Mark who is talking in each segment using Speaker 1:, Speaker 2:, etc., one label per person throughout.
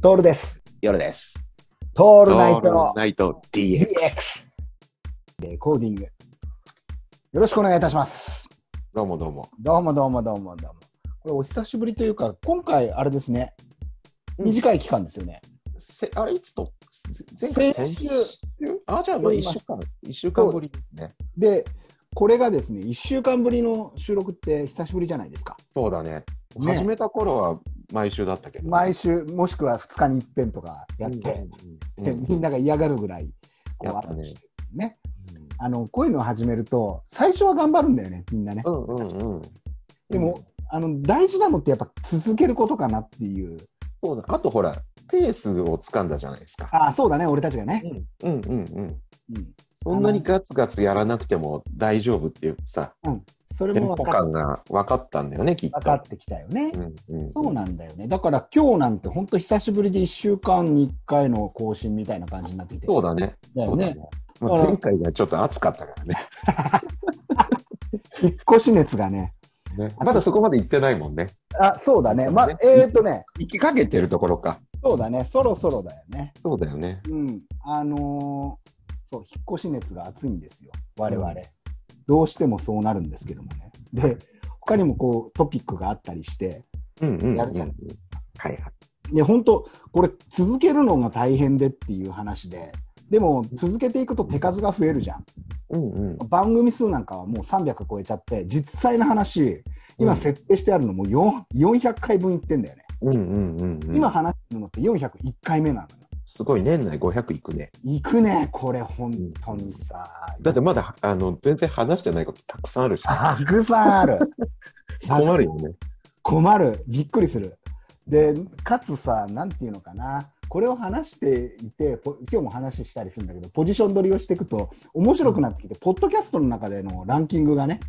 Speaker 1: トールです。
Speaker 2: 夜です。
Speaker 1: ト
Speaker 2: オ
Speaker 1: ールナイト
Speaker 2: ナイト DX。
Speaker 1: DX。レコーディング。よろしくお願いいたします。
Speaker 2: どうもどうも。
Speaker 1: どうもどうもどうもどうも。これお久しぶりというか、今回あれですね。
Speaker 2: うん
Speaker 1: 短い期間ですよね。
Speaker 2: せあれ、いつと前回
Speaker 1: 先週
Speaker 2: あ、じゃあ、まあ、一週間、一週間ぶりですね。
Speaker 1: で、これがですね、1週間ぶりの収録って久しぶりじゃないですか。
Speaker 2: そうだね。
Speaker 1: ね
Speaker 2: 始めた頃は毎週だったけど。
Speaker 1: 毎週、もしくは2日に一遍とかやって、
Speaker 2: うん。
Speaker 1: でみんなが嫌がるぐらい、こう
Speaker 2: やったね
Speaker 1: アップしてるね。あの、こういうのを始めると、最初は頑張るんだよね、みんなね
Speaker 2: う。んうんうんうん。
Speaker 1: でも、あの、大事なのってやっぱ続けることかなっていう。
Speaker 2: そうだ。あとほら、ペースを掴んだじゃないですか。
Speaker 1: ああ、そうだね、俺たちがね。
Speaker 2: うんうんうんうん。
Speaker 1: うん。
Speaker 2: そんなにガツガツやらなくても大丈夫っていうさ、
Speaker 1: それ
Speaker 2: テン
Speaker 1: も
Speaker 2: ポ
Speaker 1: 分かっ
Speaker 2: 感が分かったんだよね、きっと。
Speaker 1: 分かってきたよね。
Speaker 2: うんうん、
Speaker 1: そうなんだよね。だから今日なんて本当久しぶりで1週間に1回の更新みたいな感じになってきて。
Speaker 2: そうだね。
Speaker 1: だよ
Speaker 2: そうだ
Speaker 1: ね
Speaker 2: ね。ま
Speaker 1: だ
Speaker 2: あ、
Speaker 1: から
Speaker 2: 前回がちょっと暑かったからね。
Speaker 1: 引っ越し熱がね。
Speaker 2: まだそこまで行ってないもんね。
Speaker 1: あ、そうだね。ま
Speaker 2: そう、だね
Speaker 1: えーっとね、
Speaker 2: 行きかけてるところか。
Speaker 1: そうだね、そろそろだよね。
Speaker 2: そうだよね。
Speaker 1: うん。あのーそう、引っ越し熱が熱いんですよ。我々。
Speaker 2: うん
Speaker 1: どうしてもそうなるんですけどもね。で、他にもこうトピックがあったりして、
Speaker 2: うんうん、うん。
Speaker 1: やるじゃん
Speaker 2: はいはい。
Speaker 1: で本当これ続けるのが大変でっていう話ででも続けていくと手数が増えるじゃん
Speaker 2: うんうん。
Speaker 1: 番組数なんかはもう300超えちゃって実際の話今設定してあるのも4 400回分いってんだよね、
Speaker 2: うんうんうん、うん。
Speaker 1: 今、話してるのって401回目なのよ
Speaker 2: すごい年内500いくね。
Speaker 1: いくねこれ本当にさ、
Speaker 2: だってまだ、あの、全然話してないことたくさんあるし。
Speaker 1: たくさんある
Speaker 2: 困るよね。
Speaker 1: 困るびっくりするでかつさなんていうのかなこれを話していてポ今日も話したりするんだけどポジション取りをしていくと面白くなってきて、ポッドキャストの中でのランキングがね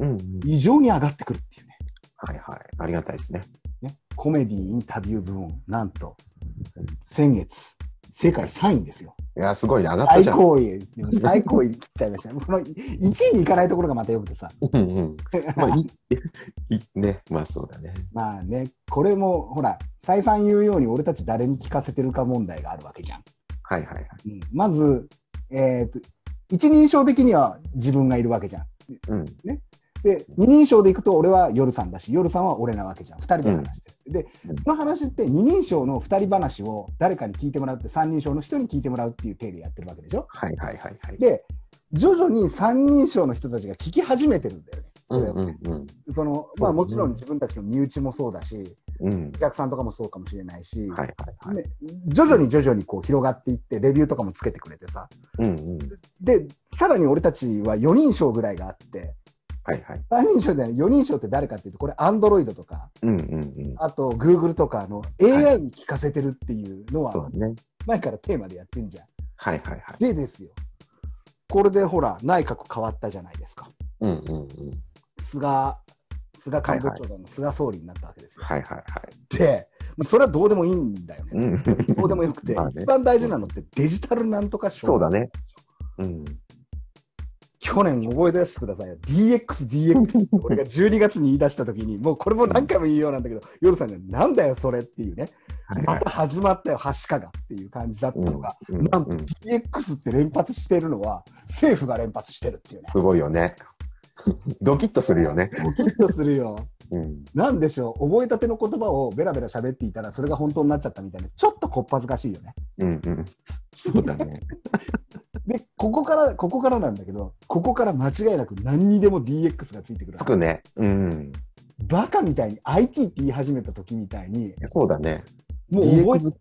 Speaker 2: うんうん。
Speaker 1: 異常に上がってくるっていうね
Speaker 2: はいはい。ありがたいですね。
Speaker 1: ねコメディインタビュー部門なんと先月世界3位ですよ
Speaker 2: いや、すごいね。上がった
Speaker 1: 最
Speaker 2: じゃん。
Speaker 1: 高位でも最高位切っちゃいましたねこの1位に行かないところがまたよくてさ
Speaker 2: うん うん。まあ、いい、ね。まあ、そうだね。
Speaker 1: まあねこれもほら再三言うように俺たち誰に聞かせてるか問題があるわけじゃん
Speaker 2: はいはいはい。
Speaker 1: うんまず、えーと一人称的には自分がいるわけじゃん。
Speaker 2: うん。
Speaker 1: で二人称でいくと俺は夜さんだし夜さんは俺なわけじゃん2人で話してる。で
Speaker 2: うん
Speaker 1: この話って二人称の2人話を誰かに聞いてもらうって三人称の人に聞いてもらうっていう体でやってるわけでしょ。
Speaker 2: はいはいはいはい。
Speaker 1: で徐々に三人称の人たちが聞き始めてるんだよね。
Speaker 2: う
Speaker 1: これ
Speaker 2: ん
Speaker 1: を
Speaker 2: うんうん。
Speaker 1: その
Speaker 2: そう
Speaker 1: まあ、
Speaker 2: ね
Speaker 1: もちろん自分たちの身内もそうだし
Speaker 2: うん
Speaker 1: お。客さんとかもそうかもしれないし、
Speaker 2: はいはいはい。
Speaker 1: ね徐々に徐々にこう広がっていってレビューとかもつけてくれてさ
Speaker 2: うんうん。
Speaker 1: で、さらに俺たちは4人称ぐらいがあって、
Speaker 2: はいはい。
Speaker 1: 3人称でない4人称って誰かっていうと、これ、アンドロイドとか、
Speaker 2: うんうんうん。
Speaker 1: あと、グーグルとかの AI に聞かせてるっていうのは、
Speaker 2: そうだね。
Speaker 1: 前からテーマでやってんじゃん。
Speaker 2: はいはいはい。
Speaker 1: でですよ、これでほら、内閣変わったじゃないですか。
Speaker 2: うんうんうん。
Speaker 1: 菅、菅官房長官の菅総理になったわけですよ。
Speaker 2: はいはいはい。
Speaker 1: で、それはどうでもいいんだよね。
Speaker 2: うん。
Speaker 1: どうでもよくて、
Speaker 2: まあね
Speaker 1: 一番大事なのってデジタルなんとか省
Speaker 2: そうだね。うん。
Speaker 1: 去年覚え出してくださいよ。DX、DX って俺が12月に言い出したときに、もうこれも何回も言いようなんだけど、夜さんがなんだよ、それっていうね。
Speaker 2: はいは
Speaker 1: ま
Speaker 2: い。
Speaker 1: た始まったよ、はしかがっていう感じだったのが、
Speaker 2: うん
Speaker 1: なんと
Speaker 2: うん
Speaker 1: DX って連発してるのは、政府が連発してるっていうね。
Speaker 2: すごいよね。ドキッとするよね。
Speaker 1: ドキッとするよ。
Speaker 2: うん。
Speaker 1: なんでしょう、覚えたての言葉をベラベラ喋っていたら、それが本当になっちゃったみたいな、ちょっとこっぱずかしいよね。
Speaker 2: うんうん。そうだね。
Speaker 1: で、ここから、ここからなんだけど、ここから間違いなく何にでも DX がついてくる
Speaker 2: つ。くね。うん。
Speaker 1: バカみたいに IT って言い始めた時みたいに、
Speaker 2: そうだね。
Speaker 1: もう覚え
Speaker 2: DX,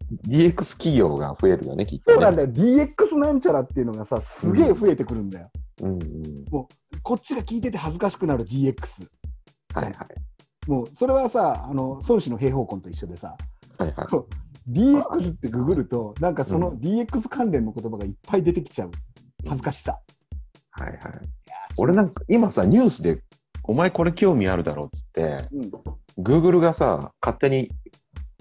Speaker 2: DX 企業が増えるよね、きっ
Speaker 1: そうな
Speaker 2: と
Speaker 1: ん
Speaker 2: ね。
Speaker 1: だよ、DX なんちゃらっていうのがさ、すげえ増えてくるんだよ。
Speaker 2: うんうん。
Speaker 1: こっちが聞いてて恥ずかしくなる DX。
Speaker 2: はいはい。
Speaker 1: もう、それはさ、あの、孫子の平方根と一緒でさ、
Speaker 2: はいはい。
Speaker 1: DX ってググると、なんかその DX 関連の言葉がいっぱい出てきちゃう。恥ずかしさ。
Speaker 2: はいはい。俺なんか今さ、ニュースで、お前これ興味あるだろうっつって、
Speaker 1: うん。
Speaker 2: Google がさ、勝手に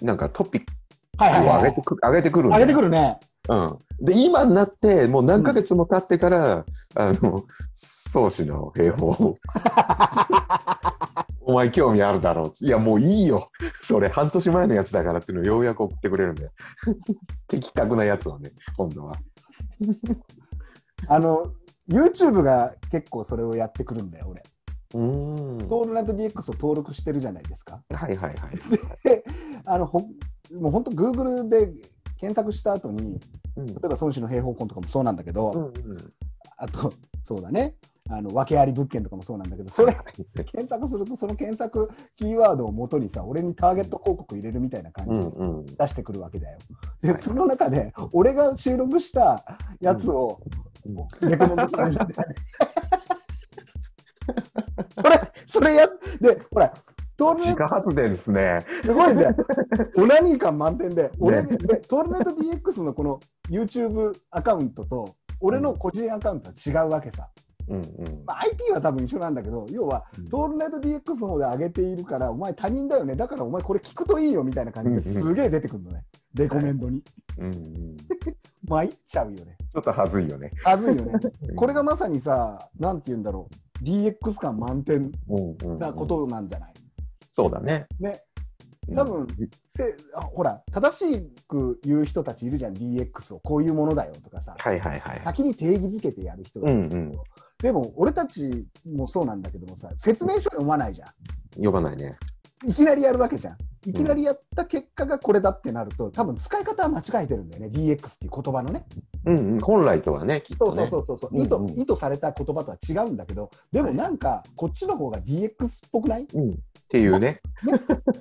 Speaker 2: なんかトピック
Speaker 1: はいはい
Speaker 2: を上
Speaker 1: は
Speaker 2: げ
Speaker 1: い
Speaker 2: て。くる、上げてくるんだ
Speaker 1: 上
Speaker 2: よ
Speaker 1: げてくるね。
Speaker 2: うん、で今になってもう何ヶ月も経っ てから、あの宗氏の兵法をお前興味あるだろうっつっていや、もういいよ。それ半年前のやつだからっていうのをようやく送ってくれるんだよ。 的確なやつをね、今度は。
Speaker 1: あの YouTube が結構それをやってくるんだよ俺
Speaker 2: うー
Speaker 1: 「
Speaker 2: ん。
Speaker 1: トールナイト DX」を登録してるじゃないですか
Speaker 2: はいはいはい。
Speaker 1: あのほもう本当 Google で検索した後に
Speaker 2: うん
Speaker 1: 例えば孫子の平方根とかもそうなんだけど、
Speaker 2: うんうん
Speaker 1: あと そうだねあの訳あり物件とかもそうなんだけどそれ検索するとその検索キーワードを元にさ俺にターゲット広告入れるみたいな感
Speaker 2: う
Speaker 1: じ
Speaker 2: ん
Speaker 1: で
Speaker 2: うん。
Speaker 1: 出してくるわけだよ。
Speaker 2: は
Speaker 1: で
Speaker 2: い
Speaker 1: その中で俺が収録したやつを
Speaker 2: うん
Speaker 1: レコメンドされるんだよね。これそれやでほらトールネ
Speaker 2: 自
Speaker 1: ッ
Speaker 2: 家発電ですね。
Speaker 1: トすごいんだ よ。オナニー感満点で俺
Speaker 2: ね
Speaker 1: でトールネット DX のこの YouTube アカウントと俺の個人アカウントは違うわけさ。
Speaker 2: うんうん。
Speaker 1: まあ、IP は多分一緒なんだけど要はトールナイト DX の方で上げているから、お前他人だよね、だからお前これ聞くといいよみたいな感じ
Speaker 2: うんう
Speaker 1: で
Speaker 2: ん
Speaker 1: すげえ出てくるのね、レコメンドに。
Speaker 2: うんうん。ち
Speaker 1: 参っちゃうよね。
Speaker 2: ょっとはずいよね。
Speaker 1: はずいよね。これがまさにさ、なんて言うんだろう、DX 感満点
Speaker 2: うんうんうん
Speaker 1: なことなんじゃない
Speaker 2: そうだね。
Speaker 1: ね、
Speaker 2: うん
Speaker 1: 多分せあほら、正しく言う人たちいるじゃん、DX をこういうものだよとかさ、
Speaker 2: はいはいはい。
Speaker 1: 先に定義づけてやる人が
Speaker 2: う
Speaker 1: いる
Speaker 2: んうん。
Speaker 1: でも俺たちもそうなんだけどもさ、説明書読まないじゃん。
Speaker 2: 呼ばないね。
Speaker 1: いきなりやるわけじゃん。いきなりやった結果がこれだってなると、多分使い方は間違えてるんだよね、DX っていう言葉のね。
Speaker 2: うんうん。本来とはね、きっ
Speaker 1: そ
Speaker 2: と
Speaker 1: う
Speaker 2: ね。
Speaker 1: そうそうそうそう、
Speaker 2: うんうん
Speaker 1: 意図。意図された言葉とは違うんだけど、でもなんか、こっちの方が DX っぽくない
Speaker 2: うんっていうね。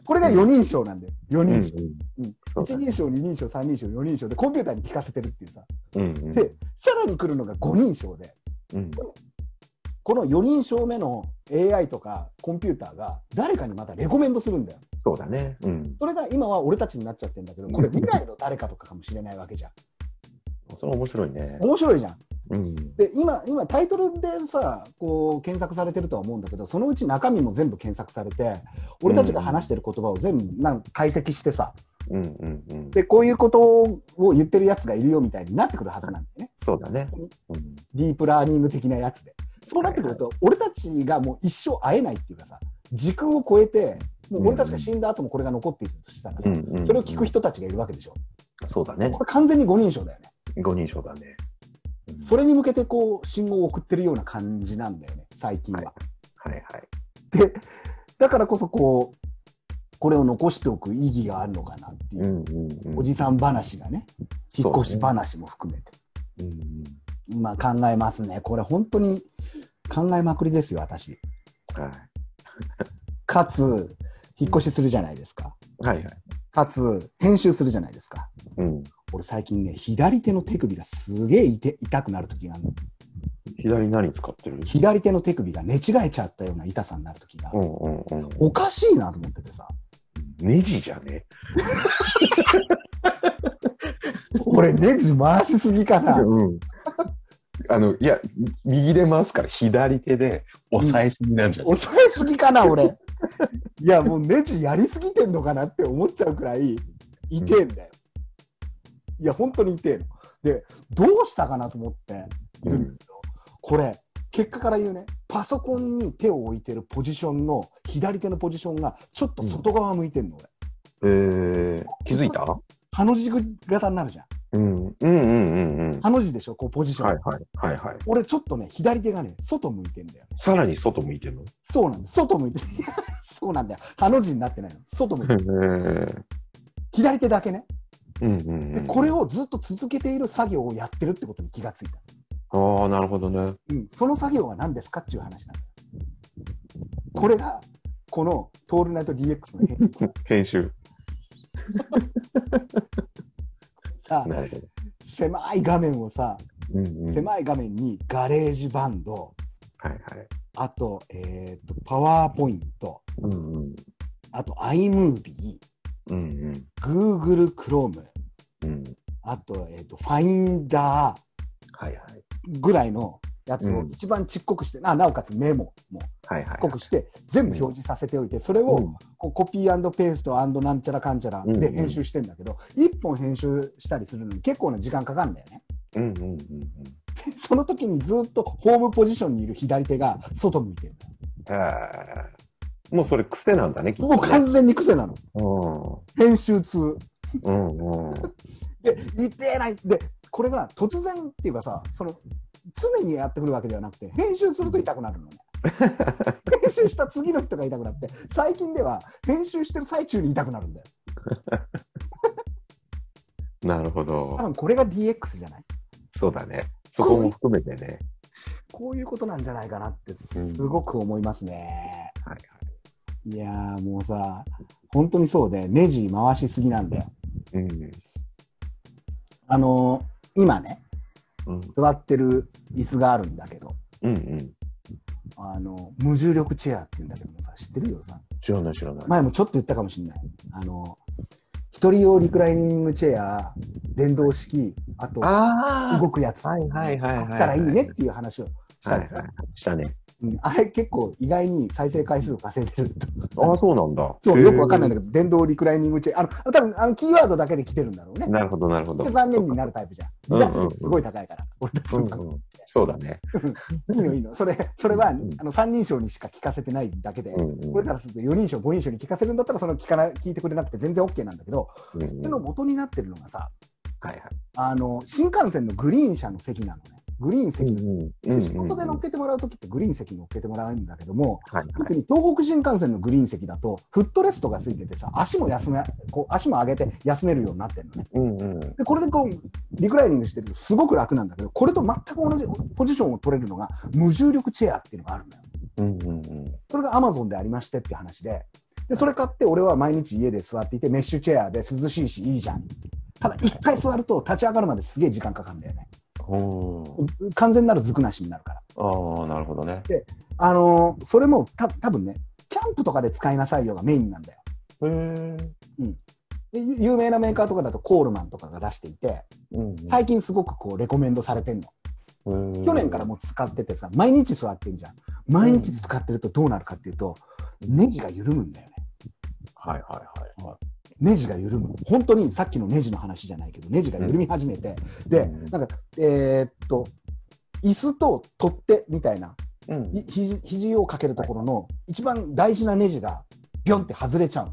Speaker 1: これが4人称なんだよ、4
Speaker 2: うんう
Speaker 1: 人
Speaker 2: ん
Speaker 1: 称。うん
Speaker 2: そう
Speaker 1: 1
Speaker 2: だね
Speaker 1: 人称、2人称、3人称、4人称でコンピューターに聞かせてるっていうさ。
Speaker 2: うんうん
Speaker 1: で、さらに来るのが5人称で、
Speaker 2: うん
Speaker 1: この4人称目の AI とかコンピューターが誰かにまたレコメンドするんだよ。
Speaker 2: そうだね。うん。
Speaker 1: それが今は俺たちになっちゃってるんだけど、これ未来の誰かとかかもしれないわけじゃん。
Speaker 2: それ面白いね。
Speaker 1: 面白いじゃん。
Speaker 2: うん。
Speaker 1: で今今タイトルでさこう検索されてるとは思うんだけどそのうち中身も全部検索されて俺たちが話してる言葉を全部なんか解析してさ
Speaker 2: うんうんうん。
Speaker 1: でこういうことを言ってるやつがいるよみたいになってくるはずなんだよね
Speaker 2: そうだね。うん
Speaker 1: ディープラーニング的なやつでそうなってくると俺たちがもう一生会えないっていうかさ時空を超えてもう俺たちが死んだ後もこれが残っているとしたらさ
Speaker 2: うんうんうん
Speaker 1: それを聞く人たちがいるわけでしょ
Speaker 2: そうだね
Speaker 1: こ。れ完全に五人称だよね
Speaker 2: 五人称だね。うん
Speaker 1: それに向けてこう信号を送ってるような感じなんだよね最近は。
Speaker 2: はいはい。
Speaker 1: でだからこそこうこれを残しておく意義があるのかなっていう、
Speaker 2: んうんう
Speaker 1: おじさん話がね引っ越し話も含めて、
Speaker 2: そうねうんうん
Speaker 1: まあ考えますねこれ本当に考えまくりですよ私
Speaker 2: はい
Speaker 1: かつ引っ越しするじゃないですか
Speaker 2: はいはい。
Speaker 1: かつ編集するじゃないですか
Speaker 2: うん。
Speaker 1: 俺最近ね左手の手首がすげえ痛痛くなる時があるの
Speaker 2: 左何使ってる
Speaker 1: 左手の手首が寝違えちゃったような痛さになる時がある、
Speaker 2: うんうんうん。
Speaker 1: おかしいなと思っててさ
Speaker 2: ネジじゃね。
Speaker 1: 俺ネジ回しすぎかな
Speaker 2: うん。 あの、いや、右で回すから左手で押さえすぎなんじゃない、
Speaker 1: 抑えすぎかな、俺。いや、もうネジやりすぎてんのかなって思っちゃうくらい、痛えんだよ。いや、本当に痛えの。で、どうしたかなと思っているんだけど、これ、結果から言うね、パソコンに手を置いてるポジションの、左手のポジションが、ちょっと外側向いてんの、俺。
Speaker 2: えー、気づいた
Speaker 1: ハの字型になるじゃん。
Speaker 2: うんうんうんうんうん。
Speaker 1: ハの字でしょ、こう、ポジション。
Speaker 2: はいはいはいはい。
Speaker 1: 俺、ちょっとね、左手がね、外向いてんだよね。
Speaker 2: さらに外向いてるの
Speaker 1: そうなんだよ。外向いて そうなんだよ。ハの字になってないの。外向いてる。左手だけね。
Speaker 2: うんうんう
Speaker 1: で
Speaker 2: ん。
Speaker 1: これをずっと続けている作業をやってるってことに気がついた、
Speaker 2: ああ、なるほどね。
Speaker 1: うん、その作業は何ですかっていう話なんだよこれがこの「トールナイト DX」の変化
Speaker 2: 編集。
Speaker 1: さ
Speaker 2: なるほど。
Speaker 1: 狭い画面をさ
Speaker 2: うんうん、
Speaker 1: 狭い画面にガレージバンド
Speaker 2: はいはい。
Speaker 1: あと,、えー、とパワーポイント
Speaker 2: うんうん。
Speaker 1: あと iMovie
Speaker 2: うんうん。
Speaker 1: Google Chrome
Speaker 2: うん。
Speaker 1: あと,、えー、と Finder
Speaker 2: はいはい。
Speaker 1: ぐらいのやつを
Speaker 2: うん
Speaker 1: 一番ちっこくして、ななおかつメモも
Speaker 2: はい
Speaker 1: ち
Speaker 2: はい。
Speaker 1: っこくして全部表示させておいてそれを
Speaker 2: うん
Speaker 1: こうコピーペーストなんちゃらかんちゃらで
Speaker 2: うんうん
Speaker 1: 編集してんだけど、1本編集したりするのに結構な時間かかるんだよね。
Speaker 2: うんうんうんうん。
Speaker 1: でその時にずっとホームポジションにいる左手が外向いてるんだよ
Speaker 2: ああ。もうそれ癖なんだね、きっと、
Speaker 1: もう
Speaker 2: ね。
Speaker 1: 完全に癖なの。
Speaker 2: う
Speaker 1: 編集痛。
Speaker 2: ん。うんうん。
Speaker 1: で、痛えない。で、これが突然っていうかさ、その、常にやってくるわけではなくて、編集すると痛くなる のね。編集した次の人が痛くなって、最近では編集してる最中に痛くなるんだよ。
Speaker 2: なるほ
Speaker 1: 多
Speaker 2: ど。
Speaker 1: 分これが DX じゃない
Speaker 2: そうだね。そこも含めてね。
Speaker 1: こういうことなんじゃないかなって、すごく思いますね。
Speaker 2: はい
Speaker 1: いやーもうさ、本当にそうで、ネジ回しすぎなんだよ。
Speaker 2: はい。
Speaker 1: あのー今ね、
Speaker 2: うん。
Speaker 1: 座ってる椅子があるんだけど、
Speaker 2: うん。うんうん。
Speaker 1: あの無重力チェアって言うんだけどもさ、知ってるよさん。
Speaker 2: 知らない知らない。
Speaker 1: 前もちょっと言ったかもしれない。あの一人用リクライニングチェア、電動式、あと
Speaker 2: あ
Speaker 1: 動くやつ、
Speaker 2: はいはいはいはい
Speaker 1: あったらいいねっていう話をした
Speaker 2: はい
Speaker 1: で
Speaker 2: は
Speaker 1: し
Speaker 2: い
Speaker 1: ょ、。
Speaker 2: したね。
Speaker 1: うんあれ結構意外に再生回数稼いでると。
Speaker 2: ああ、そうなんだ。
Speaker 1: そう、よくわかんないん
Speaker 2: だ
Speaker 1: だけど、電動リクライニングチェア、あの多分あのキーワードだけで来てるんだろうね。
Speaker 2: なるほど、なるほど。
Speaker 1: で残念になるタイプじゃん。
Speaker 2: うん
Speaker 1: 離脱率すごい高いから。俺たち
Speaker 2: う
Speaker 1: の
Speaker 2: んうん。そうだね。
Speaker 1: いいのいいの。それ、それは、
Speaker 2: うん
Speaker 1: あの3人称にしか聞かせてないだけで、
Speaker 2: うんうん。
Speaker 1: これからすると4人称、5人称に聞かせるんだったら、その聞かな聞いてくれなくて全然 OK なんだけど、
Speaker 2: うんうん
Speaker 1: それの元になってるのがさ、
Speaker 2: はいは
Speaker 1: あの新幹線のグリーン車の席なのね。グリーン
Speaker 2: い。
Speaker 1: 席、で
Speaker 2: んうん
Speaker 1: 仕事で乗っけてもらうときってグリーン席に乗っけてもらうんだけども、
Speaker 2: はいは
Speaker 1: 特に東北新幹線のグリーン席だと、フットレストがついててさ、足も休めこう足も上げて休めるようになってるのね。
Speaker 2: い。うんうん。
Speaker 1: でこれでこうリクライニングしてるとすごく楽なんだけどこれと全く同じポジションを取れるのが無重力チェアっていうのがあるんだよ
Speaker 2: うんうんうん。
Speaker 1: それがアマゾンでありましてっていう話ででそれ買って俺は毎日家で座っていてメッシュチェアで涼しいしいいじゃんただ一回座ると立ち上がるまですげえ時間かかるんだよね
Speaker 2: ほー
Speaker 1: 完全なるずくなしになるから
Speaker 2: ああ、なるほどね。
Speaker 1: あのーそれもた多分ねキャンプとかで使いなさいよがメインなんだよ
Speaker 2: へえ。
Speaker 1: でゆ有名なメーカーとかだとコールマンとかが出していて
Speaker 2: うん。
Speaker 1: 最近すごくこうレコメンドされてんの
Speaker 2: 去
Speaker 1: 去年からもう使っててさ、毎日座ってんじゃん。毎日使ってるとどうなるかっていうと、ネジが緩むんだよね。
Speaker 2: はいはいはいは
Speaker 1: ネジが緩む。本当にさっきのネジの話じゃないけど、ネジが緩み始めて、
Speaker 2: い。
Speaker 1: で、なんか、えーっと、椅子と取っ手みたいな、
Speaker 2: うん、
Speaker 1: ひ肘肘をかけるところの一番大事なネジが、ビョンって外れちゃう。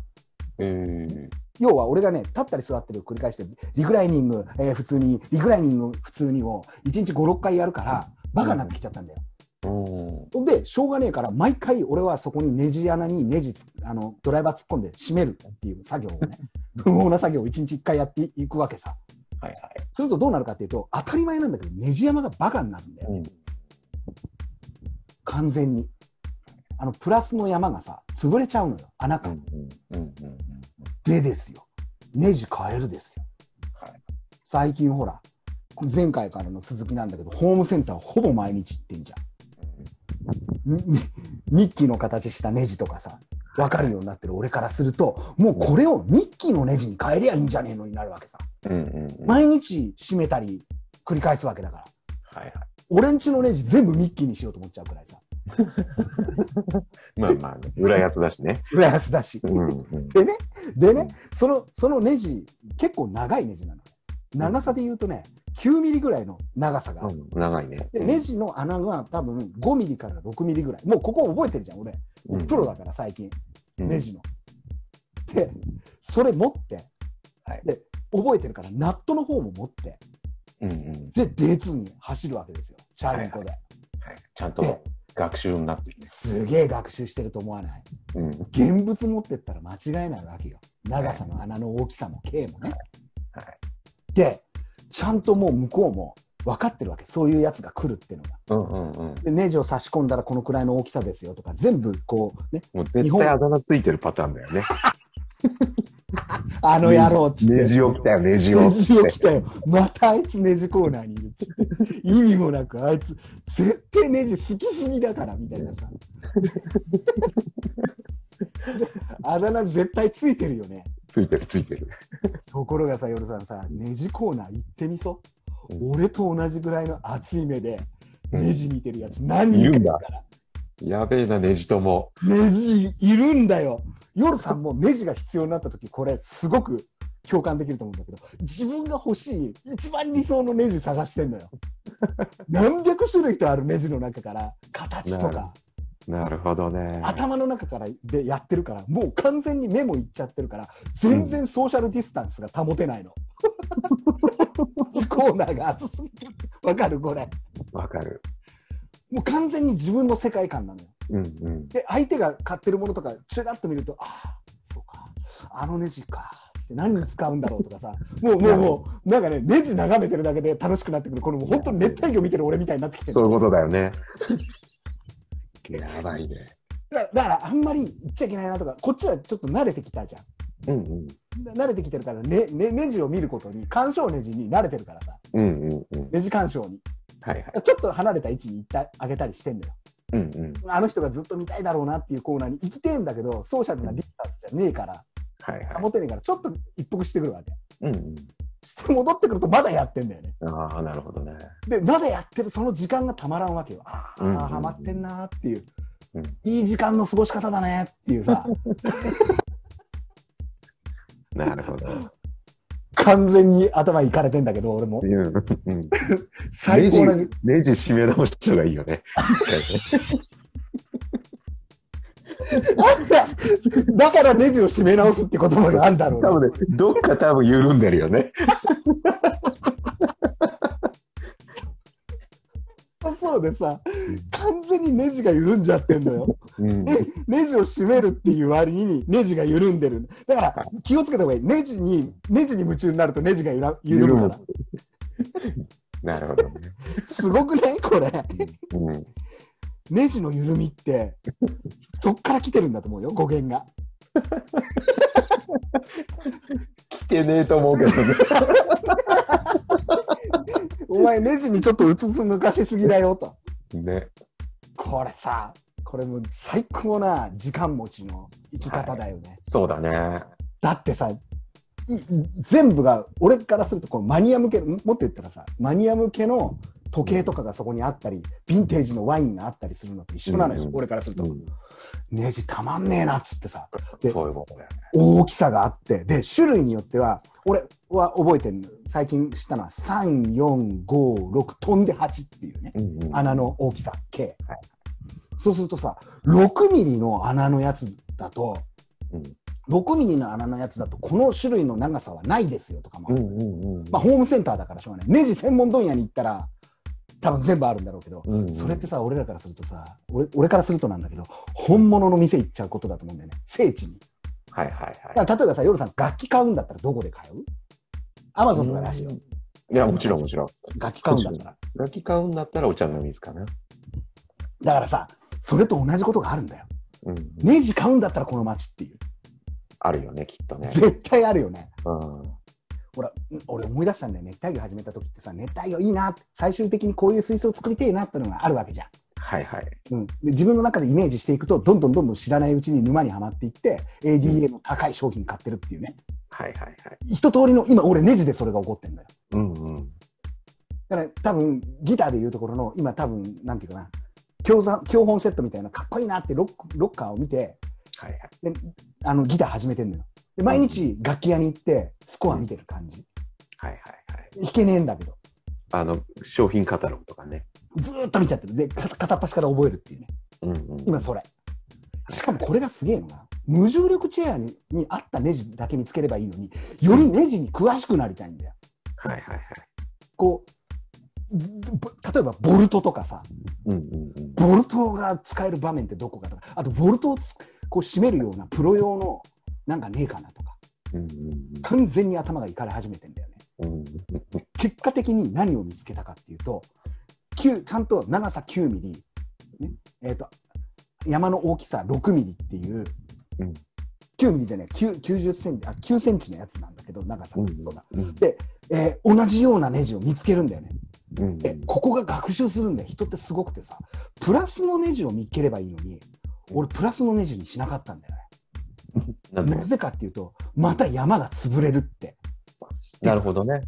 Speaker 2: えー、
Speaker 1: 要は俺がね、立ったり座ったりを繰り返して、リクライニング、えー普通に、リクライニング普通にを1日5、6回やるから、バカになってきちゃったんだよ。
Speaker 2: お
Speaker 1: ほんで、しょうがねえから、毎回俺はそこにネジ穴にネジつあのドライバー突っ込んで締めるっていう作業を ね、不毛な作業を1日1回やっていくわけさ。
Speaker 2: はい
Speaker 1: するとどうなるかっていうと、当たり前なんだけど、ネジ山がバカになるんだよ、
Speaker 2: はい。うん、
Speaker 1: 完全に。あのプラスの山がさ、潰れちゃうのよ、穴
Speaker 2: う
Speaker 1: が。
Speaker 2: ん、うん、うん、うん。
Speaker 1: でですよ、ネジ変えるですよ。
Speaker 2: はい。
Speaker 1: 最近ほら、前回からの続きなんだけど、ホームセンターほぼ毎日行ってんじゃん。ミミッキーの形したネジとかさ分かるようになってる俺からするともうこれをミッキーのネジに変えりゃいいんじゃねえのになるわけさ
Speaker 2: うん、うん、うん。はい
Speaker 1: 毎日締めたり繰り返すわけだから
Speaker 2: はい。
Speaker 1: 俺んちのネジ全部ミッキーにしようと思っちゃうくらいさ
Speaker 2: まあまあ、ね、裏安だし ね。
Speaker 1: 浦安だし
Speaker 2: うん、うん。
Speaker 1: でねでねそのそのネジ結構長いネジなの長さで言うとね9ミリぐらいの長さがある
Speaker 2: うん、長いね。
Speaker 1: でネジの穴が多分5ミリから6ミリぐらいもうここ覚えてるじゃん俺
Speaker 2: うん
Speaker 1: プロだから最近
Speaker 2: うん
Speaker 1: ネジの。で、それ持って、
Speaker 2: はい
Speaker 1: で覚えてるから、ナットの方も持って、
Speaker 2: うん、うん。
Speaker 1: で、D2 に走るわけですよ、チャリンコで。
Speaker 2: はい。ちゃんと学習になってるね。
Speaker 1: すげえ学習してると思わない。
Speaker 2: うん。
Speaker 1: 現物持ってったら間違いないわけよ。長さの穴の大きさも径もね。
Speaker 2: はい
Speaker 1: で、ちゃんともう向こうも分かってるわけ、そういうやつが来るっていうのが。
Speaker 2: うん、うん、うん。
Speaker 1: で、ネジを差し込んだらこのくらいの大きさですよとか、全部こうね、
Speaker 2: もう絶対あだ名ついてるパターンだよね。
Speaker 1: あの野郎っつって。
Speaker 2: ネジを来たよ、ネジを。
Speaker 1: ネジを来たよ。またあいつネジコーナーにいるっつ って。意味もなく、あいつ、絶対ネジ好きすぎだから、みたいなさ。 あだ名絶対ついてるよね。
Speaker 2: ついてる、ついてる。
Speaker 1: ところがさ、夜さんさ、ネジコーナー行ってみそう。
Speaker 2: う
Speaker 1: 俺と同じぐらいの熱い目で、
Speaker 2: うん
Speaker 1: ネジ見てるやつ何人かいるから。
Speaker 2: やべえな、ネジとも。
Speaker 1: ネジいるんだよ。夜さんもネジが必要になった時、これすごく共感できると思うんだけど、自分が欲しい一番理想のネジ探してんのよ。何百種類とあるネジの中から、形とか、
Speaker 2: なるほどね。
Speaker 1: 頭の中からでやってるからもう完全に目もいっちゃってるから全然ソーシャルディスタンスが保てないの。コーナーが熱すぎちゃってわかるこれ
Speaker 2: わかる。
Speaker 1: もう完全に自分の世界観なのよ。
Speaker 2: うんうん。
Speaker 1: で相手が買ってるものとかちらっと見るとああそうかあのネジかつって何に使うんだろうとかさもうもうもうなんかねネジ眺めてるだけで楽しくなってくるこのもう本当に熱帯魚見てる俺みたいになってきてる
Speaker 2: そういうことだよね。 やばいね。
Speaker 1: だだからあんまり言っちゃいけないなとかこっちはちょっと慣れてきたじゃん。
Speaker 2: うんうん。
Speaker 1: な慣れてきてるから、ねね、ネジを見ることに干渉ネジに慣れてるからさ
Speaker 2: うんうんうん。
Speaker 1: ネジ干渉に
Speaker 2: はいはい。
Speaker 1: ちょっと離れた位置に行ったあげたりしてんだよ
Speaker 2: うんうん。
Speaker 1: あの人がずっと見たいだろうなっていうコーナーに行きてえんだけどソーシャルなディスタンスじゃねえから
Speaker 2: はいはい。
Speaker 1: 保てねえからちょっと一服してくるわけ
Speaker 2: うんうん。
Speaker 1: して戻ってくるとまだやってんだよね
Speaker 2: ああ、なるほどね。
Speaker 1: でまだやってるその時間がたまらんわけよああ、
Speaker 2: うんうんうん
Speaker 1: ハマってんなーっていう、
Speaker 2: うん
Speaker 1: いい時間の過ごし方だねっていう さ
Speaker 2: なるほど。
Speaker 1: 完全に頭いかれてんだけど俺も
Speaker 2: うんうん。
Speaker 1: 最高な時
Speaker 2: ネジ締め直した方がいいよ ね。
Speaker 1: なんだ だからネジを締め直すって言葉があるんだろう
Speaker 2: 多
Speaker 1: な。
Speaker 2: 分ね、どっか多分緩んでるよね。
Speaker 1: そうでさ、完全にネジが緩んじゃってんのよ。
Speaker 2: うん
Speaker 1: えネジを締めるっていう割にネジが緩んでる。だから気をつけた方がいい。ネジに、ネジに夢中になるとネジがゆら緩むから。
Speaker 2: なるほどね。
Speaker 1: すごくないこれ。
Speaker 2: うん。
Speaker 1: ネジの緩み って、そっから来てるんだと思うよ、語源が。
Speaker 2: 来てねえと思うけどね。
Speaker 1: お前ネジにちょっとうつつ抜かしすぎだよと。
Speaker 2: ね。
Speaker 1: これさ、これもう最高な時間持ちの生き方だよね。
Speaker 2: そうだね。
Speaker 1: だってさい全部が俺からするとこうマニア向けもっと言ったらさマニア向けの時計とかがそこにあったりヴィンテージのワインがあったりするのと一緒なのよ、
Speaker 2: うんうん
Speaker 1: 俺からすると、ネジたまんねえなっつってさで
Speaker 2: そういうことだよね。
Speaker 1: 大きさがあってで種類によっては俺は覚えてるの最近知ったのは3456飛んで8っていうね
Speaker 2: うんうん
Speaker 1: 穴の大きさ計、
Speaker 2: はい
Speaker 1: そうするとさ6ミリの穴のやつだと
Speaker 2: うん
Speaker 1: 6ミリの穴のやつだとこの種類の長さはないですよとかもあ
Speaker 2: う
Speaker 1: る、
Speaker 2: んうんうん。
Speaker 1: まあ、ホームセンターだからしょうがないネジ専門問屋に行ったら多分全部あるんだろうけど、
Speaker 2: うんうん
Speaker 1: それってさ俺らからするとさ俺俺からするとなんだけど本物の店行っちゃうことだと思うんだよね聖地に
Speaker 2: はいはいは
Speaker 1: だから例えばさ夜さん楽器買うんだったらどこで買うアマゾンとかだしよ、
Speaker 2: い。いや、もちろんもちろん。
Speaker 1: 楽器買うんだったら
Speaker 2: 楽器買うんだったらお茶の水かな。
Speaker 1: だからさそれと同じことがあるんだよ
Speaker 2: うん。
Speaker 1: ネジ買うんだったらこの街っていう
Speaker 2: あるよね、きっとね。
Speaker 1: 絶対あるよね
Speaker 2: うん。
Speaker 1: ほら、ん俺思い出したんだよ、熱帯魚始めた時ってさ、熱帯魚いいなって、最終的にこういう水槽を作りてえなってのがあるわけじゃん。
Speaker 2: はいはい。
Speaker 1: うん、で自分の中でイメージしていくと、どんどんどんどん知らないうちに沼にはまっていって、ADA の高い商品買ってるっていうね。
Speaker 2: はいはいはい。
Speaker 1: 一通りの、今俺ネジでそれが起こってんだよ。
Speaker 2: うんうん。
Speaker 1: だから多分、ギターでいうところの、今多分、なんていうかな、教材教本セットみたいな、かっこいいなってロックロッカーを見て、
Speaker 2: はいは
Speaker 1: で
Speaker 2: い。
Speaker 1: あのギター始めてんのよ。で毎日楽器屋に行って、スコア見てる感じ。
Speaker 2: はいはいはい。
Speaker 1: 弾けねえんだけど、
Speaker 2: あの、商品カタログとかね。
Speaker 1: ずーっと見ちゃってる。で、か片っ端から覚えるっていうね。
Speaker 2: うんうん。
Speaker 1: 今それしかもこれがすげえのが無重力チェアにに合ったネジだけ見つければいいのによりネジに詳しくなりたいんだよ
Speaker 2: はいはいはい。
Speaker 1: こうずぼ例えばボルトとかさ
Speaker 2: うんうんうん。
Speaker 1: ボルトが使える場面ってどこかとかあとボルトをつこう締めるようなプロ用のなんかねえかなとか
Speaker 2: うん
Speaker 1: 完全に頭がいかれ始めてんだよね
Speaker 2: うんうん。
Speaker 1: 結果的に何を見つけたかっていうと9ちゃんと長さ9ミリ、ねえー、と山の大きさ6ミリっていう、
Speaker 2: うん
Speaker 1: 9ミリじゃない9 90センチあ9センチのやつなんだけど長さ
Speaker 2: う
Speaker 1: が、
Speaker 2: ん
Speaker 1: そうだ
Speaker 2: うん
Speaker 1: えー同じようなネジを見つけるんだよね
Speaker 2: うん
Speaker 1: でここが学習するんだよ人ってすごくてさプラスのネジを見っければいいのに俺プラスのネジにしなかったんだよね
Speaker 2: なんで
Speaker 1: なぜかっていうとまた山が潰れるって
Speaker 2: なるほどね。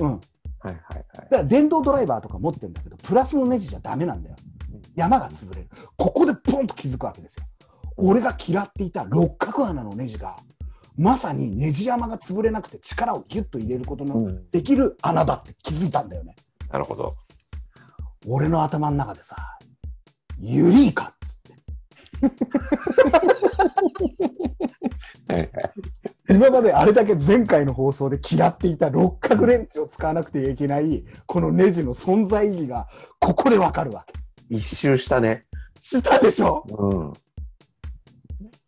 Speaker 1: うん
Speaker 2: はいはいはい
Speaker 1: だ。から電動ドライバーとか持ってるんだけど、プラスのネジじゃダメなんだよ
Speaker 2: うん。
Speaker 1: 山が潰れる。ここでポンと気づくわけですよ。俺が嫌っていた六角穴のネジが、まさにネジ山が潰れなくて力をギュッと入れることの
Speaker 2: うん
Speaker 1: できる穴だって気づいたんだよね。
Speaker 2: なるほど。
Speaker 1: 俺の頭の中でさ、ユリイカっつって、
Speaker 2: はい
Speaker 1: 今まであれだけ前回の放送で嫌っていた六角レンチを使わなくていけないこのネジの存在意義がここでわかるわけ。
Speaker 2: 一周したね。
Speaker 1: したでしょ
Speaker 2: う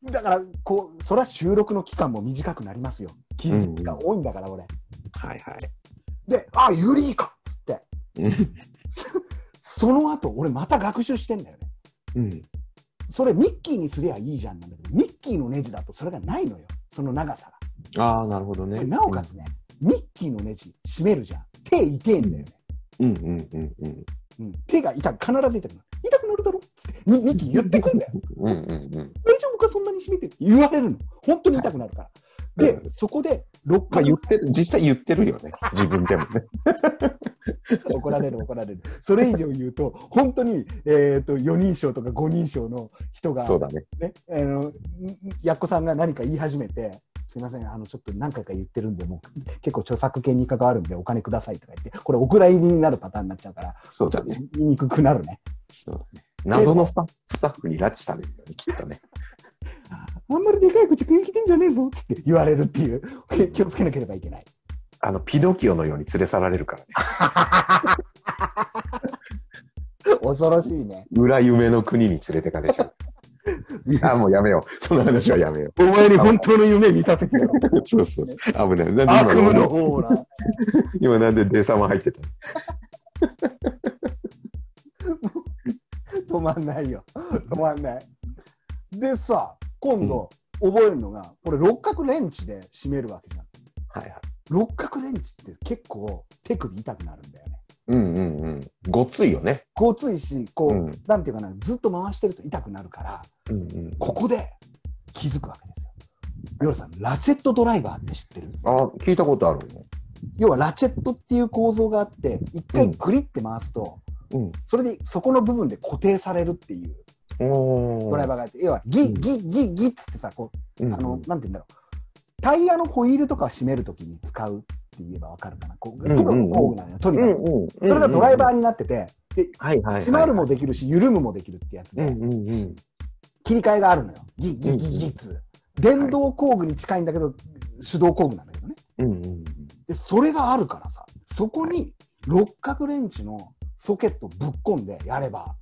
Speaker 2: ん。
Speaker 1: だからこうそりゃ収録の期間も短くなりますよ気づきが多いんだから俺、
Speaker 2: はいは
Speaker 1: で「あユリーか!」っつって
Speaker 2: い。うん
Speaker 1: その後俺また学習してんだよね
Speaker 2: うん。
Speaker 1: それミッキーにすりゃいいじゃんなんだけどミッキーのネジだとそれがないのよその長さが
Speaker 2: ああ、なるほどね。
Speaker 1: でなおかつね、ミッキーのネジ締めるじゃん手痛えんだよね、
Speaker 2: うん。うんうんうん
Speaker 1: うん、手が痛く必ず痛くなる痛くなるだろっつってミミッキー言ってくんだよ
Speaker 2: うん。うんうんうん。
Speaker 1: 大丈夫かそんなに締めてって言われるの本当に痛くなるから、
Speaker 2: はい
Speaker 1: でそこで6
Speaker 2: まあ
Speaker 1: 回
Speaker 2: 言ってる、実際言ってるよね。 自分でもね。
Speaker 1: 怒られる怒られるそれ以上言うと本当に、えー、と4人称とか5人称の人が
Speaker 2: そうだね。
Speaker 1: ねあのんやっこさんが何か言い始めてすいませんあのちょっと何回か言ってるんでもう結構著作権に関わるんでお金くださいとか言ってこれお蔵入りになるパターンになっちゃうから
Speaker 2: そう
Speaker 1: ちょ
Speaker 2: だ
Speaker 1: っと
Speaker 2: ね。
Speaker 1: 言いにくくなるね
Speaker 2: そうだね。謎のスタスタッフに拉致されるよね、きっとね。
Speaker 1: あんまりでかい口食いきてんじゃねえぞっつって言われるっていう気をつけなければいけない
Speaker 2: あの、ピノキオのように連れ去られるからね。
Speaker 1: 恐ろしいね
Speaker 2: 裏夢の国に連れてかれち ゃう。あ、もうやめよう。その話はやめよ
Speaker 1: お前に本当の夢見させてよ
Speaker 2: う。 そうそうそう。危ない。なん
Speaker 1: 悪
Speaker 2: で
Speaker 1: 夢
Speaker 2: 今
Speaker 1: の方な
Speaker 2: 今なんでデサマ入ってたの
Speaker 1: 止まんないよ。止まんない。でさ、今度、覚えるのが、これ六角レンチで締めるわけじゃん。
Speaker 2: はいはい。
Speaker 1: 六角レンチって結構手首痛くなるんだよね。
Speaker 2: うんうんうん。ごっついよね。
Speaker 1: こうついし、こう、
Speaker 2: うん
Speaker 1: なんていうかな、ずっと回してると痛くなるから、
Speaker 2: うんうん。
Speaker 1: ここで気づくわけですよ。ヨルさん、ラチェットドライバーって知ってる
Speaker 2: あ、聞いたことあるの
Speaker 1: 要はラチェットっていう構造があって、一回グリって回すと、
Speaker 2: うん。
Speaker 1: それでそこの部分で固定されるっていう
Speaker 2: お
Speaker 1: ドライバーがあって、要はギッギッギッギッつってさ、こう
Speaker 2: ーうん
Speaker 1: あの、なんて言うんだろう。タイヤのホイールとかを締めるときに使うって言えばわかるかな。こう、
Speaker 2: うんうん
Speaker 1: プロの工具なのよ、とにかく。
Speaker 2: うんうん。そ
Speaker 1: それがドライバー
Speaker 2: ー。
Speaker 1: になってて、で、
Speaker 2: はいはいはい。
Speaker 1: 締まるもできるし、緩むもできるってやつ
Speaker 2: うん
Speaker 1: で、
Speaker 2: うんうん。
Speaker 1: 切り替えがあるのよ。ギッギッギッギッつう。電動工具に近いんだけど、手動工具なんだけどね。
Speaker 2: うんうん。
Speaker 1: で、それがあるからさ、そこに六角レンチのソケットぶっ込んでやれば、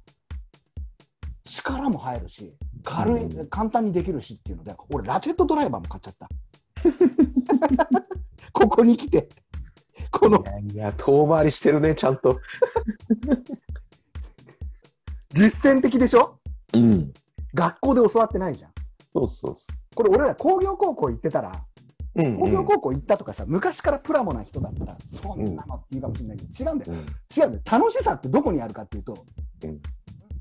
Speaker 1: 力も入るし、軽い、
Speaker 2: う
Speaker 1: 簡単にできるしっていうので、俺、ラチェットドライバーも買っちゃった。 ここに来て、この
Speaker 2: いやいや、遠回りしてるね、ちゃんと。
Speaker 1: 実践的でしょ
Speaker 2: うん。
Speaker 1: 学校で教わってないじゃん。
Speaker 2: そうそうそ
Speaker 1: これ、俺ら工業高校行ってたら、
Speaker 2: う。うん
Speaker 1: 工
Speaker 2: うん
Speaker 1: 業高校行ったとかさ、昔からプラモな人だったら、そんなのって言うかもしれないけど、違うんだよ。
Speaker 2: うん
Speaker 1: 違うんだよ。楽しさってどこにあるかっていうと、
Speaker 2: うん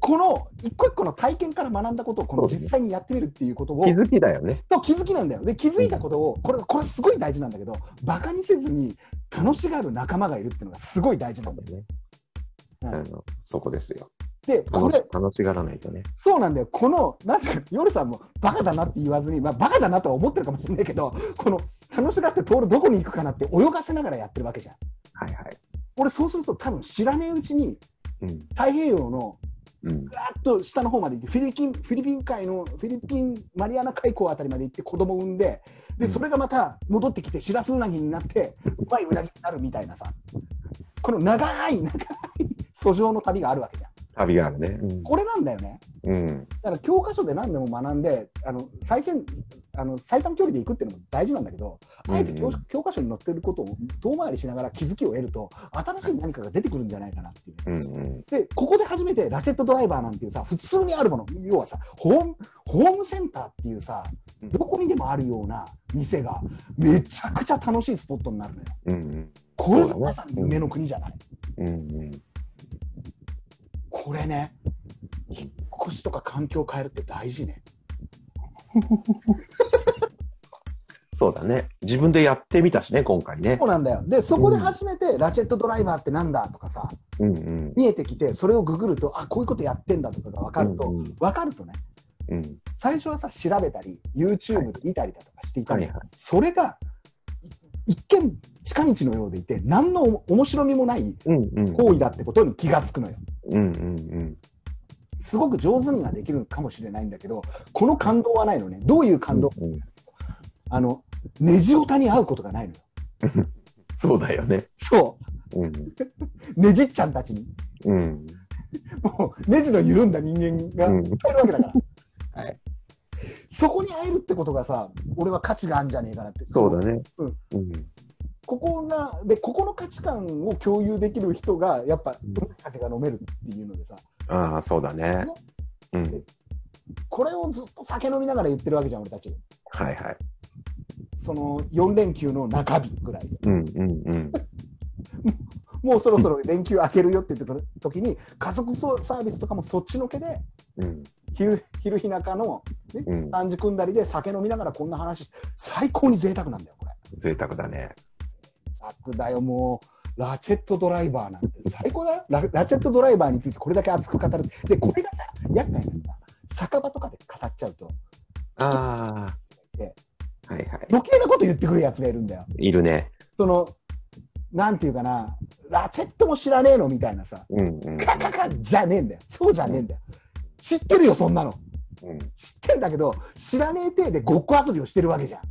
Speaker 1: この一個一個の体験から学んだことをこの実際にやってみるっていうことを
Speaker 2: 気づきだよね。
Speaker 1: と気づきなんだよで気づいたことをこれこれすごい大事なんだけどバカにせずに楽しがる仲間がいるっていうのがすごい大事なんだよ。
Speaker 2: あ
Speaker 1: うん
Speaker 2: のそこですよ。
Speaker 1: でこ
Speaker 2: 楽し
Speaker 1: れ
Speaker 2: 楽しがらないとね。
Speaker 1: そうなんだよこのなんていうか夜さんもバカだなって言わずに、まあ、バカだなとは思ってるかもしれないけどこの楽しがってポールどこに行くかなって泳がせながらやってるわけじゃん。
Speaker 2: はいはい。
Speaker 1: 俺そうすると多分知らねえうちに
Speaker 2: うん。
Speaker 1: 太平洋の
Speaker 2: うん。
Speaker 1: ガーッと下の方まで行ってフィリピンフィリピン海のフィリピンマリアナ海溝あたりまで行って子供を産んで
Speaker 2: う
Speaker 1: で
Speaker 2: ん
Speaker 1: それがまた戻ってきてシラスウナギになってうまいうなぎになるみたいなさこの長い長い訴状の旅があるわけじゃん
Speaker 2: 旅があるね。
Speaker 1: これなんだよね
Speaker 2: うん。うん。
Speaker 1: だから教科書で何でも学んであの最先あの最短距離で行くっていうのも大事なんだけどあえて教,、
Speaker 2: うんうん
Speaker 1: 教科書に載ってることを遠回りしながら気づきを得ると新しい何かが出てくるんじゃないかなっていう。
Speaker 2: うんうん。
Speaker 1: で、ここで初めてラチェットドライバーなんていうさ、普通にあるもの、要はさ、ホーム、ホームセンターっていうさ、
Speaker 2: うん
Speaker 1: どこにでもあるような店が、めちゃくちゃ楽しいスポットになるのよ。
Speaker 2: うん
Speaker 1: これぞ
Speaker 2: そうだね
Speaker 1: まさに夢の国じゃない。
Speaker 2: うん。うん
Speaker 1: これね、引っ越しとか環境変えるって大事ね。
Speaker 2: そうだね。自分でやってみたしね、今回ね
Speaker 1: そ。うなんだよ。で、そこで初めてラチェットドライバーってなんだとかさ、
Speaker 2: うんうん。
Speaker 1: 見えてきて、それをググると、あ、こういうことやってんだとかが分かると、
Speaker 2: うんうん
Speaker 1: 分かるとね、
Speaker 2: うん。
Speaker 1: 最初はさ、調べたり、YouTube で見たりだとかしていた
Speaker 2: はい
Speaker 1: の
Speaker 2: はい
Speaker 1: よ。それがい一見近道のようでいて何の面白みもない
Speaker 2: うんうん。
Speaker 1: 行為だってことに気がつくのよ。
Speaker 2: うんうんうん。
Speaker 1: すごく上手にはできるかもしれないんだけどこの感動はないのねどういう感動
Speaker 2: うんうん
Speaker 1: あのネジオタに会うことがないのよ
Speaker 2: そうだよね。
Speaker 1: そ
Speaker 2: うん。
Speaker 1: うネジっちゃんたちに
Speaker 2: うん。
Speaker 1: もうネジの緩んだ人間が
Speaker 2: うん
Speaker 1: いっぱいいるわけだから、
Speaker 2: はい
Speaker 1: そこに会えるってことがさ俺は価値があるんじゃねえかなって
Speaker 2: そうだね。
Speaker 1: うん
Speaker 2: うん。
Speaker 1: ここがでここの価値観を共有できる人がやっぱ酒が飲めるっていうのでさ
Speaker 2: ああ、そうだね。うん。
Speaker 1: これをずっと酒飲みながら言ってるわけじゃん俺たち
Speaker 2: はいはい。
Speaker 1: その4連休の中日ぐらいで
Speaker 2: うんうんうん。
Speaker 1: もうそろそろ連休明けるよって言ってた時に家族サービスとかもそっちのけで
Speaker 2: うん
Speaker 1: 昼昼日中の
Speaker 2: うん。
Speaker 1: 3時組んだりで酒飲みながらこんな話して最高に贅沢なんだよこれ
Speaker 2: 贅沢だね。
Speaker 1: 楽だよもうラチェットドライバーなんて最高だよララチェットドライバーについてこれだけ熱く語るでこれがさ厄介なんだ酒場とかで語っちゃうと
Speaker 2: あ
Speaker 1: え
Speaker 2: あ。はいは
Speaker 1: 余計なこと言ってくるやつがいるんだよ
Speaker 2: い。いるね。
Speaker 1: そのなんていうかなラチェットも知らねえのみたいなさ
Speaker 2: うんうん。
Speaker 1: カカカじゃねえんだよそうじゃねえんだよ知ってるよそんなの知
Speaker 2: うん。
Speaker 1: ってんだけど知らねえ体でごっこ遊びをしてるわけじゃん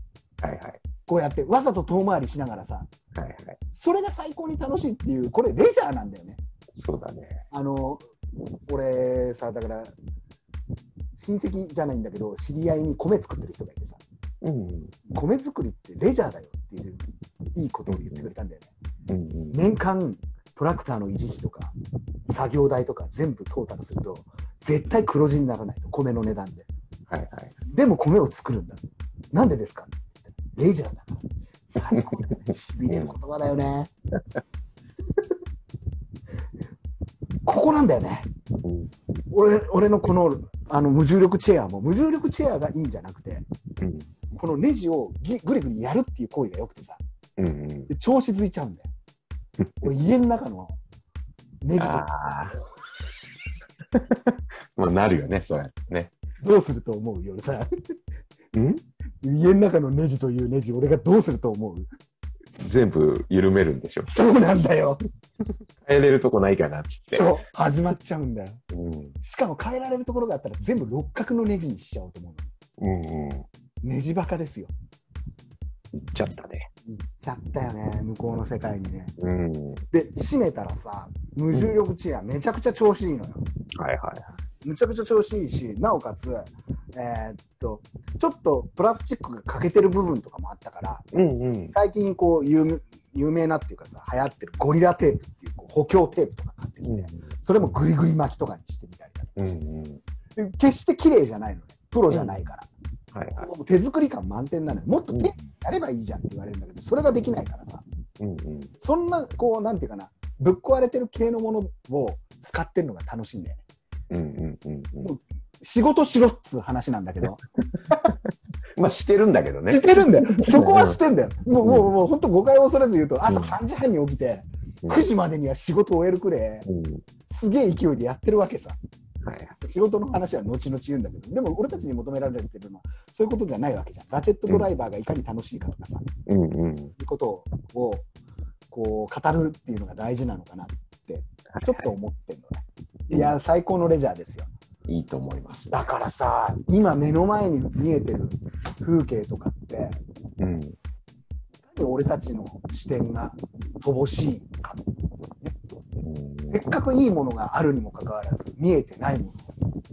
Speaker 2: はいはい。
Speaker 1: こうやってわざと遠回りしながらさ
Speaker 2: はいはい。
Speaker 1: それが最高に楽しいっていうこれレジャーなんだよね
Speaker 2: そうだね。
Speaker 1: あの俺さだから親戚じゃないんだけど知り合いに米作ってる人がいてさ
Speaker 2: うんうん。
Speaker 1: 米作りってレジャーだよっていういいことを言ってくれたんだよね
Speaker 2: うんうん。
Speaker 1: 年間トラクターの維持費とか作業代とか全部トータルすると絶対黒字にならないと米の値段で
Speaker 2: はいはい。
Speaker 1: でも米を作るんだなんでですかレジャーだから最高だねしびれる言葉だよねここなんだよね
Speaker 2: うん
Speaker 1: 俺俺のこのあの無重力チェアも無重力チェアがいいんじゃなくて
Speaker 2: うん
Speaker 1: このネジをぎぐりぐりやるっていう行為がよくてさ
Speaker 2: うんうん。
Speaker 1: で調子づいちゃうんだよ俺家の中のネジと
Speaker 2: あ
Speaker 1: か
Speaker 2: あ。 まあ、なるよね、そうやってね。
Speaker 1: どうすると思うよ俺さ
Speaker 2: うん
Speaker 1: 家の中のネジというネジ俺がどうすると思う
Speaker 2: 全部緩めるんでしょ。
Speaker 1: そうなんだよ
Speaker 2: 変えれるとこないかなっつって。
Speaker 1: そう始まっちゃうんだよ
Speaker 2: うん。
Speaker 1: しかも変えられるところがあったら全部六角のネジにしちゃおうと思う
Speaker 2: うんうん。いっ
Speaker 1: のネジバカですよ
Speaker 2: ちゃったね。
Speaker 1: 行っちゃったよね向こうの世界にね
Speaker 2: うん。
Speaker 1: で閉めたらさ無重力チェアめちゃくちゃ調子いいのよ
Speaker 2: はいは
Speaker 1: むちゃくちゃ調子いいしなおかつ、えーっとちょっとプラスチックが欠けてる部分とかもあったから
Speaker 2: い。うんうん。
Speaker 1: 最近こう有名有名なっていうかさ流行ってるゴリラテープっていうこう補強テープとか買ってきて、それもグリグリ巻きとかにしてみたりだと
Speaker 2: うんうん。
Speaker 1: かで決して綺麗じゃないのねプロじゃないから、
Speaker 2: はいはい。
Speaker 1: もう手作り感満点なのよもっと手やればいいじゃんって言われるんだけどそれができないからさ
Speaker 2: うんうん。
Speaker 1: そんなこうなんていうかなぶっ壊れてる系のものを使ってるのが楽しいんだよね
Speaker 2: うんうんうんうん。
Speaker 1: 仕事しろっつう話なんだ けど
Speaker 2: まあ、してるんだけどね
Speaker 1: し。てるんだよ。そこはしてんだよ。もう、もう、もう、本当誤解を恐れず言うと、朝
Speaker 2: うん
Speaker 1: 3時半に起きて、
Speaker 2: うん
Speaker 1: 9時までには仕事を終えるくれ、
Speaker 2: うん。
Speaker 1: すげえ勢いでやってるわけさ。
Speaker 2: はいはい。
Speaker 1: 仕事の話は後々言うんだけど、でも俺たちに求められてるのは、そういうことじゃないわけじゃん。ラチェットドライバーがいかに楽しいかとかさ、い
Speaker 2: うんうん。
Speaker 1: うことを、こう、語るっていうのが大事なのかなって、ちょっと思ってんのね。いや、最高のレジャーですよ。
Speaker 2: いいと思います。
Speaker 1: だからさ、今目の前に見えてる風景とかって、
Speaker 2: うん。
Speaker 1: 俺たちの視点が乏しいか
Speaker 2: うん
Speaker 1: せっかくいいものがあるにもかかわらず見えてないも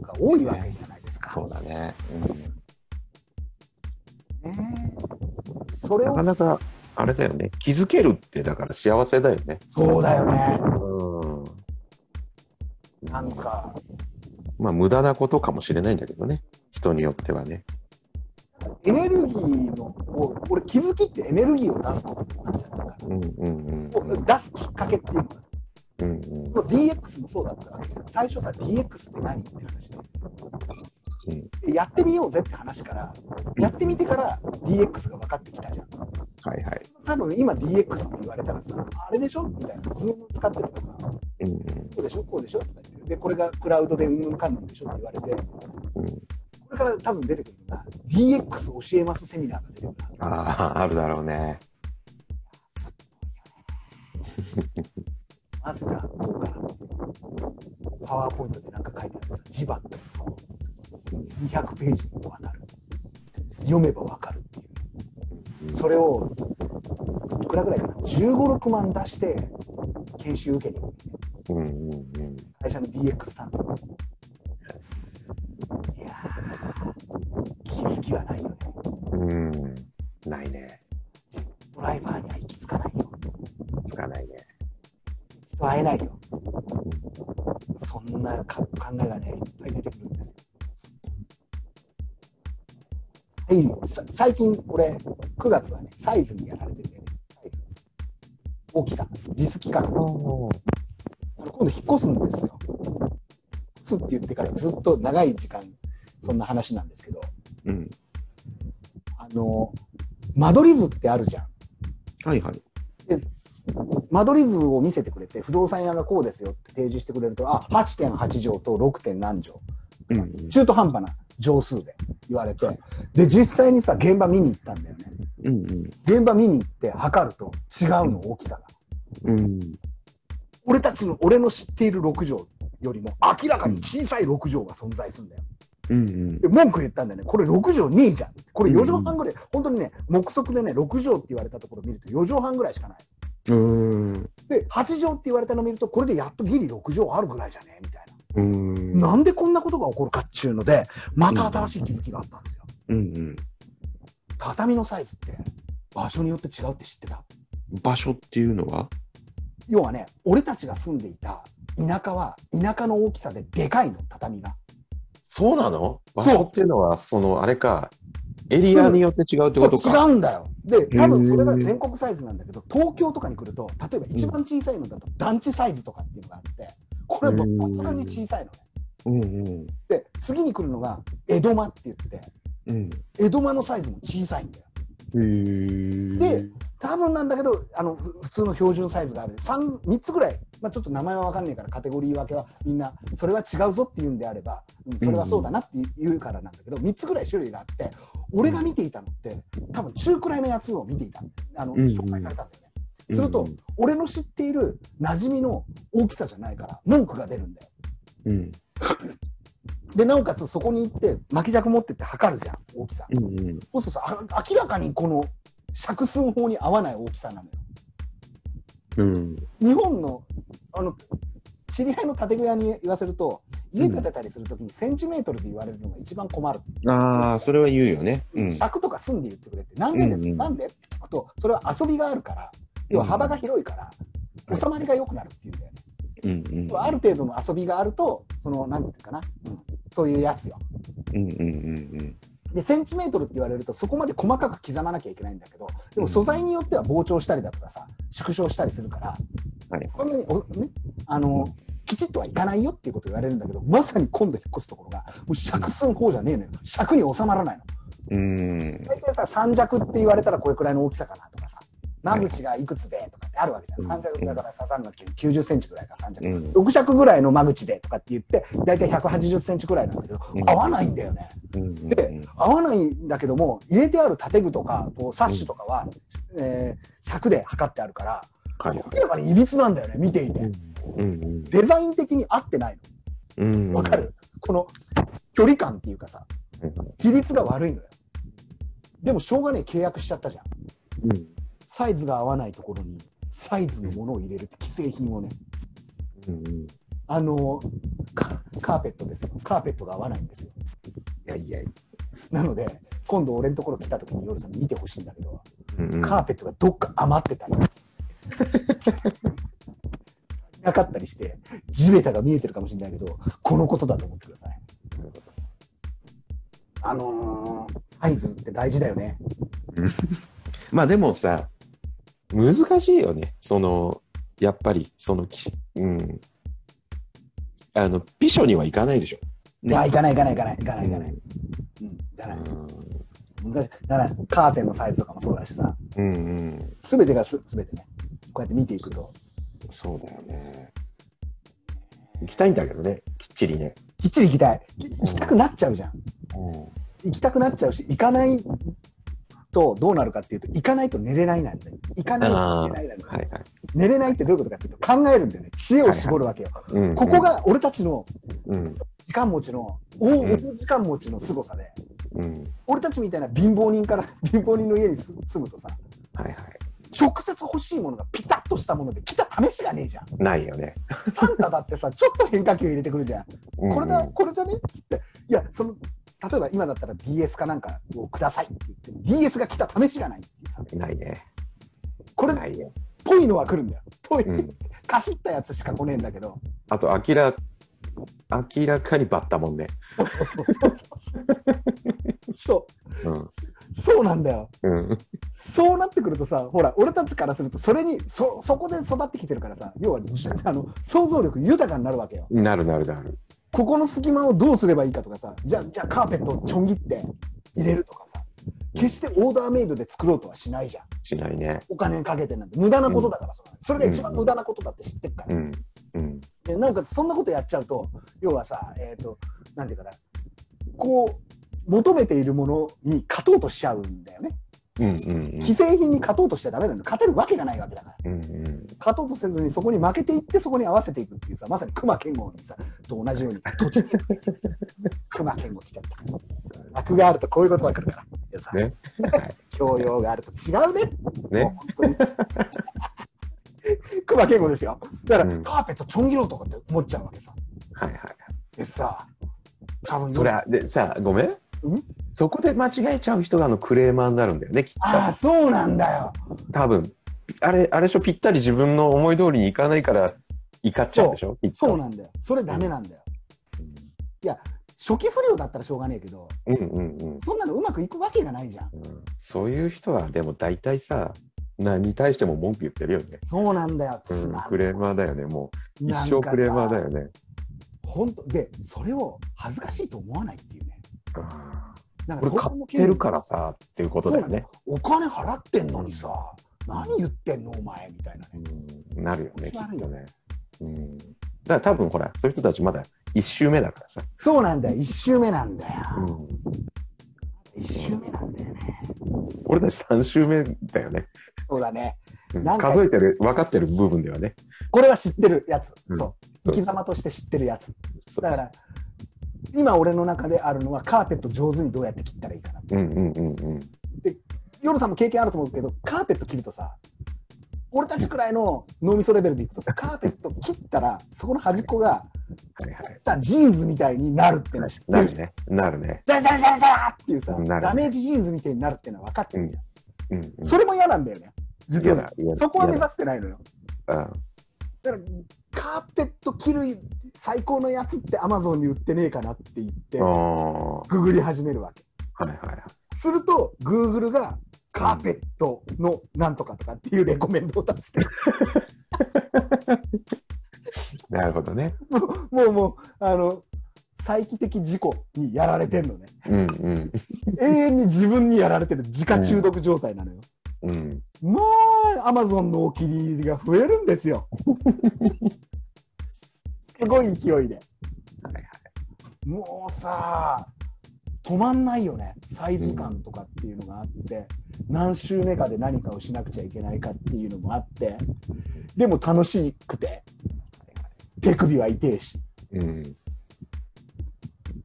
Speaker 1: のが多いわけじゃないですか。
Speaker 2: そうだね。
Speaker 1: ねえそ
Speaker 2: うん。
Speaker 1: れ
Speaker 2: な
Speaker 1: を
Speaker 2: かなか、あれだよね。気づけるって、だから幸せだよね。
Speaker 1: そうだよね。
Speaker 2: うん。
Speaker 1: なんか
Speaker 2: まあ、無駄なことかもしれないんだけどね。人によってはね。
Speaker 1: エネルギーのを俺気づきってエネルギーを出すことになっちゃったから。
Speaker 2: うんうんうん。
Speaker 1: 出すきっかけっていうのが
Speaker 2: うんうん
Speaker 1: もう DX もそうだったわけじゃん最初さ DX って何って話で、でやってみようぜって話からやってみてから DX が分かってきたじゃん
Speaker 2: はいはい。
Speaker 1: 多分今 DX って言われたらさ、あれでしょみたいな、ズーム使ってるとさ、こ
Speaker 2: うん
Speaker 1: うでしょこうでしょとか言って、で、これがクラウドでうんぬんかんぬんでしょって言われて、
Speaker 2: うん。
Speaker 1: これから多分出てくるのが、DX 教えますセミナーが出てくるはず。
Speaker 2: ああ、あるだろうね。
Speaker 1: まずじゃあ、こうから。パワーポイントでなんか書いてあるさ、字ばっかりこう200ページにもわたる。読めばわかるっていう。それを、いくらぐらいかな、15、6万出して、研修受けに行く。
Speaker 2: うんうんうん。
Speaker 1: 会社の DX 担当。いやー、気づきはないよね。
Speaker 2: うん。ないね。
Speaker 1: ドライバーには行き着かないよ。
Speaker 2: つかないね。
Speaker 1: 人会えないよ。そんなか考えがね、いっぱい出てくるんですよ。はい、さ最近、俺、9月はね、サイズにやられてて、サイズ大きさ、実企画。
Speaker 2: おー
Speaker 1: あの今度引っ越すんですよ。引っ越すって言ってからずっと長い時間、そんな話なんですけど、
Speaker 2: うん。
Speaker 1: あの、間取り図ってあるじゃん。
Speaker 2: はいはい。
Speaker 1: 間取り図を見せてくれて、不動産屋がこうですよって提示してくれると、あ、8.8畳と 6. 点何畳。
Speaker 2: うん
Speaker 1: 中途半端な畳数で言われて、で、実際にさ、現場見に行ったんだよね。
Speaker 2: うん
Speaker 1: 現場見に行って測ると違うの、大きさが。
Speaker 2: うん。うん。
Speaker 1: 俺たちの、俺の知っている6畳よりも明らかに小さい6畳が存在するんだよ。
Speaker 2: うんうん。
Speaker 1: で、文句言ったんだよね。これ6畳ねえじゃん。これ4畳半ぐらい、本当にね、目測でね、6畳って言われたところ見ると4畳半ぐらいしかない。
Speaker 2: うん。
Speaker 1: で、8畳って言われたの見ると、これでやっとギリ6畳あるぐらいじゃねみたいな。
Speaker 2: うん。
Speaker 1: なんでこんなことが起こるかっちゅうので、また新しい気づきがあったんですよ。
Speaker 2: うんうん。
Speaker 1: 畳のサイズって場所によって違うって知ってた
Speaker 2: 場所っていうのは
Speaker 1: 要はね、俺たちが住んでいた田舎は田舎の大きさででかいの、畳が。
Speaker 2: そうなの
Speaker 1: そ
Speaker 2: 場
Speaker 1: う
Speaker 2: 所っていうのは、その、あれか、エリアによって違うってこと
Speaker 1: そう
Speaker 2: か。
Speaker 1: 違うんだよ。で、多分それが
Speaker 2: へー
Speaker 1: 全国サイズなんだけど、東京とかに来ると、例えば一番小さいのだと団地サイズとかっていうのがあって、これはもうさすがに小さいのね。
Speaker 2: うんうん。
Speaker 1: で、次に来るのが江戸間って言って、
Speaker 2: うん。
Speaker 1: 江戸間のサイズも小さいんだよ。
Speaker 2: へー
Speaker 1: で、多分なんだけどあのふ普通の標準サイズがある 3, 3つぐらい、まあ、ちょっと名前は分かんないからカテゴリー分けはみんなそれは違うぞっていうんであれば、うん、それはそうだなって言うからなんだけど3つぐらい種類があって俺が見ていたのって多分中くらいのやつを見ていたあの
Speaker 2: うんうん
Speaker 1: 紹介されたんだよね。すると、俺の知っている馴染みの大きさじゃないから文句が出るんだよ。
Speaker 2: うん。
Speaker 1: でなおかつそこに行って巻き尺持ってって測るじゃん大きさ。
Speaker 2: うんうん。
Speaker 1: そうするとさあ明らかにこの尺寸法に合わない大きさなのよ。
Speaker 2: うん。
Speaker 1: 日本のあの知り合いの建具屋に言わせると家建てたりするときにセンチメートルで言われるのが一番困る、
Speaker 2: ああ、それは言うよね。うん。
Speaker 1: 尺とか住んで言ってくれってなんでです、
Speaker 2: うんうん
Speaker 1: なんでって聞くとそれは遊びがあるから要は幅が広いから、
Speaker 2: うん
Speaker 1: 収まりが良くなるっていうんだよね、
Speaker 2: うんうん。
Speaker 1: ある程度の遊びがあるとそのなんていうかな、うんそういうやつよ
Speaker 2: うんうんうん
Speaker 1: でセンチメートルって言われるとそこまで細かく刻まなきゃいけないんだけどでも素材によっては膨張したりだとかさ縮小したりするから、
Speaker 2: はい
Speaker 1: こんなにお、ね、あのきちっとはいかないよっていうことを言われるんだけどまさに今度引っ越すところがもう尺寸法じゃねえのよ尺に収まらないの
Speaker 2: うん。うん。
Speaker 1: 大体さ三尺って言われたらこれくらいの大きさかなとかさ間口がいくつでとかってあるわけじゃん
Speaker 2: うん
Speaker 1: 三尺だからさ3の9 0センチぐらいか三尺
Speaker 2: うん
Speaker 1: 6尺ぐらいの間口でとかって言って大体180センチぐらいなんだけど
Speaker 2: うん
Speaker 1: 合わないんだよね。
Speaker 2: うんうん
Speaker 1: で合わないんだけども入れてある建具とかこうサッシとかは、えー尺で測ってあるから
Speaker 2: はい。
Speaker 1: 明らかにいびつなんだよね見ていて、
Speaker 2: うん
Speaker 1: デザイン的に合ってない
Speaker 2: うん。うん。
Speaker 1: のわかる、この距離感っていうかさ
Speaker 2: うん
Speaker 1: 比率が悪いのよでもしょうがねえ契約しちゃったじゃん
Speaker 2: うん。
Speaker 1: サイズが合わないところにサイズのものを入れるって既製品をね
Speaker 2: うんうん。い
Speaker 1: あのカカーペットですよカーペットが合わないんですよ
Speaker 2: やいや。
Speaker 1: なので今度俺のところ来た時に夜さん見てほしいんだけど
Speaker 2: うんうん
Speaker 1: カーペットがどっか余ってたり、なかったりして、地べたが見えてるかもしれないけど、このことだと思ってください。あのー、サイズって大事だよね。
Speaker 2: まあでもさ、難しいよね。その、やっぱり、その、きうん。あの、ピショにはいかないでしょ。
Speaker 1: いや、行かない行かない行かない行かない行かない。
Speaker 2: う
Speaker 1: うん、行かない。
Speaker 2: ん
Speaker 1: 難しい。だから、カーテンのサイズとかもそうだしさ、
Speaker 2: うんうん。
Speaker 1: すべてがすべてね、こうやって見ていくと、
Speaker 2: そうだよね。行きたいんだけどね、きっちりね。
Speaker 1: きっちり行きたい。い行きたくなっちゃうじゃん。
Speaker 2: う
Speaker 1: 行きたくなっちゃうし行かないとどうなるかっていうと行かないと寝れないなんで行かないと寝れないなんで、
Speaker 2: はいはい。
Speaker 1: 寝れないってどういうことかっていうと考えるんだよね知恵を絞るわけよ、
Speaker 2: うん
Speaker 1: ここ、が俺たちの
Speaker 2: うん
Speaker 1: 時間持ちの大
Speaker 2: ん
Speaker 1: 大時間持ちの凄さで、
Speaker 2: うん、
Speaker 1: 俺たちみたいな貧乏人から 貧乏人の家に住住むとさ
Speaker 2: はいはい。
Speaker 1: 直接欲しいものがピタッとしたもので来た試しがねえじゃん
Speaker 2: ないよね。
Speaker 1: サンタだってさちょっと変化球入れてくるじゃん
Speaker 2: うん
Speaker 1: これだこれじゃねっつっていやその例えば今だったら DS かなんかをくださいって言っても DS が来た試しがないっていうさ
Speaker 2: ないね。
Speaker 1: これっ
Speaker 2: ないよ。
Speaker 1: ぽいのは来るんだよぽい、
Speaker 2: うん。
Speaker 1: かすったやつしか来ねえんだけど
Speaker 2: あと、明ら、明らかにバッタもんね。
Speaker 1: そうそうそうそうそ
Speaker 2: うん。
Speaker 1: うそうなんだよ
Speaker 2: うん。
Speaker 1: そうなってくるとさほら俺たちからするとそれにそそこで育ってきてるからさ要はあの想像力豊かになるわけよ
Speaker 2: なるなるなる。
Speaker 1: ここの隙間をどうすればいいかとかさじゃあじゃあカーペットをちょん切って入れるとかさ決してオーダーメイドで作ろうとはしないじゃん
Speaker 2: しないね。
Speaker 1: お金かけてなんて無駄なことだから、それが一番無駄なことだって知ってるから、
Speaker 2: うん。うん。
Speaker 1: でなんかそんなことやっちゃうと要はさえっ、となんていうかなこう求めているものに勝とうとしちゃうんだよね
Speaker 2: うんうん
Speaker 1: 既製品に勝とうとしちゃダメなの勝てるわけがないわけだから
Speaker 2: うん。うんうん。
Speaker 1: 勝とうとせずにそこに負けていってそこに合わせていくっていうさまさに熊健吾にさと同じ ように土地に熊健吾来ちゃった悪があるとこういうことが来るからいやさ
Speaker 2: ね
Speaker 1: 教養があると違うね
Speaker 2: ね。
Speaker 1: 本当に 熊健吾ですよ。だから、
Speaker 2: うん
Speaker 1: カーペットちょん切ろうとかって思っちゃうわけさ。
Speaker 2: はいはい。
Speaker 1: でさ、多分
Speaker 2: そりゃ、で、さあ、ごめん。そこで間違えちゃう人があのクレーマーになるんだよね、きっ
Speaker 1: ああ、そうなんだよ。
Speaker 2: と。多分。あれ、あれでしょ、ぴったり自分の思い通りにいかないから、怒っちゃうんでしょきっと
Speaker 1: そうなんだよ。それダメなんだよ。初期不良だったらしょうがねえけど、
Speaker 2: うんうんうん。
Speaker 1: そんなのうまくいくわけがないじゃん。
Speaker 2: うんそういう人はでも大体さ何に対しても文句言ってるよね、
Speaker 1: そうなんだよ。つ
Speaker 2: うん、
Speaker 1: まん
Speaker 2: クレーマーだよねもう一
Speaker 1: なん
Speaker 2: 生クレーマーだ
Speaker 1: よ。
Speaker 2: よね
Speaker 1: 本当で、それを恥ずかしいと思わないっていうね。
Speaker 2: うん
Speaker 1: なん
Speaker 2: これ買ってるからさっていうことだよ
Speaker 1: そうなん
Speaker 2: ね
Speaker 1: だよお金払ってんのにさ、何言ってんのお前みたいなね。
Speaker 2: うんなるよねき
Speaker 1: 気持ち
Speaker 2: っ
Speaker 1: 悪い
Speaker 2: と
Speaker 1: よ
Speaker 2: ね、うん、だから多分ほらそういう人たちまだ一周目だからさ、
Speaker 1: そうなんだよ。一周目なんだよ。
Speaker 2: うん、
Speaker 1: 一周目なんだよね。
Speaker 2: 俺たち3周目だよね、
Speaker 1: そうだね。
Speaker 2: うん
Speaker 1: なんか
Speaker 2: 数えてる分かってる部分ではね
Speaker 1: これは知ってるやつ。
Speaker 2: うん
Speaker 1: そう。生
Speaker 2: そう
Speaker 1: き様として知ってるやつ。
Speaker 2: そう
Speaker 1: だから、今俺の中であるのはカーペット上手にどうやって切ったらいいかな。
Speaker 2: うんうんうんうん
Speaker 1: 夜さんも経験あると思うけど、カーペット切るとさ、俺たちくらいの脳みそレベルでいくとさ、カーペット切ったら、そこの端っこが、
Speaker 2: はいはい
Speaker 1: だジーンズみたいになるっていうの知って
Speaker 2: な
Speaker 1: る
Speaker 2: る
Speaker 1: じゃん。
Speaker 2: ねなるね
Speaker 1: ジャラジャラジャラジャラっていうさ、
Speaker 2: なる
Speaker 1: ダメージジーンズみたいになるっていうのは分かってるじゃん。
Speaker 2: うんうん
Speaker 1: それも嫌なんだよね。実
Speaker 2: 嫌
Speaker 1: は
Speaker 2: だ。嫌だ
Speaker 1: そこは目指してないのよ。
Speaker 2: 嫌だ
Speaker 1: だからカーペット切る最高のやつってアマゾンに売ってねえかなって言って
Speaker 2: うんあ
Speaker 1: ググり始めるわけ
Speaker 2: ーはいはいはい
Speaker 1: するとグーグルがカーペットのなんとかとかっていうレコメンドを出して
Speaker 2: なるほどね。
Speaker 1: もうもうあの再帰的事故にやられてんのね
Speaker 2: うんうん
Speaker 1: 永遠に自分にやられてる自家中毒状態なのよ、
Speaker 2: うん。
Speaker 1: もうアマゾンのお気に入りが増えるんです よすごい勢いで
Speaker 2: はいはい。
Speaker 1: もうさ止まんないよねサイズ感とかっていうのがあって、何周目かで何かをしなくちゃいけないかっていうのもあってでも楽しくて手首は痛えし
Speaker 2: うん。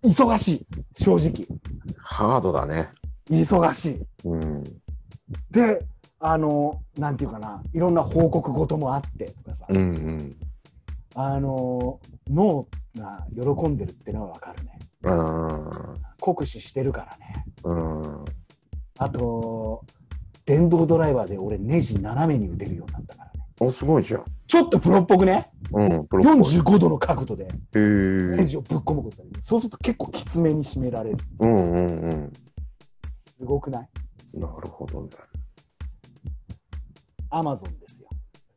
Speaker 1: 忙しい正直
Speaker 2: ハードだね。
Speaker 1: 忙しい
Speaker 2: うん。
Speaker 1: であのなんていうかないろんな報告事もあってとかさ、
Speaker 2: うんうん。
Speaker 1: あの脳が喜んでるってのは分かるね
Speaker 2: あ
Speaker 1: 酷使してるからね
Speaker 2: ーうん。
Speaker 1: あと、電動ドライバーで俺、ネジ斜めに打てるようになったからね。
Speaker 2: お、すごいじゃん。
Speaker 1: ちょっとプロっぽくね、
Speaker 2: うん。プロポーズ。
Speaker 1: 45度の角度で
Speaker 2: へ
Speaker 1: ネ
Speaker 2: ー
Speaker 1: ジをぶっ込むことができる。そうすると結構きつめに締められる。
Speaker 2: うんうんうん。
Speaker 1: すごくない
Speaker 2: なるほどね。
Speaker 1: アマゾンですよ。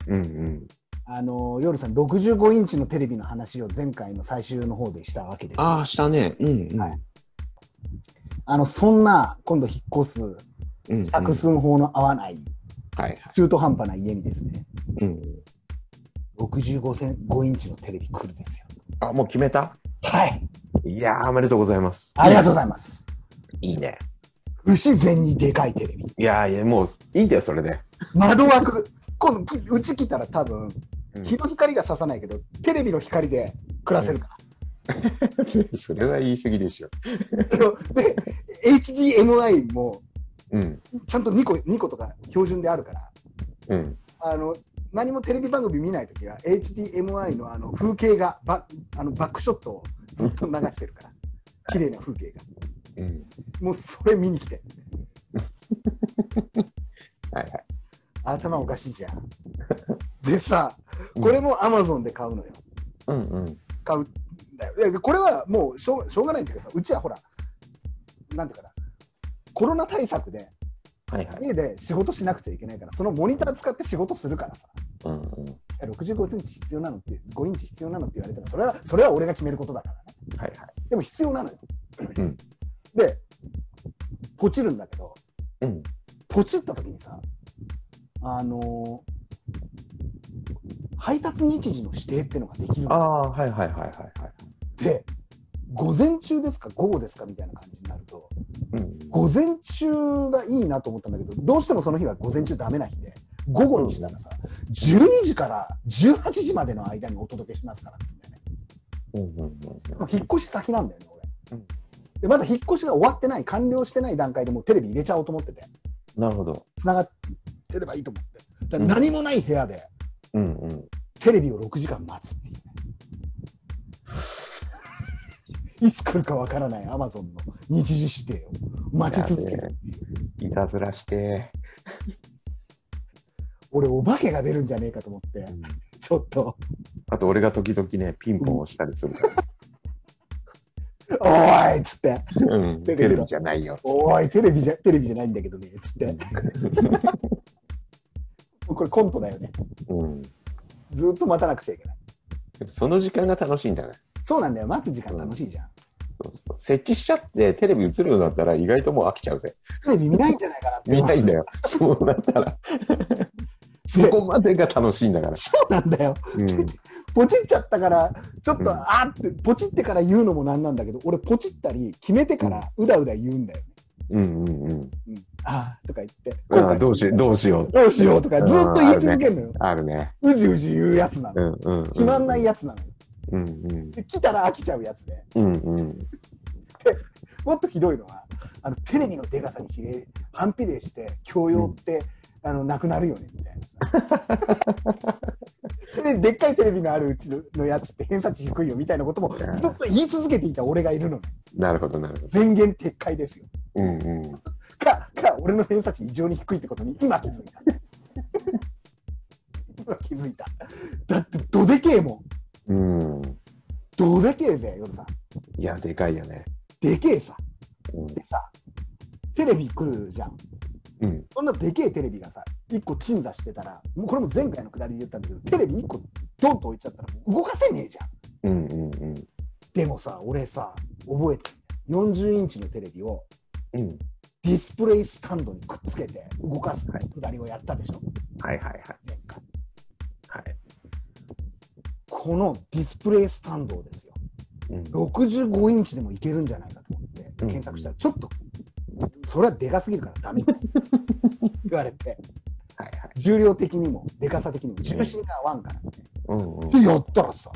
Speaker 2: うんうん。
Speaker 1: あのー、夜さん、65インチのテレビの話を前回の最終の方でしたわけですよ。
Speaker 2: ああ、したね。うんうん。
Speaker 1: はいあの、そんな、今度引っ越す、
Speaker 2: うんうん。
Speaker 1: 百寸法の合わない、
Speaker 2: はいはい。
Speaker 1: 中途半端な家にですね、
Speaker 2: うん。
Speaker 1: 65セン5インチのテレビ来るんですよ。
Speaker 2: あ、もう決めた
Speaker 1: はい。
Speaker 2: いやー、おめでとうございます。
Speaker 1: ありがとうございます。
Speaker 2: いいね。
Speaker 1: 不自然にでかいテレビ。
Speaker 2: いやー、いやもう、いいんだよ、それで。
Speaker 1: 窓枠今度きうち来たら多分
Speaker 2: うん
Speaker 1: 日の光が差さないけどテレビの光で暮らせるから。
Speaker 2: それは言い過ぎでしょ。
Speaker 1: で HDMI も
Speaker 2: うん。
Speaker 1: ちゃんと2個 ,2 個とか標準であるから
Speaker 2: うん。
Speaker 1: あの何もテレビ番組見ないときは HDMI のあの風景がバあのバックショットをずっと流してるから綺麗な風景が
Speaker 2: うん。
Speaker 1: もうそれ見に来 て
Speaker 2: はいはい。
Speaker 1: 頭おかしいじゃんでさこれも Amazon で買うのよ
Speaker 2: うんうん。
Speaker 1: 買うんだよでこれはもうしょうしょうがないんだけどさうちはほらなんていうかなコロナ対策で
Speaker 2: はいはい。
Speaker 1: 家で仕事しなくちゃいけないからそのモニター使って仕事するからさ
Speaker 2: うんうん。
Speaker 1: 65インチ必要なのって5インチ必要なのって言われたらそれはそれは俺が決めることだからね
Speaker 2: はいはい。
Speaker 1: でも必要なのよ、
Speaker 2: うん
Speaker 1: でポチるんだけど
Speaker 2: うん。
Speaker 1: ポチった時にさあのー配達日時の指定ってのができる
Speaker 2: あ
Speaker 1: の
Speaker 2: あ、はいはいはいはいはい。
Speaker 1: で午前中ですか午後ですかみたいな感じになると
Speaker 2: うん。
Speaker 1: 午前中がいいなと思ったんだけどどうしてもその日は午前中ダメな日で午後にしたらさ12時から18時までの間にお届けしますからっつってね
Speaker 2: うんうんうん
Speaker 1: まあ引っ越し先なんだよね俺、
Speaker 2: うん
Speaker 1: でまだ引っ越しが終わってない完了してない段階でもうテレビ入れちゃおうと思ってて
Speaker 2: うん。なるほど。
Speaker 1: つながってればいいと思ってだから
Speaker 2: うん
Speaker 1: 何もない部屋で
Speaker 2: うんうん。
Speaker 1: テレビを6時間待つっていうねいつ来るかわからないアマゾンの日時指定を待ち続けるっていう
Speaker 2: いたずらして。
Speaker 1: 俺お化けが出るんじゃねえかと思って
Speaker 2: うん
Speaker 1: ちょっと
Speaker 2: あと俺が時々ね、ピンポン押したりするから。
Speaker 1: 「おーい!」っつって
Speaker 2: うん。
Speaker 1: テ
Speaker 2: テ
Speaker 1: レビだ
Speaker 2: レビじゃないよ
Speaker 1: 「。おーいテレビじゃテレビじゃないんだけどね」っつって もうこれコントだよね
Speaker 2: うん。
Speaker 1: ずっと待たなくちゃいけない
Speaker 2: でもその時間が楽しいんだね。
Speaker 1: そうなんだよ待つ時間楽しいじゃん
Speaker 2: そうそう。設置しちゃってテレビ映るのだったら意外ともう飽きちゃうぜ。
Speaker 1: テレビ見ないんじゃないかなって
Speaker 2: 見たいんだよ。そうなった ら。そこまでが楽しいんだから。
Speaker 1: そうなんだよ
Speaker 2: うん。
Speaker 1: ポチっちゃったからちょっと、
Speaker 2: うん
Speaker 1: あーってポチってから言うのもなんなんだけど俺ポチったり決めてからうだうだ言うんだよ、
Speaker 2: うんうんうん。
Speaker 1: うん、あーとか言って
Speaker 2: あーどうしどうしよう。
Speaker 1: どうしようとかずっと言い続けるのよ、
Speaker 2: あるね。
Speaker 1: うじうじ言うやつなの
Speaker 2: うんうん、うん。
Speaker 1: 決まんないやつなのよ
Speaker 2: うんうん。
Speaker 1: で来たら飽きちゃうやつで
Speaker 2: うんうん。
Speaker 1: もっとひどいのはあのテレビのでかさに比例反比例して教養って、あのなくなるよねみたいな さテレビでっかいテレビのあるうちののやつって偏差値低いよみたいなこともずっと言い続けていた俺がいるのね
Speaker 2: なるほど、なるほ
Speaker 1: 全言撤回ですよ
Speaker 2: ど。うんうん。
Speaker 1: かか俺の偏差値異常に低いってことに今気づいた 今気づいただってどでけえもん
Speaker 2: うん。
Speaker 1: どでけえぜ夜さん
Speaker 2: いや、でかいよね。
Speaker 1: でけえさ
Speaker 2: うん
Speaker 1: でさテレビ来るじゃん。
Speaker 2: うん。
Speaker 1: そんなでけえテレビがさ、1個鎮座してたら、もうこれも前回のくだりで言ったんだけど、テレビ1個ドンと置いちゃったら、もう動かせねえじゃん。
Speaker 2: うんうんうん。
Speaker 1: でもさ、俺さ、覚えてる40インチのテレビを
Speaker 2: うん。
Speaker 1: ディスプレイスタンドにくっつけて動かすくだりをやったでしょ、
Speaker 2: はいはいはい。
Speaker 1: 前回。
Speaker 2: はい。
Speaker 1: このディスプレイスタンドをですよ、
Speaker 2: うん。
Speaker 1: 65インチでもいけるんじゃないかと思って、検索したら、ちょっと、それはでかすぎるからダメです言われて、
Speaker 2: はいはい。
Speaker 1: 重量的にも、でかさ的にも、重心が合わんから。
Speaker 2: うんうん。
Speaker 1: でやったらさ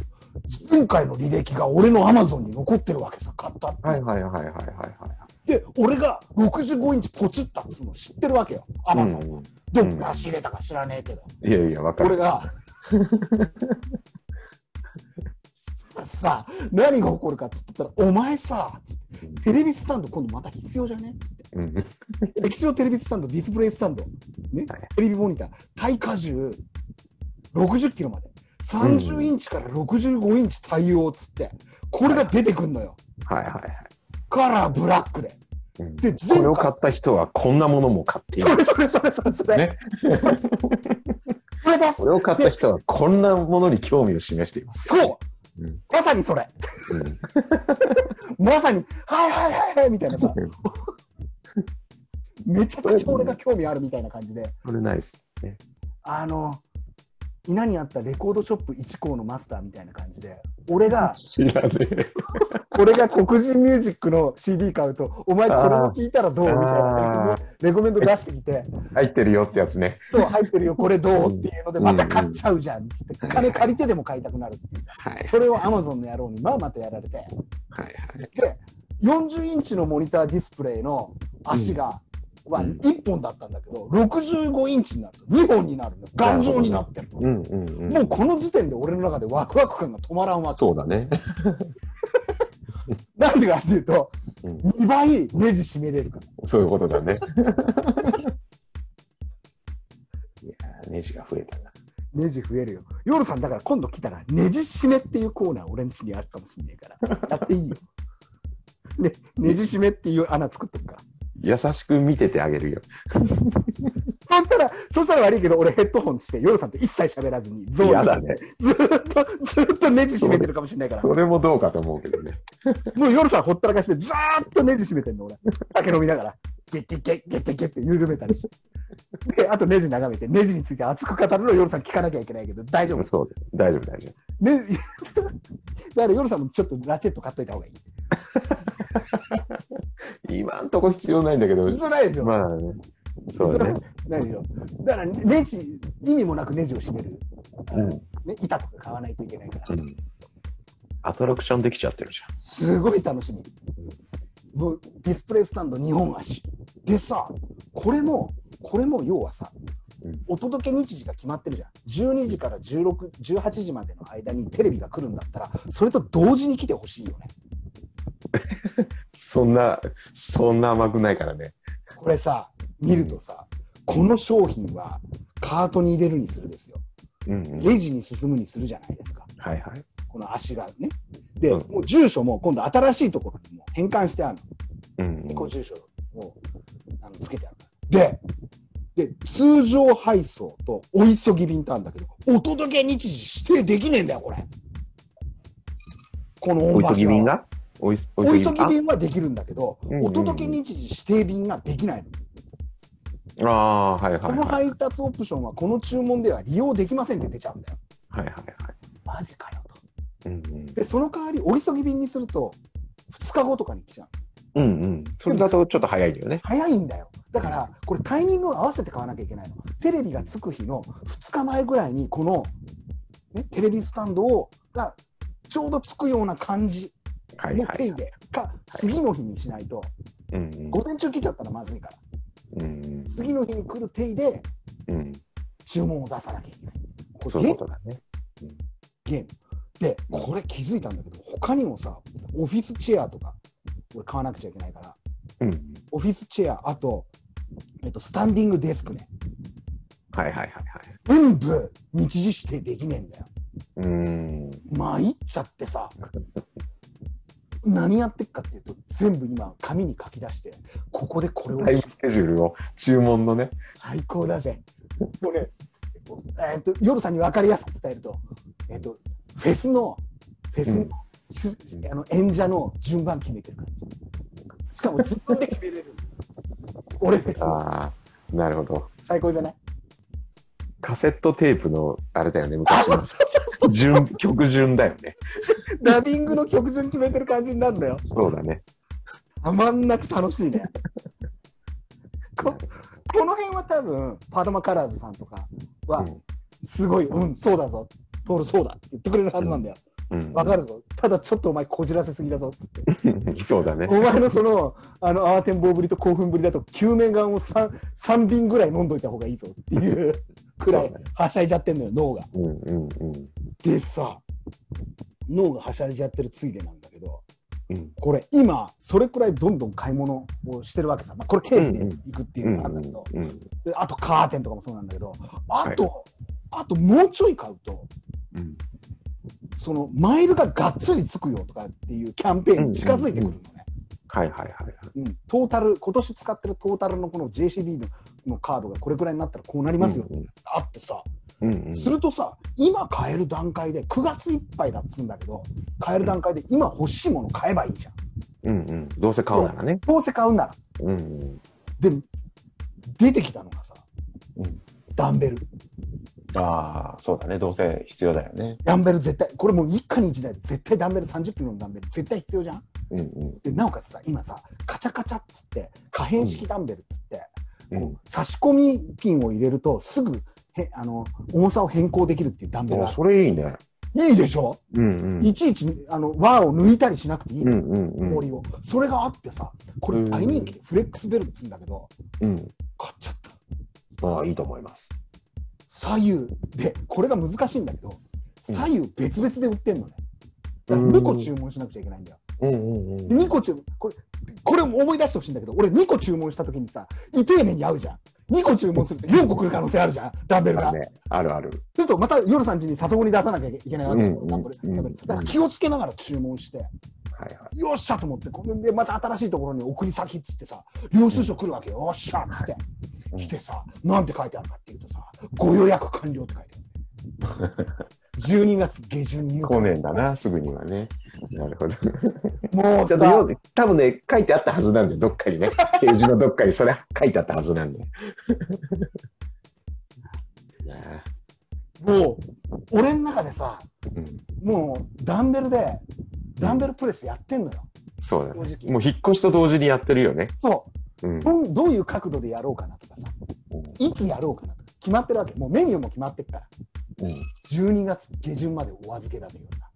Speaker 1: 前回の履歴が俺のアマゾンに残ってるわけさ買ったって、
Speaker 2: はいはいはいはいはいは
Speaker 1: で俺が65インチポチったっつうの知ってるわけよア
Speaker 2: い。
Speaker 1: マゾン、
Speaker 2: うん
Speaker 1: ど
Speaker 2: うん
Speaker 1: っから仕入れたか知らねえけど、
Speaker 2: うん。いやいや、わか
Speaker 1: 俺
Speaker 2: る。
Speaker 1: が さあ何が起こるかっつってたら「お前さ」つってテレビスタンド今度また必要じゃね?」っつって
Speaker 2: うん。はい
Speaker 1: 液晶テレビスタンドディスプレイスタンド、ね
Speaker 2: はい、
Speaker 1: テレビモニター耐荷重60キロまで30インチから65インチ対応っつってこれが出てくんのよ
Speaker 2: はいはい。
Speaker 1: カラーブラックで
Speaker 2: うん
Speaker 1: で
Speaker 2: これ
Speaker 1: 全
Speaker 2: を
Speaker 1: 回
Speaker 2: 買った人はこんなものも買ってい
Speaker 1: そ
Speaker 2: る。
Speaker 1: れそれそれそれそれ、
Speaker 2: ね
Speaker 1: これだ
Speaker 2: これを買った人はこんなものに興味を示しています。
Speaker 1: そう、
Speaker 2: うん
Speaker 1: まさにそれ
Speaker 2: うん。
Speaker 1: まさにはいはいはいはいみたいなさ
Speaker 2: うん
Speaker 1: めちゃくちゃ俺が興味あるみたいな感じで
Speaker 2: それないっす。ね
Speaker 1: あの稲にあったレコードショップ一行のマスターみたいな感じで俺が
Speaker 2: 知らねえ。
Speaker 1: 俺が黒人ミュージックの CD 買うと、お前これも聞いたらどうみたい
Speaker 2: あ
Speaker 1: なレコメンド出してきて、
Speaker 2: 入ってるよってやつね。
Speaker 1: そう入ってるよ、これどうっていうので、
Speaker 2: うん
Speaker 1: また買っちゃうじゃんっつって、金借りてでも買いたくなるっていうさ、
Speaker 2: はい
Speaker 1: それを Amazon の野郎にまあまたやられて、
Speaker 2: はいはい。
Speaker 1: で、40インチのモニターディスプレイの足が、は
Speaker 2: うん
Speaker 1: 1本だったんだけど、65インチになると2本になるの、頑丈になってるの。
Speaker 2: うんうんうん。
Speaker 1: もうこの時点で俺の中でワクワク感が止まらんわけ。
Speaker 2: そうだね。
Speaker 1: なんでかっていうと、
Speaker 2: うん
Speaker 1: 2倍ネジ締めれるから。
Speaker 2: そう いうことだね。いやーネジが増えたな。
Speaker 1: ネジ増えるよ。夜さん、だから今度来たら、ネジ締めっていうコーナー、俺んちにあるかもしんないから、やっていいよ。ね、ネジ締めっていう穴作っとくから。
Speaker 2: 優しく見ててあげるよ。
Speaker 1: そしたら、そしたら悪いけど、俺ヘッドホンして、夜さんと一切喋らずに、ゾーン
Speaker 2: 嫌だ
Speaker 1: に
Speaker 2: ね。
Speaker 1: ずーっと、ずーっとネジ締めてるかもしんないから、
Speaker 2: それもどうかと思うけどね。
Speaker 1: もう夜さんほったらかして、ずーっとネジ締めてんの、俺。酒飲みながら、ゲッゲッゲッゲッゲッゲッって緩めたりして。で、あとネジ眺めて、ネジについて熱く語るのを夜さん聞かなきゃいけないけど、大丈夫。
Speaker 2: そう大丈夫、大丈
Speaker 1: ね、だから夜さんもちょっとラチェット買っといた方がいい。
Speaker 2: 夫。今んとこ必要ないんだけど、
Speaker 1: 言いづらいでしょ。
Speaker 2: まあね。そうだね。
Speaker 1: ないでしょ。だからネジ、意味もなくネジを締める、
Speaker 2: うん。
Speaker 1: ね、板とか買わないといけないから、
Speaker 2: うんアトラクションできちゃってるじ
Speaker 1: すごい楽しみ。もうディスプレイスタンド2本足。でさ、これも、これも要はさ
Speaker 2: うん、
Speaker 1: お届け日時が決まってるじゃん。12時から16 18時までの間にテレビが来るんだったら、それと同時に来てほしいよね。
Speaker 2: ゃん。そんな、そんな甘くないからね。
Speaker 1: これさ、見るとさ、この商品はカートに入れるにするですよ。
Speaker 2: うん、うん。
Speaker 1: レジに進むにするじゃないですか。
Speaker 2: はいはい。
Speaker 1: この足がね。で、
Speaker 2: うん
Speaker 1: もう住所も今度新しいところにもう変換してある
Speaker 2: うんうん
Speaker 1: の。こう住所をあのつけてあるで、で、通常配送とお急ぎ便とあるんだけど、お届け日時指定できねえんだよ、これ。このオン
Speaker 2: お
Speaker 1: バスは
Speaker 2: 急ぎ便がおい
Speaker 1: お急ぎ
Speaker 2: あ
Speaker 1: 便はできるんだけど、
Speaker 2: うんうん
Speaker 1: お届け日時指定便ができないの。
Speaker 2: あー、はいはい
Speaker 1: こ
Speaker 2: はい。
Speaker 1: の配達オプションはこの注文では利用できませんって出ちゃうんだよ。
Speaker 2: はいはいはい。
Speaker 1: マジかよと。
Speaker 2: うんうん
Speaker 1: で、その代わりお急ぎ便にすると、2日後とかに来ちゃう。
Speaker 2: うんうん。それだとちょっと早いんだよね。
Speaker 1: 早いんだよ。だから、これタイミングを合わせて買わなきゃいけないの。テレビがつく日の2日前ぐらいに、この、ね、テレビスタンドをがちょうどつくような感じ
Speaker 2: はい
Speaker 1: の
Speaker 2: は
Speaker 1: ペ
Speaker 2: い
Speaker 1: イ。で、か、次の日にしないと、
Speaker 2: うんうん
Speaker 1: 午前中来ちゃったらまずいから、
Speaker 2: うん
Speaker 1: 次の日に来るペイで
Speaker 2: うんうん。
Speaker 1: 注文を出さなきゃいけない。こ
Speaker 2: そ
Speaker 1: れ
Speaker 2: うい
Speaker 1: ゲー
Speaker 2: う
Speaker 1: ム
Speaker 2: ことだね。
Speaker 1: ゲーム。で、これ気づいたんだけど、他にもさ、オフィスチェアとか、俺買わなくちゃいけないから、
Speaker 2: うんうん。
Speaker 1: オフィスチェア、あと、えっと、スタンディングデスクね。
Speaker 2: はいはいはいはい。
Speaker 1: 全部日時指定できねえんだよ。
Speaker 2: うーん。
Speaker 1: 参っちゃってさ何やってっかっていうと全部今紙に書き出してここでこれを
Speaker 2: タイムスケジュールを注文のね。
Speaker 1: 最高だぜこれ、えー、と夜さんに分かりやすく伝えると,、えー、とフェスのフェスの,ひ、あの演者の順番決めてる感じしかも自分で決めれる俺フェスの
Speaker 2: ああ、なるほど。
Speaker 1: 最高じゃない
Speaker 2: カセットテープのあれだよね、
Speaker 1: あ
Speaker 2: 昔
Speaker 1: そう
Speaker 2: の
Speaker 1: そうそう
Speaker 2: 順曲順だよね。
Speaker 1: ダビングの曲順決めてる感じになるんだよ
Speaker 2: そうだね。
Speaker 1: たまんなく楽しいね。ここの辺は多分パドマカラーズさんとかはすごい、うん、そうだぞ、トールそうだって言ってくれるはずなんだよ。
Speaker 2: うん。
Speaker 1: わかるぞ、ただちょっとお前こじらせすぎだぞっつって。
Speaker 2: る。 そうだね
Speaker 1: お。前のそのあの慌てんぼうぶりと興奮ぶりだと、救命眼を 3, 3瓶ぐらい飲んどいた方がいいぞっていうくら
Speaker 2: そ
Speaker 1: いう
Speaker 2: だね
Speaker 1: はしゃいじゃってんのよ、脳が。
Speaker 2: うんうんうん。
Speaker 1: でさ、脳がはしゃいじゃってるついでなんだけど、
Speaker 2: うん
Speaker 1: これ今それくらいどんどん買い物をしてるわけさ、まあ、これ経費で行くっていううんのがあるんだけど、
Speaker 2: うんうん
Speaker 1: であとカーテンとかもそうなんだけどあと、あともうちょい買うと
Speaker 2: うん。
Speaker 1: そのマイルががっつりつくよとかっていうキャンペーンに近づいてくるのね、
Speaker 2: はいはいはいはい。
Speaker 1: うんトータル今年使ってるトータルのこの JCB ののカードがこれくらいになったらこうなりますよって
Speaker 2: うんうん
Speaker 1: あってさ、
Speaker 2: うんうん。
Speaker 1: するとさ今買える段階で9月いっぱいだっつうんだけど買える段階で今欲しいもの買えばいいじゃん
Speaker 2: うんうん。どうせ買うならね。
Speaker 1: どうせ買うなら
Speaker 2: うんうん。
Speaker 1: で出てきたのがさ、
Speaker 2: うん
Speaker 1: ダンベル
Speaker 2: ああ、そうだね。どうせ必要だよね。
Speaker 1: ダンベル絶対、これもう一家に一台、絶対ダンベル30キロのダンベル絶対必要じゃん。
Speaker 2: うんうん
Speaker 1: で、なおかつさ、今さ、カチャカチャっつって、可変式ダンベルっつって、
Speaker 2: うん。
Speaker 1: こう差し込みピンを入れると、すぐへあの重さを変更できるっていうダンベル
Speaker 2: お
Speaker 1: あ
Speaker 2: それいいね。
Speaker 1: る。いいでしょ、
Speaker 2: うんうん。
Speaker 1: いちいちあの輪を抜いたりしなくていい
Speaker 2: うん
Speaker 1: の、
Speaker 2: うんうん。
Speaker 1: 森を。それがあってさ、これ
Speaker 2: うん
Speaker 1: 大人気、フレックスベルっつうんだけど、
Speaker 2: うん。
Speaker 1: 買っちゃった。
Speaker 2: ああ、いいと思います。
Speaker 1: 左右で、これが難しいんだけど、左右別々で売ってんのね。だから2個注文しなくちゃいけないんだよ。
Speaker 2: うんうんうん。
Speaker 1: 2個注文これこれも思い出してほしいんだけど俺2個注文した時にさ胃丁寧に合うじゃん2個注文すると4個来る可能性あるじゃんダンベル
Speaker 2: あ
Speaker 1: が、
Speaker 2: るね。あるある。
Speaker 1: するとまた夜3時に里子に出さなきゃいけないわけだよ、
Speaker 2: うん
Speaker 1: ダンベル
Speaker 2: うん
Speaker 1: ダンベルだから気をつけながら注文して
Speaker 2: はいはい。
Speaker 1: よっしゃと思ってこれでまた新しいところに送り先っつってさ領収書来るわけよよっしゃっつって
Speaker 2: うん
Speaker 1: 来てさなんて書いてあるかっていうとさご予約完了って書いてある12月下旬入
Speaker 2: 来
Speaker 1: 荷
Speaker 2: ねえんだな、すぐにはね。なるほど。ち
Speaker 1: もう
Speaker 2: ょっと
Speaker 1: さ
Speaker 2: よ多分ね、書いてあったはずなんで、どっか にね。ページのどっかにそれ書いてあったはずなん で。いやー
Speaker 1: もう俺の中でさ
Speaker 2: うん、
Speaker 1: もうダンベルでダンベルプレスやってんのよ、
Speaker 2: そうだね。
Speaker 1: 正直。
Speaker 2: もう引っ越しと同時にやってるよね。
Speaker 1: そ
Speaker 2: うん
Speaker 1: う、。どんどういう角度でやろうかなとかさ、いつやろうかなとか、決まってるわけ、もうメニューも決まってるから、
Speaker 2: うん、
Speaker 1: 12月下旬までお預けだというさ、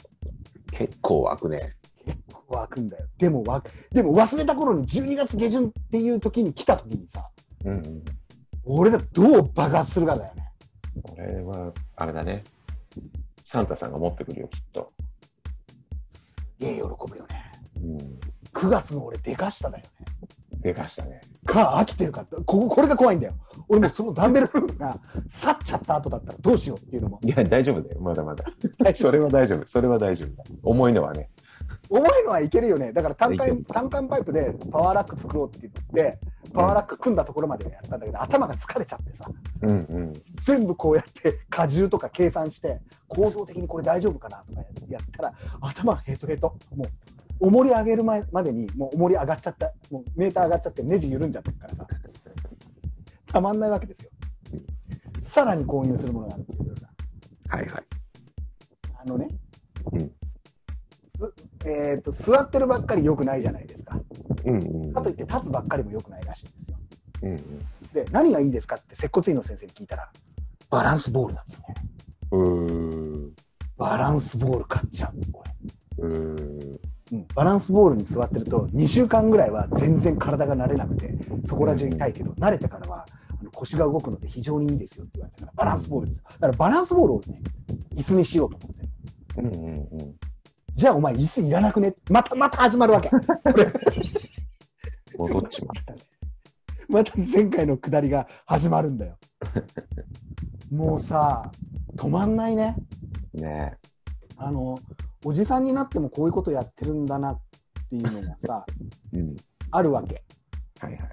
Speaker 2: 結構湧くね。
Speaker 1: 結構湧くんだよ。でも湧く、でも忘れた頃に12月下旬っていう時に来た時にさ、
Speaker 2: うんうん。
Speaker 1: 俺がどう爆発するかだよね。
Speaker 2: これは、あれだね。サンタさんが持ってくるよ、きっと。
Speaker 1: ええ、喜ぶよね。
Speaker 2: うん。
Speaker 1: 9月の俺、でかしただよね。
Speaker 2: でかしたね。
Speaker 1: か、飽きてるかって、ここ、これが怖いんだよ。俺もうそのダンベルフープが去っちゃった後だったらどうしようっていうのも。
Speaker 2: いや、大丈夫だよ。まだまだ。 それは大丈夫。それは大丈夫だ。重いのはね。
Speaker 1: 重いのはいけるよね、だから単
Speaker 2: いけ
Speaker 1: 管
Speaker 2: る
Speaker 1: 単管パイプでパワーラック作ろうって言って、パワーラック組んだところまでやったんだけど、頭が疲れちゃってさ、
Speaker 2: うんうん。
Speaker 1: 全部こうやって荷重とか計算して、構造的にこれ大丈夫かなとかやったら、頭がヘトヘト、もう、重り上げる前までに、もう重り上がっちゃった、もうメーター上がっちゃって、ネジ緩んじゃってるからさ、たまんないわけですよ。さらに購入するものがあるっていう
Speaker 2: はいはい。
Speaker 1: あのね、
Speaker 2: うん
Speaker 1: すえー、と座ってるばっかり良くないじゃないですか。
Speaker 2: うんうん。
Speaker 1: かといって立つばっかりも良くないらしいんですよ。
Speaker 2: うん
Speaker 1: で、何がいいですかって接骨院の先生に聞いたら、バランスボールなんですね。
Speaker 2: うん。う
Speaker 1: バランスボール買っちゃう、こ
Speaker 2: ーん。うーん。
Speaker 1: れ。うん、バランスボールに座ってると、2週間ぐらいは全然体が慣れなくて、そこら中痛いけど、慣れてからはあの腰が動くので非常にいいですよって言われたから、バランスボールですよ。だからバランスボールをね、椅子にしようと思って。
Speaker 2: うんうんうん。
Speaker 1: じゃあお前椅子いらなくねまたまた始まるわけ。これ
Speaker 2: 戻っちま
Speaker 1: また前回の下りが始まるんだ よ。もうさ、止まんないね。
Speaker 2: う。ね
Speaker 1: あの、おじさんになってもこういうことやってるんだなっていうのがさ、
Speaker 2: え。うん。
Speaker 1: あるわけ。
Speaker 2: はいはい。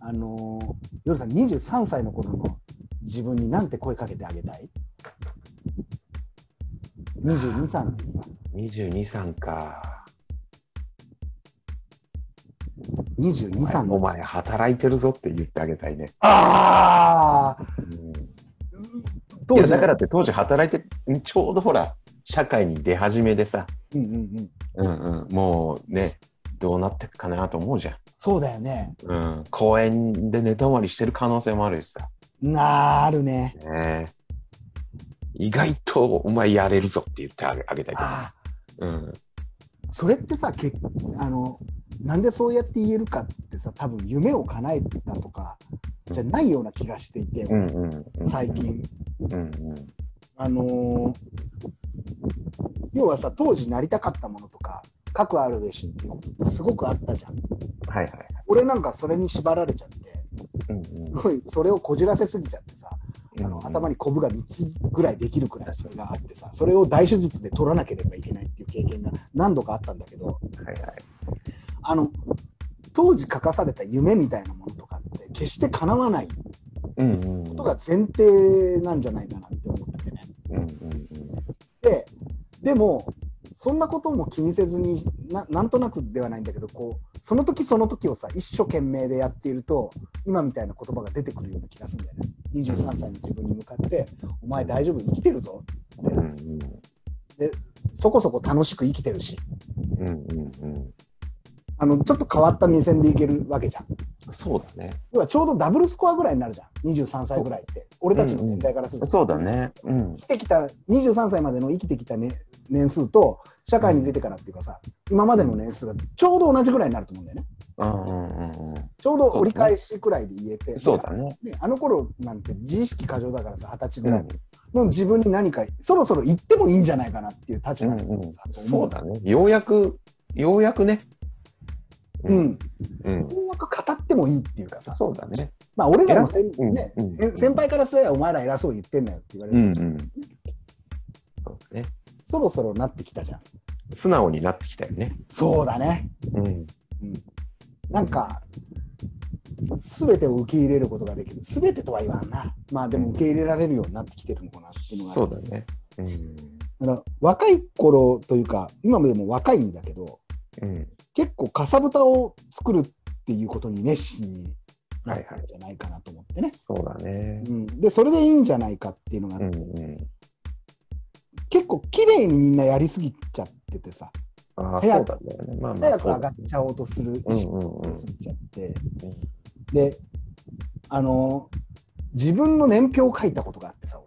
Speaker 1: あのー、夜さん、23歳の頃の自分になんて声かけてあげたい ?22、歳の時は。
Speaker 2: 22、3か。
Speaker 1: 22、歳
Speaker 2: お
Speaker 1: の。
Speaker 2: 前、働いてるぞって言ってあげたいね。
Speaker 1: ああ
Speaker 2: い
Speaker 1: 当
Speaker 2: や、
Speaker 1: 時の
Speaker 2: だからって当時働いて、ちょうどほら、社会に出始めでさ、
Speaker 1: うんうんうん。
Speaker 2: うんうん、もうね、どうなってくかなと思うじゃん。
Speaker 1: そうだよね。
Speaker 2: うん、公園で寝泊まりしてる可能性もあるしさ。
Speaker 1: なあ、あるね。
Speaker 2: ねえ意外とお前やれるぞって言ってあげあげたいと
Speaker 1: ああ
Speaker 2: 思う。うん。
Speaker 1: それってさけあのなんでそうやって言えるかってさ多分夢を叶えたとかじゃないような気がしていて、
Speaker 2: うんうんうん。
Speaker 1: 最。近
Speaker 2: うんうん。
Speaker 1: あのー要はさ当時なりたかったものとかかくあるべしっていうことってすごくあったじゃん
Speaker 2: はいはい。
Speaker 1: 俺なんかそれに縛られちゃって
Speaker 2: うん
Speaker 1: すごいそれをこじらせすぎちゃってさあ
Speaker 2: うん。
Speaker 1: の頭にコブが3つぐらいできるくらいそれがあってさそれを大手術で取らなければいけないっていう経験が何度かあったんだけど、
Speaker 2: はいはい。
Speaker 1: あの当時書かされた夢みたいなものとかって決して叶わないこ
Speaker 2: うんうん。うん
Speaker 1: とが前提なんじゃないかなって思っててね。
Speaker 2: うんうん
Speaker 1: ででもそんなことも気にせずにななんとなくではないんだけどこうその時その時をさ一生懸命でやっていると今みたいな言葉が出てくるような気がするんだよね。 23歳の自分に向かって、お前大丈夫、生きてるぞ。
Speaker 2: うん
Speaker 1: そこそこ楽しく生きてるし、
Speaker 2: うんうんうんうん
Speaker 1: あの、ちょっと変わった目線でいけるわけじゃん。
Speaker 2: そうだね。
Speaker 1: 要はちょうどダブルスコアぐらいになるじゃん。23歳ぐらいって。俺たちの年代からすると。
Speaker 2: そうだね。うん。
Speaker 1: 生きてきた、23歳までの生きてきた、ね、年数と、社会に出てからっていうかさ、今までの年数がちょうど同じぐらいになると思うんだよね。
Speaker 2: うんうんうんう
Speaker 1: ちょうど折り返しくらいで言えて。
Speaker 2: ん。そうだね。
Speaker 1: ね、あの頃なんて自意識過剰だからさ、二十歳ぐ
Speaker 2: う
Speaker 1: らい
Speaker 2: ん
Speaker 1: の自分に何か、そろそろ言ってもいいんじゃないかなっていう立
Speaker 2: う
Speaker 1: 場
Speaker 2: ん
Speaker 1: だと
Speaker 2: う
Speaker 1: 思
Speaker 2: ん。そうだね。ようやく、ようやくね。
Speaker 1: う
Speaker 2: うん。
Speaker 1: ん。
Speaker 2: うん。
Speaker 1: ようやく語ってもいいっていうかさ、
Speaker 2: そうだね。
Speaker 1: まあ俺らの先,、
Speaker 2: うん
Speaker 1: ね
Speaker 2: うん
Speaker 1: え先輩からすればお前ら偉そうに言ってんだよって言われ
Speaker 2: う
Speaker 1: る、
Speaker 2: んうん。そうだね。
Speaker 1: そろそろなってきたじゃん。
Speaker 2: 素直になってきたよね。
Speaker 1: そうだね。
Speaker 2: うん。
Speaker 1: なんか、すべてを受け入れることができる。すべてとは言わんな。まあでも受け入れられるようになってきてるのかなっていうのがある
Speaker 2: そうだね。うん。
Speaker 1: あの若い頃というか、今でも若いんだけど、
Speaker 2: うん。
Speaker 1: 結構かさぶたを作るっていうことに熱心になったんじゃないかなと思ってね、
Speaker 2: そうだね。
Speaker 1: うん、でそれでいいんじゃないかっていうのが、
Speaker 2: うんうん。
Speaker 1: 結構綺麗にみんなやりすぎちゃっててさ
Speaker 2: ああ、そ
Speaker 1: 早
Speaker 2: う
Speaker 1: く
Speaker 2: だったよね。まあま
Speaker 1: 早
Speaker 2: あ、
Speaker 1: く
Speaker 2: そう
Speaker 1: 上が
Speaker 2: だ
Speaker 1: っ
Speaker 2: ね。
Speaker 1: ちゃおうとする
Speaker 2: う
Speaker 1: 意
Speaker 2: ん
Speaker 1: 識
Speaker 2: うんう
Speaker 1: が
Speaker 2: ん
Speaker 1: つ。いちゃって、
Speaker 2: うん
Speaker 1: であのー自分の年表を書いたことがあってさ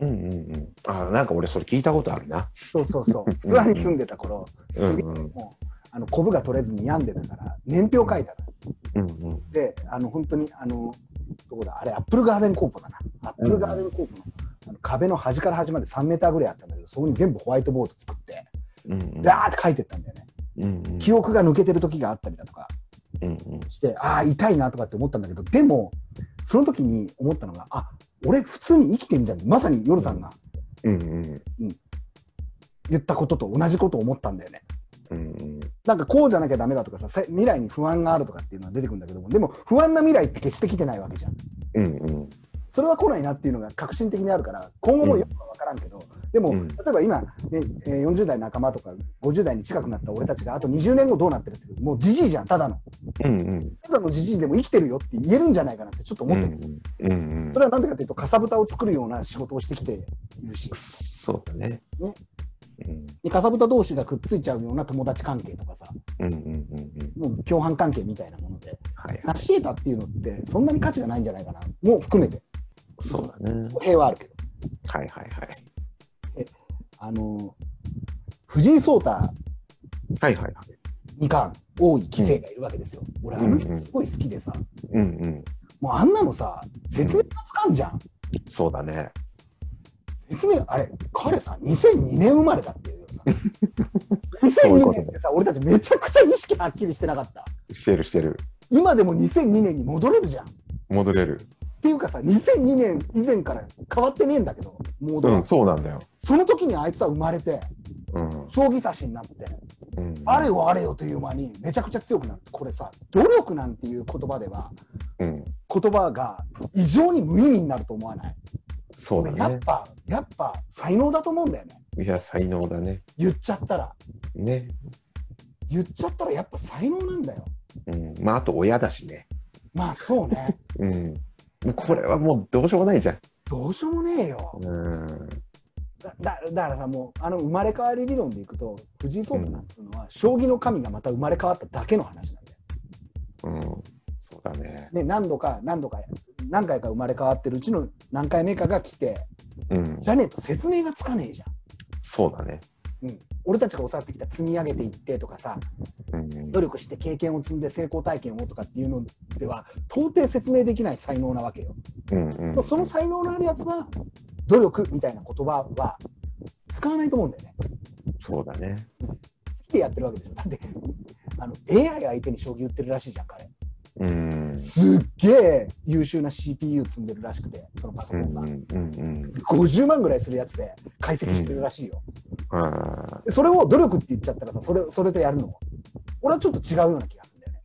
Speaker 1: 俺
Speaker 2: うんうんうん。ああ、なんか俺それ聞いたことあるな。
Speaker 1: そうそうそう
Speaker 2: うん
Speaker 1: 諏訪に住んでた頃す
Speaker 2: うん
Speaker 1: げえ
Speaker 2: うん
Speaker 1: もうあのコブが取れずに病んでたから年表書いたの
Speaker 2: うんうん。
Speaker 1: で、あの本当にあのどこだあれアップルガーデンコープだなアップルガーデンコープの,、あの壁の端から端まで3メーターぐらいあったんだけどそこに全部ホワイトボード作って
Speaker 2: うんうん。
Speaker 1: ダーって書いてったんだよね
Speaker 2: うんうん。
Speaker 1: 記憶が抜けてる時があったりだとか
Speaker 2: うんうん。
Speaker 1: してああ痛いなとかって思ったんだけどでもその時に思ったのがあ俺普通に生きてんじゃんまさに夜さんが
Speaker 2: うんうん。
Speaker 1: 言ったことと同じことを思ったんだよね
Speaker 2: うんうん。
Speaker 1: なんかこうじゃなきゃダメだとかさせ未来に不安があるとかっていうのは出てくるんだけどもでも不安な未来って決して来てないわけじゃん
Speaker 2: うんうん。
Speaker 1: それは来ないなっていうのが革新的にあるから今後もよくは分からんけど、でも、
Speaker 2: うん
Speaker 1: 例えば今、ねえー40代仲間とか50代に近くなった俺たちがあと20年後どうなってるってもうじじいじゃんただの
Speaker 2: うんうん。
Speaker 1: ただのじじいでも生きてるよって言えるんじゃないかなってちょっと思ってる、
Speaker 2: うんうんうん
Speaker 1: そ。れはなんでかっていうとかさぶたを作るような仕事をしてきているし
Speaker 2: そうだね。
Speaker 1: ね
Speaker 2: うん
Speaker 1: でかさぶた同士がくっついちゃうような友達関係とかさ
Speaker 2: うんうんうんうん。
Speaker 1: もう共犯関係みたいなもので
Speaker 2: はいは
Speaker 1: 成し得たっていうのってそんなに価値がないんじゃないかなもう含めて
Speaker 2: い。そうだね。
Speaker 1: 語弊はあるけど。
Speaker 2: はいはいはい。
Speaker 1: あの藤井聡太
Speaker 2: はいはいはい。
Speaker 1: 二冠多い棋聖がいるわけですよ。俺あの
Speaker 2: うんう
Speaker 1: 人
Speaker 2: ん
Speaker 1: すごい好きでさ、
Speaker 2: うんうん。
Speaker 1: もうあんなのさ説明がつかんじゃん。
Speaker 2: そうだね。
Speaker 1: 説明あれ彼さ2002年生まれだっていうよさ。
Speaker 2: そうい
Speaker 1: 2002
Speaker 2: うこと
Speaker 1: 年
Speaker 2: ね
Speaker 1: ってさ俺たちめちゃくちゃ意識はっきりしてなかった。
Speaker 2: してるしてる。
Speaker 1: 今でも2002年に戻れるじゃん。っ
Speaker 2: 戻れる。
Speaker 1: ていうかさ2002年以前から変わってねえんだけどモード
Speaker 2: う
Speaker 1: が、
Speaker 2: ん、そうなんだよ。
Speaker 1: その時にあいつは生まれて
Speaker 2: うん。
Speaker 1: 将棋指しになって
Speaker 2: うん、
Speaker 1: あれよあれよという間にめちゃくちゃ強くなるこれさ努力なんていう言葉では
Speaker 2: うん。
Speaker 1: 言葉が異常に無意味になると思わない
Speaker 2: そう
Speaker 1: 俺や
Speaker 2: だ
Speaker 1: っ
Speaker 2: ね。
Speaker 1: ぱ、やっぱ才能だと思うんだよね。
Speaker 2: いや、才能だね。
Speaker 1: 言っちゃったら。
Speaker 2: ね。
Speaker 1: 言っちゃったらやっぱ才能なんだよ。
Speaker 2: うん。まあ、あと親だしね。
Speaker 1: まあそう ね。
Speaker 2: うん。もうこれはもうどうしようもないじゃん。
Speaker 1: どうしようもねえよ。
Speaker 2: うん。
Speaker 1: だだだからさ、もうあの生まれ変わり理論でいくと、藤井聡太なんていうのは、将棋の神がまた生まれ変わっただけの話なんだよ。
Speaker 2: うん。そうだね。
Speaker 1: ね、何度か何度か何回か生まれ変わってるうちの何回目かが来て、
Speaker 2: うん
Speaker 1: じ。ゃねえと説明がつかねえじゃん。
Speaker 2: そうだね。
Speaker 1: うん、俺たちが教わってきた積み上げていってとかさ
Speaker 2: うん。
Speaker 1: 努力して経験を積んで成功体験をとかっていうのでは到底説明できない才能なわけよ。
Speaker 2: うんうん
Speaker 1: まあその才能のあるやつが努力みたいな言葉は使わないと思うんだよね。
Speaker 2: そうだね。
Speaker 1: 好きでやってるわけでしょ。だってあの AI 相手に将棋売ってるらしいじゃん、彼。
Speaker 2: うん。
Speaker 1: すっげえ優秀な CPU 積んでるらしくて、そのパソ
Speaker 2: う
Speaker 1: コ
Speaker 2: ん
Speaker 1: ンが
Speaker 2: う。んうんうん。
Speaker 1: 50万ぐらいするやつで解析してるらしいよ。
Speaker 2: ああ、
Speaker 1: でそれを努力って言っちゃったらさ、それそれとやるの。俺はちょっと違うような気がするんだよね。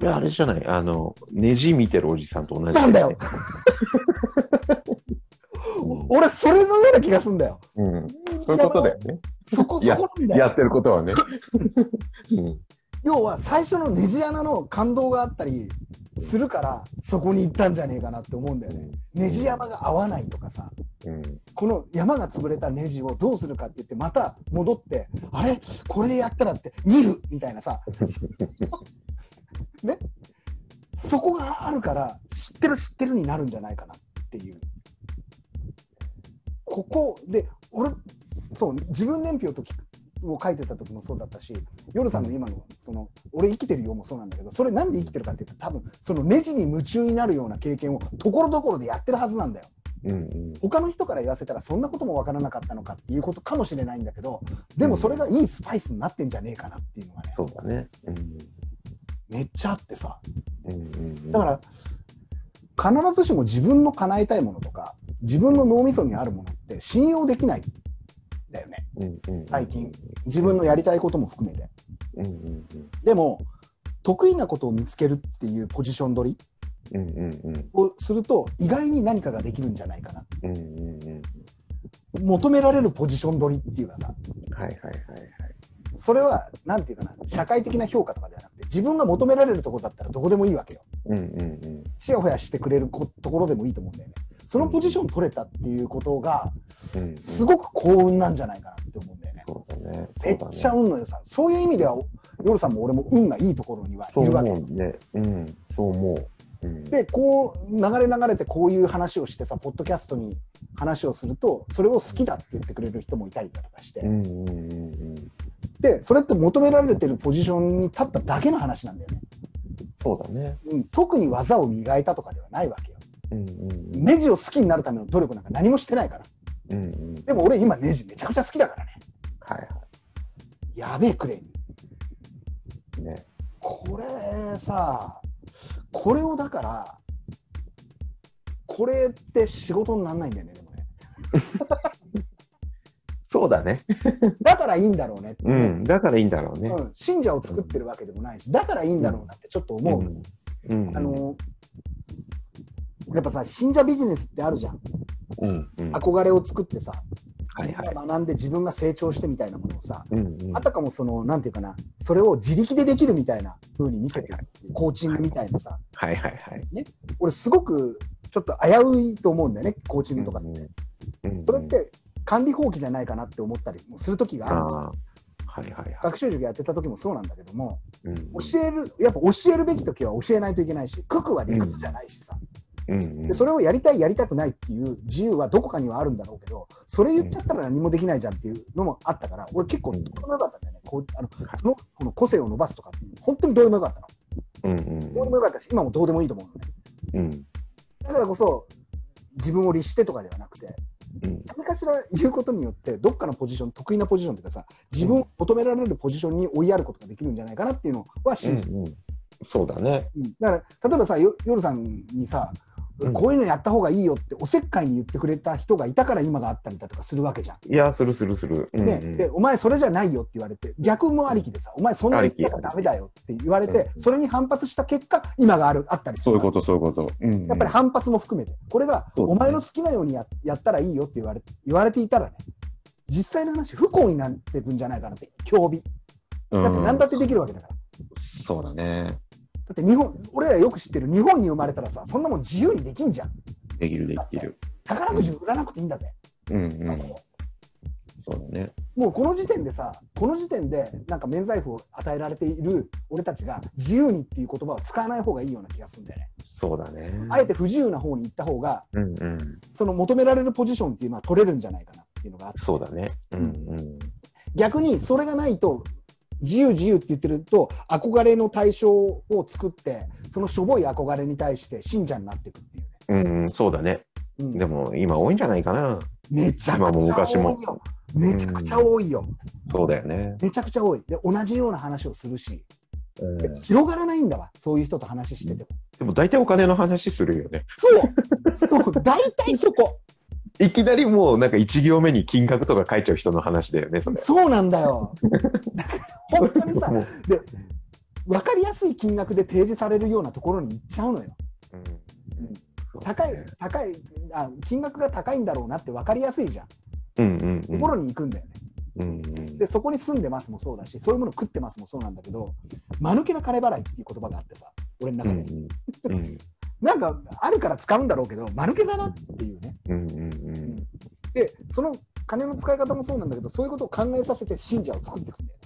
Speaker 2: それあれじゃないあの、ネジ見てるおじさんと同じ、
Speaker 1: なんだよ。俺、それのような気がするんだよ。
Speaker 2: うん。そういうことだよね。
Speaker 1: そこ、
Speaker 2: いや
Speaker 1: そこなんだよ
Speaker 2: や。ってることはね。うん。
Speaker 1: 要は最初のネジ穴の感動があったりするからそこに行ったんじゃねえかなって思うんだよね。ネジ山が合わないとかさ
Speaker 2: うん
Speaker 1: この山が潰れたネジをどうするかって言ってまた戻ってあれこれでやったらって見るみたいなさねそこがあるから知ってる知ってるになるんじゃないかなっていうここで俺そう自分年表と聞くを書いてた時もそうだったし夜さんの今のその俺生きてるよもそうなんだけどそれなんで生きてるかって言ったら多分そのネジに夢中になるような経験をところどころでやってるはずなんだよ。
Speaker 2: うんうん
Speaker 1: 他の人から言わせたらそんなことも分からなかったのかっていうことかもしれないんだけどでもそれがいいスパイスになってんじゃねえかなっていうのがね
Speaker 2: そうだね。うん
Speaker 1: めっちゃあってさ
Speaker 2: うんうん
Speaker 1: だから必ずしも自分の叶えたいものとか自分の脳みそにあるものって信用できないんだよね
Speaker 2: うんうん
Speaker 1: 最近自分のやりたいことも含めて
Speaker 2: うんうんうん
Speaker 1: でも得意なことを見つけるっていうポジション取り
Speaker 2: うんうんうん
Speaker 1: をすると意外に何かができるんじゃないかな
Speaker 2: うんうんうん
Speaker 1: 求められるポジション取りっていうかさ
Speaker 2: はいはいはいはい。
Speaker 1: それは、なんていうかな、社会的な評価とかではなくて、自分が求められるところだったらどこでもいいわけよ。
Speaker 2: うんうんうん
Speaker 1: ちやほやしてくれることころでもいいと思うんだよね。そのポジション取れたっていうことが、
Speaker 2: うんうん。
Speaker 1: すごく幸運なんじゃないかなって思うんだよね。
Speaker 2: そうだね。
Speaker 1: めっ
Speaker 2: そうだね
Speaker 1: ちゃ運の良さ。そういう意味では、お夜さんも俺も運がいいところにはい
Speaker 2: そう
Speaker 1: るわ
Speaker 2: 思
Speaker 1: け。
Speaker 2: うね。うん、そう思う。うん、
Speaker 1: で、こう、流れ流れてこういう話をしてさ、ポッドキャストに話をすると、それを好きだって言ってくれる人もいたりだとかして
Speaker 2: う、んうんうんうん。
Speaker 1: で、それって求められてるポジションに立っただけの話なんだよね。
Speaker 2: そうだね。
Speaker 1: うん、特に技を磨いたとかではないわけよ。
Speaker 2: うんうん
Speaker 1: ネジを好きになるための努力なんか何もしてないから。
Speaker 2: うん。うんうん。
Speaker 1: でも俺今ネジめちゃくちゃ好きだからね。
Speaker 2: はいは
Speaker 1: やべえクレーン。
Speaker 2: い。ね。
Speaker 1: これさ、これをだから、これって仕事にならないんだよね、でもね。
Speaker 2: そうだね。
Speaker 1: だからいいんだろうねって、
Speaker 2: うん、だからいいんだろうね。
Speaker 1: うん信者を作ってるわけでもないし、だからいいんだろうなってちょっと思う。
Speaker 2: うん。うん、
Speaker 1: あ、のやっぱさ、信者ビジネスってあるじゃん。
Speaker 2: うん、うん。
Speaker 1: 憧れを作ってさ、
Speaker 2: はいはい。
Speaker 1: 自分が学んで自分が成長してみたいなものをさ、
Speaker 2: うんうん
Speaker 1: あ。たかもその、なんていうかな、それを自力でできるみたいな風に見せてるっていうコーチングみたいなさ、
Speaker 2: はいはいはい。
Speaker 1: 俺、すごくちょっと危ういと思うんだよね、コーチングとかって。
Speaker 2: うんうん
Speaker 1: それって管理放棄じゃないかなって思ったりもする時が
Speaker 2: あ
Speaker 1: あ
Speaker 2: あ
Speaker 1: る。
Speaker 2: はいはいは
Speaker 1: 学習塾やってた時もそうなんだけども、
Speaker 2: い。うん
Speaker 1: 教える、やっぱ教えるべき時は教えないといけないし、九九は理屈じゃないしさ、
Speaker 2: うんうん
Speaker 1: で、それをやりたい、やりたくないっていう自由はどこかにはあるんだろうけど、それ言っちゃったら何もできないじゃんっていうのもあったから、俺結構どうでもよかったんだよね。こうあのそのこの個性を伸ばすとかっていう、本当にどうでもよかったの。
Speaker 2: うん
Speaker 1: どうでもよかったし、今もどうでもいいと思うのね。
Speaker 2: うんうん。
Speaker 1: だからこそ、自分を律してとかではなくて、
Speaker 2: うん
Speaker 1: 何かしら言うことによって、どっかのポジション、得意なポジションというかさ、自分を求められるポジションに追いやることができるんじゃないかなっていうのは
Speaker 2: う
Speaker 1: 信じてる、
Speaker 2: んうん。そうだね。
Speaker 1: うんだから、例えばさ、よ夜さんにさ、
Speaker 2: うん
Speaker 1: こういうのやった方がいいよって、おせっかいに言ってくれた人がいたから今があったりだとかするわけじゃん。
Speaker 2: いや、するするする。うんう
Speaker 1: ね
Speaker 2: ん
Speaker 1: でお前、それじゃないよって言われて、逆もありきでさ、お前、そんな言ったらダメだよって言われて、
Speaker 2: うん
Speaker 1: それに反発した結果、今があるあったりす
Speaker 2: そう
Speaker 1: る
Speaker 2: い
Speaker 1: わ
Speaker 2: う
Speaker 1: け
Speaker 2: こと、そういうこと。うんうん
Speaker 1: やっぱり反発も含めて、これが
Speaker 2: そうだ
Speaker 1: お
Speaker 2: ね
Speaker 1: 前の好きなようにややったらいいよって言われ言われていたらね、実際の話、不幸になっていくんじゃないかなって、興味。だって何だってできるわけだから。
Speaker 2: そうだね。
Speaker 1: だって日本、俺らよく知ってる日本に生まれたらさ、そんなもん自由にできんじゃん。
Speaker 2: できるできる。
Speaker 1: 宝くじ売らなくていいんだぜ。
Speaker 2: うんうん。そうだね。
Speaker 1: もうこの時点でさ、この時点でなんか免罪符を与えられている俺たちが自由にっていう言葉は使わない方がいいような気がするんだよね。
Speaker 2: そうだね。
Speaker 1: あえて不自由な方に行った方が、
Speaker 2: うんうん。
Speaker 1: その求められるポジションっていうのは取れるんじゃないかなっていうのがあって
Speaker 2: そうだね。うんうん。
Speaker 1: 逆にそれがないと自由自由って言ってると憧れの対象を作ってそのしょぼい憧れに対して信者になっていくっていうね、
Speaker 2: うんうん、そうだね。
Speaker 1: うん
Speaker 2: でも今多いんじゃないかな。
Speaker 1: めちゃく
Speaker 2: 今も
Speaker 1: ち
Speaker 2: 昔
Speaker 1: ゃ
Speaker 2: も
Speaker 1: 多いよめちゃくちゃ多いよ、
Speaker 2: そうだよね。
Speaker 1: めちゃくちゃ多いで同じような話をするし
Speaker 2: うん、
Speaker 1: で
Speaker 2: で
Speaker 1: 広がらないんだわそういう人と話してても、
Speaker 2: も大体お金の話するよね。
Speaker 1: そうそう大体そこ
Speaker 2: いきなりもうなんか1行目に金額とか書いちゃう人の話だよね、それ。
Speaker 1: そうなんだよ本当にさ
Speaker 2: もう
Speaker 1: で分かりやすい金額で提示されるようなところに行っちゃうのよ
Speaker 2: うん
Speaker 1: うん
Speaker 2: そうだ
Speaker 1: 高い
Speaker 2: ね
Speaker 1: 高いあ金額が高いんだろうなって分かりやすいじゃん
Speaker 2: うんうんう
Speaker 1: と
Speaker 2: ん
Speaker 1: ころに行くんだよね、
Speaker 2: うん
Speaker 1: でそこに住んでますもそうだしそういうもの食ってますもそうなんだけど間抜けな金払いっていう言葉があってさ俺の
Speaker 2: う
Speaker 1: 中で、
Speaker 2: んうんうん
Speaker 1: なんかあるから使うんだろうけど間抜けだなっていうね
Speaker 2: うんうん
Speaker 1: でその金の使い方もそうなんだけどそういうことを考えさせて信者を作っていくんだよ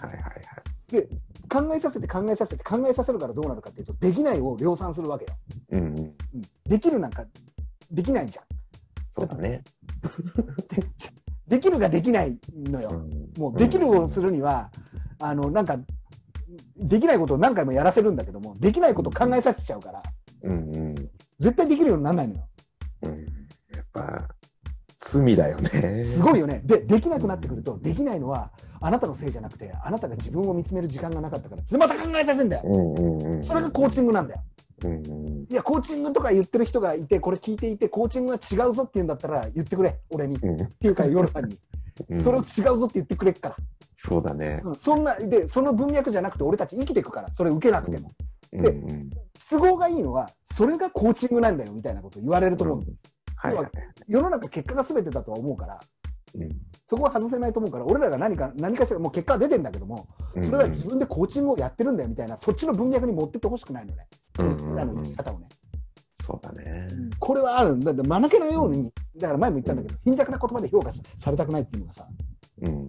Speaker 2: はいはいはい。
Speaker 1: 考えさせて考えさせて考えさせるからどうなるかっていうとできないを量産するわけよ、
Speaker 2: うんうん。
Speaker 1: うん、できるなんかできないじゃん
Speaker 2: そうだね。
Speaker 1: できるができないのよ、もうできるをす
Speaker 2: る。
Speaker 1: るには、あのなんかできないことを何回もやらせるんだけどもできないことを考えさせちゃうから
Speaker 2: うんうん。
Speaker 1: 絶対できるようにならないのよ
Speaker 2: うんやっぱ、罪だよね。
Speaker 1: すごいよねでできなくなってくるとできないのはあなたのせいじゃなくてあなたが自分を見つめる時間がなかったからまた考えさせるんだよ
Speaker 2: うんうんうん。
Speaker 1: それがコーチングなんだよ
Speaker 2: うんうん
Speaker 1: いやコーチングとか言ってる人がいてこれ聞いていてコーチングは違うぞって言うんだったら言ってくれ俺にっ
Speaker 2: うん
Speaker 1: ていうか夜さんに
Speaker 2: うん。
Speaker 1: それを違うぞって言ってくれっから、
Speaker 2: そうだね。
Speaker 1: うんそんなでその文脈じゃなくて俺たち生きていくからそれ受けなくても
Speaker 2: うんうん。
Speaker 1: 都合がいいのは、それがコーチングなんだよみたいなこと言われると思う、
Speaker 2: はいはい。
Speaker 1: 世の中、結果が全てだとは思うから、
Speaker 2: うん
Speaker 1: そこは外せないと思うから、俺らが何か何かしら、もう結果は出てんだけども、
Speaker 2: うん
Speaker 1: それは自分でコーチングをやってるんだよみたいな、そっちの文脈に持ってってほしくないのね、その
Speaker 2: うんうんうん
Speaker 1: あの生き方をね、
Speaker 2: そうだね。
Speaker 1: これはあるんだ、だって間抜けのように、だから前も言ったんだけど、貧弱な言葉で評価されたくないっていうのがさ、
Speaker 2: うん。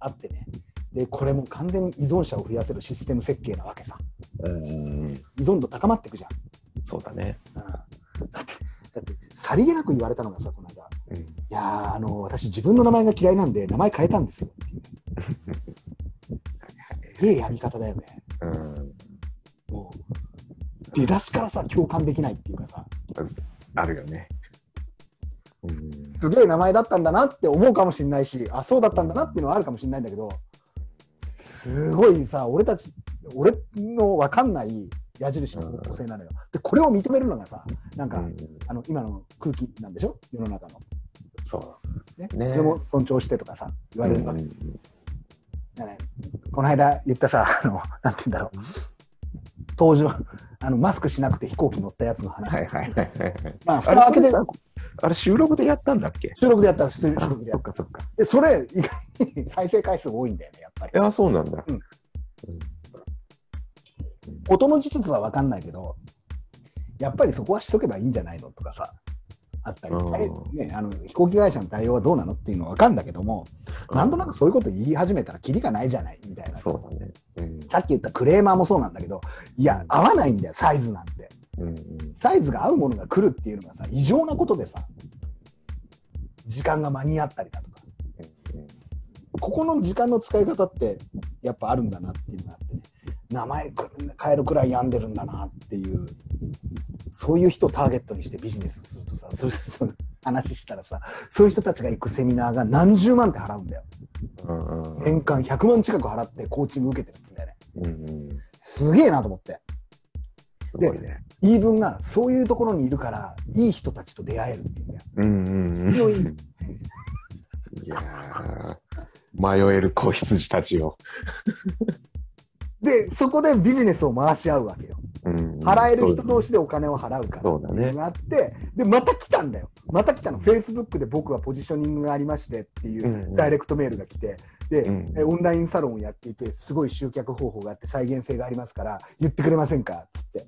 Speaker 1: あってね、でこれも完全に依存者を増やせるシステム設計なわけさ、
Speaker 2: うん
Speaker 1: 依存度高まっていくじゃん。
Speaker 2: そうだね。
Speaker 1: うんだって、だってさりげなく言われたのがさ、この間、
Speaker 2: うん
Speaker 1: いやーあの私、自分の名前が嫌いなんで、名前変えたん ですよっていう。すげえやり方だよね。
Speaker 2: うん。
Speaker 1: もう、出だしからさ、共感できないっていうかさ、
Speaker 2: あるよね。うん。
Speaker 1: すげえ名前だったんだなって思うかもしれないし、あ、そうだったんだなっていうのはあるかもしれないんだけど、すごいさ、俺たち、俺の分かんない矢印の方向性なのよ。で、これを認めるのがさ、なんか、
Speaker 2: うん
Speaker 1: あの今の空気なんでしょ、世の中の。
Speaker 2: そ
Speaker 1: ね
Speaker 2: ね
Speaker 1: それも尊重してとかさ、言
Speaker 2: う。
Speaker 1: われるわけ
Speaker 2: うん
Speaker 1: じゃない、この間言ったさ、あのなんて言うんだろう、登場あの、マスクしなくて飛行機乗ったやつの話、
Speaker 2: はいはいはいはい。
Speaker 1: まあ、
Speaker 2: あ
Speaker 1: 蓋
Speaker 2: れ
Speaker 1: を開けて
Speaker 2: それさあれ収録でやったんだっけ
Speaker 1: 収録でやったら、収録でやっ
Speaker 2: そったかそっか。
Speaker 1: で、それ、意外に 再生回数多いんだよね、やっぱり
Speaker 2: い。や、そうなんだ。
Speaker 1: 音の事実は分かんないけど、やっぱりそこはしとけばいいんじゃないのとかさ、あったり、
Speaker 2: うん
Speaker 1: あれね、あの飛行機会社の対応はどうなのっていうのは分かんだけども、なんとなくそういうこと言い始めたら、キリがないじゃないみたいな。
Speaker 2: そうだね。うん
Speaker 1: さっき言ったクレーマーもそうなんだけど、いや、合わないんだよ、サイズなんて。
Speaker 2: うんうん。
Speaker 1: サイズが合うものが来るっていうのがさ、異常なことでさ、時間が間に合ったりだとか、ここの時間の使い方って、やっぱあるんだなっていうのがあってね、名前く変えるくらい病んでるんだなっていう、そういう人をターゲットにしてビジネスするとさ、 それその話したらさ、そういう人たちが行くセミナーが何十万って払うんだよ。
Speaker 2: うんうん
Speaker 1: 年間100万近く払ってコーチング受けてるっつうんだよね。
Speaker 2: うんうん。
Speaker 1: すげえなと思って。
Speaker 2: すごいね。
Speaker 1: 言い分がそういうところにいるからいい人たちと出会えるっていうんだよ。
Speaker 2: うんうん
Speaker 1: 強い
Speaker 2: うん。いやー迷える子羊たちを。
Speaker 1: でそこでビジネスを回し合うわけよ。払
Speaker 2: 払
Speaker 1: える人同
Speaker 2: 士。
Speaker 1: 士でお金を払うから。
Speaker 2: そうだね。
Speaker 1: があってでまた来たんだよ、また来たの、フェイスブックで僕はポジショニングがありましてってい
Speaker 2: うん
Speaker 1: う
Speaker 2: う
Speaker 1: んダイレクトメールが来て、で、
Speaker 2: うん
Speaker 1: えオンラインサロンをやっていて、すごい集客方法があって、再現性がありますから、言ってくれませんかっつって、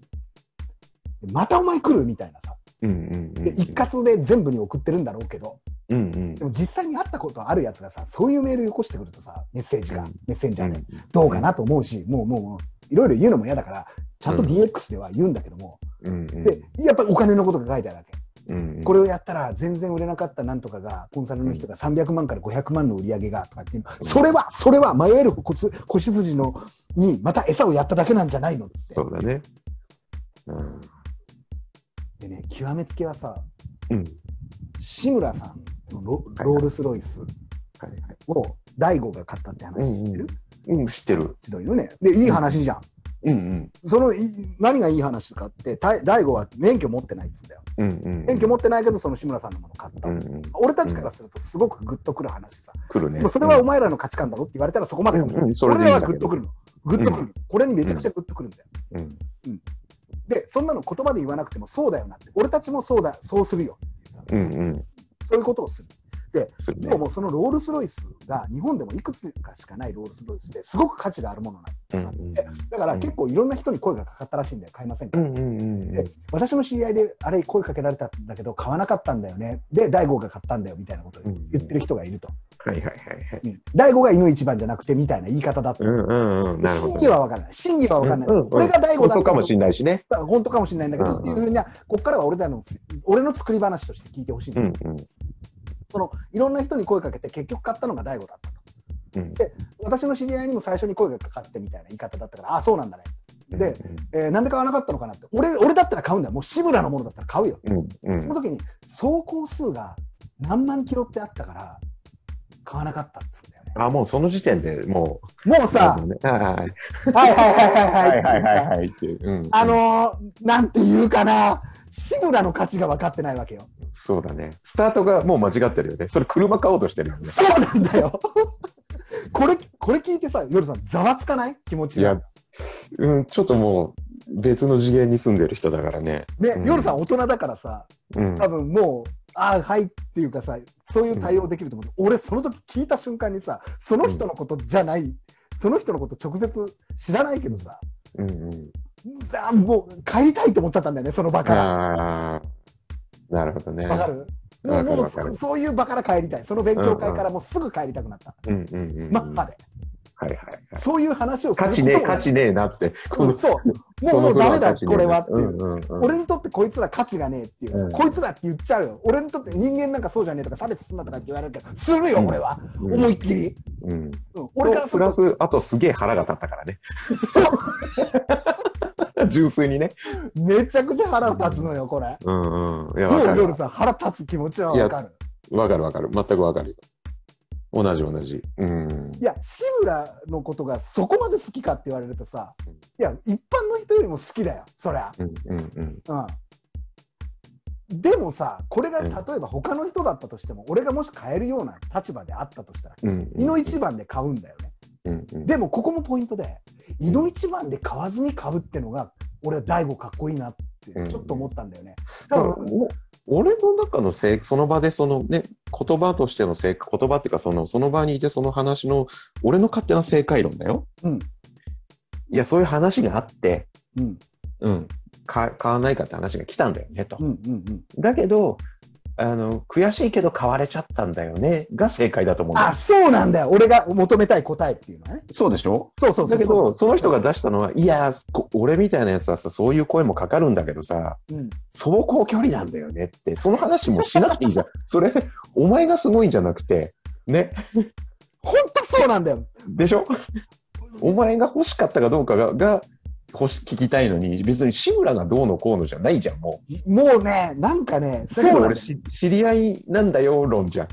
Speaker 1: でまたお前来るみたいなさ、
Speaker 2: うんうんうん。
Speaker 1: で一括で全部に送ってるんだろうけど、
Speaker 2: うんうん。
Speaker 1: でも実際に会ったことあるやつがさ、そういうメールよこしてくるとさ、メッセージが
Speaker 2: うん、
Speaker 1: メッセンジャーで、
Speaker 2: う
Speaker 1: どうかなと思うし、もう、もうもう、いろいろ言うのも嫌だから、ちゃんと
Speaker 2: うん
Speaker 1: DX では言うんだけども、
Speaker 2: んうん
Speaker 1: で、やっぱりお金のことが書いてあるわけ。
Speaker 2: うんうん
Speaker 1: これをやったら、全然売れなかったなんとかが、コンサルの人が300万から500万の売り上げがとかっていうのそれは、それは迷える子つ子羊のに、また餌をやっただけなんじゃないのって。
Speaker 2: そうだね。うん
Speaker 1: でね、極めつけはさ、
Speaker 2: うん。
Speaker 1: 志村さんのロ
Speaker 2: はい
Speaker 1: ロールス・ロイス
Speaker 2: はいはい。
Speaker 1: を大悟が買ったって話知ってる、
Speaker 2: うん、知ってる。
Speaker 1: 千鳥のね。で、いい話じゃん。
Speaker 2: うん
Speaker 1: そのい何がいい話かって、大大悟は免許持ってないっつうんだよ。
Speaker 2: うん。うんうん。
Speaker 1: 免許持ってないけど、その志村さんのものを買った。
Speaker 2: うんうん。
Speaker 1: 俺たちからすると、すごくグッとくる話さ。
Speaker 2: 来るね。
Speaker 1: もうそれはお前らの価値観だろって言われたら、そこまでかもしれない
Speaker 2: うんうんそれでいい
Speaker 1: 俺ら
Speaker 2: んだ
Speaker 1: は
Speaker 2: けど
Speaker 1: グッとくるの。グッとくるの。これにめちゃくちゃグッとくるんだよ。
Speaker 2: うん。
Speaker 1: で、そんなの言葉で言わなくても、そうだよなって。俺たちもそうだ、そうするよっていうさ。
Speaker 2: うんうん。
Speaker 1: そういうことをする。
Speaker 2: する
Speaker 1: で
Speaker 2: ね
Speaker 1: ももうそのロールス・ロイスが日本でもいくつかしかないロールス・ロイスですごく価値があるもの
Speaker 2: うん
Speaker 1: なんで、だから結構いろんな人に声がかかったらしいんで買いませんか、
Speaker 2: うんうんうんうんうん
Speaker 1: で私の知り合いであれ声かけられたんだけど買わなかったんだよねで大悟が買ったんだよみたいなことを言ってる人がいると、
Speaker 2: はいはいはいはい。
Speaker 1: うん大悟が犬一番じゃなくてみたいな言い方だった、
Speaker 2: うんうんうん。なるほど。
Speaker 1: 真偽は分からない真偽は分からない、
Speaker 2: うんうんうん
Speaker 1: これが大悟だ
Speaker 2: 本
Speaker 1: っ
Speaker 2: 当かもしれ
Speaker 1: ない
Speaker 2: ないしね。
Speaker 1: 本当かもしれないんだけど、
Speaker 2: うんうん
Speaker 1: っていうふうにはここからは俺らの俺の作り話として聞いてほしいんだ
Speaker 2: う
Speaker 1: よ、
Speaker 2: んうん
Speaker 1: そのいろんな人に声かけて結局買ったのが大悟だったと
Speaker 2: うん。
Speaker 1: 私の知り合いにも最初に声がかかってみたいな言い方だったからああそうなんだねで、えーなんで買わなかったのかなって俺俺だったら買うんだよもう志村のものだったら買うよ
Speaker 2: うんうん
Speaker 1: その時に走行数が何万キロってあったから買わなかったっつうんだよね。
Speaker 2: あ、もうその時点でも
Speaker 1: もう
Speaker 2: う。
Speaker 1: さ、
Speaker 2: あ、
Speaker 1: はいはいはい
Speaker 2: は
Speaker 1: はいい
Speaker 2: はいはい
Speaker 1: い。
Speaker 2: はいっていう。うん
Speaker 1: あ、のー、なんていうかな、志村の価値が分かってないわけよ。
Speaker 2: そうだね。スタートがもう間違ってるよね。それ車買おうとしてるよね。
Speaker 1: そうなんだよ。これ、これ聞いてさ、夜さん、ざわつかない気持ち
Speaker 2: いや
Speaker 1: が。、
Speaker 2: うん、ちょっともう別の次元に住んでる人だからね。
Speaker 1: ね
Speaker 2: うん、
Speaker 1: 夜さん、大人だからさ、
Speaker 2: うん。
Speaker 1: 多分もう、ああ、はいっていうかさ、そういう対応できると思う。俺、その時聞いた瞬間にさ、その人のことじゃない、その人のこと直接知らないけどさ、
Speaker 2: うんうん。
Speaker 1: あもう帰りたいと思っちゃったんだよね、その場から。
Speaker 2: ああ、なるほどね。
Speaker 1: わかるも
Speaker 2: わ
Speaker 1: う
Speaker 2: かる
Speaker 1: も
Speaker 2: わかる
Speaker 1: うそういう場から帰りたい。その勉強会からもうすぐ帰りたくなった。
Speaker 2: うんうんうん。
Speaker 1: マッハで。
Speaker 2: はいはいはい。
Speaker 1: そういう話をする
Speaker 2: 価値ねえ、
Speaker 1: ことも
Speaker 2: 価値ねえなって。こ
Speaker 1: う
Speaker 2: の
Speaker 1: んそう。もうもうダメだ、これはっていう。
Speaker 2: 俺
Speaker 1: 俺にとってこいつら価値がねえっていう、
Speaker 2: うん
Speaker 1: こいつらって言っちゃうよ。俺にとって人間なんかそうじゃねえとか差別すんなとかって言われるけど、するよ、
Speaker 2: うん
Speaker 1: 俺は。
Speaker 2: うん
Speaker 1: 思いっきり。
Speaker 2: うん
Speaker 1: うん、俺からす
Speaker 2: プ
Speaker 1: る
Speaker 2: ラ
Speaker 1: と、
Speaker 2: ス、あとすげえ腹が立ったからね。純粋にね。
Speaker 1: めちゃくちゃ腹立つのよ、これ。
Speaker 2: うんうん。いや、
Speaker 1: ど
Speaker 2: わ
Speaker 1: う
Speaker 2: か
Speaker 1: 夜
Speaker 2: る。
Speaker 1: さん、腹立つ気持ちはわかる。
Speaker 2: わかるわかる。全くわかるよ。同じ同じ。うん。
Speaker 1: いや、志村のことがそこまで好きかって言われるとさ、いや、一般の人よりも好きだよ、そりゃ。
Speaker 2: うんうんうん。
Speaker 1: うん。でもさ、これが
Speaker 2: う
Speaker 1: 例
Speaker 2: ん
Speaker 1: えば他の人だったとしても、俺がもし買えるような立場であったとしたら、
Speaker 2: うんうん。
Speaker 1: いの一番で買うんだよね。
Speaker 2: うんうん。
Speaker 1: でも、ここもポイントで、いの一番で買わずに買うってのが、俺は大悟かっこいいなって、
Speaker 2: うん
Speaker 1: ちょっと思ったんだよね。
Speaker 2: だ
Speaker 1: 多
Speaker 2: から
Speaker 1: 分
Speaker 2: お俺の中のせいその場でそのね言葉としての正言葉っていうかそのその場にいてその話の俺の勝手な正解論だよ。
Speaker 1: うん
Speaker 2: いやそういう話があって、
Speaker 1: うん、
Speaker 2: うん、か買わないかって話が来たんだよねと。
Speaker 1: うん、うん、うん。
Speaker 2: だけどあの悔しいけど買われちゃったんだよねが正解だと思うんだ
Speaker 1: あ、
Speaker 2: よ。
Speaker 1: そうなんだよ。俺が求めたい答えっていうのはね。
Speaker 2: そうでしょ
Speaker 1: そうそうそうそう
Speaker 2: だけど、その人が出したのは、いや、こ俺みたいなやつはさ、そういう声もかかるんだけどさ、
Speaker 1: うん、
Speaker 2: 走行距離なんだよねって、その話もしなくていい じゃん。それ、お前がすごいんじゃなくて、ね、
Speaker 1: 本当そうなんだよ。
Speaker 2: でしょお前が欲しかったかどうかが、が欲し聞きたいのに、別に志村がどうのこうのじゃないじゃん、も
Speaker 1: もうね、なんかね、
Speaker 2: う。だけ
Speaker 1: そうな
Speaker 2: ど
Speaker 1: んだ
Speaker 2: 俺
Speaker 1: よ
Speaker 2: し、知り合いなんだよ、論じゃん。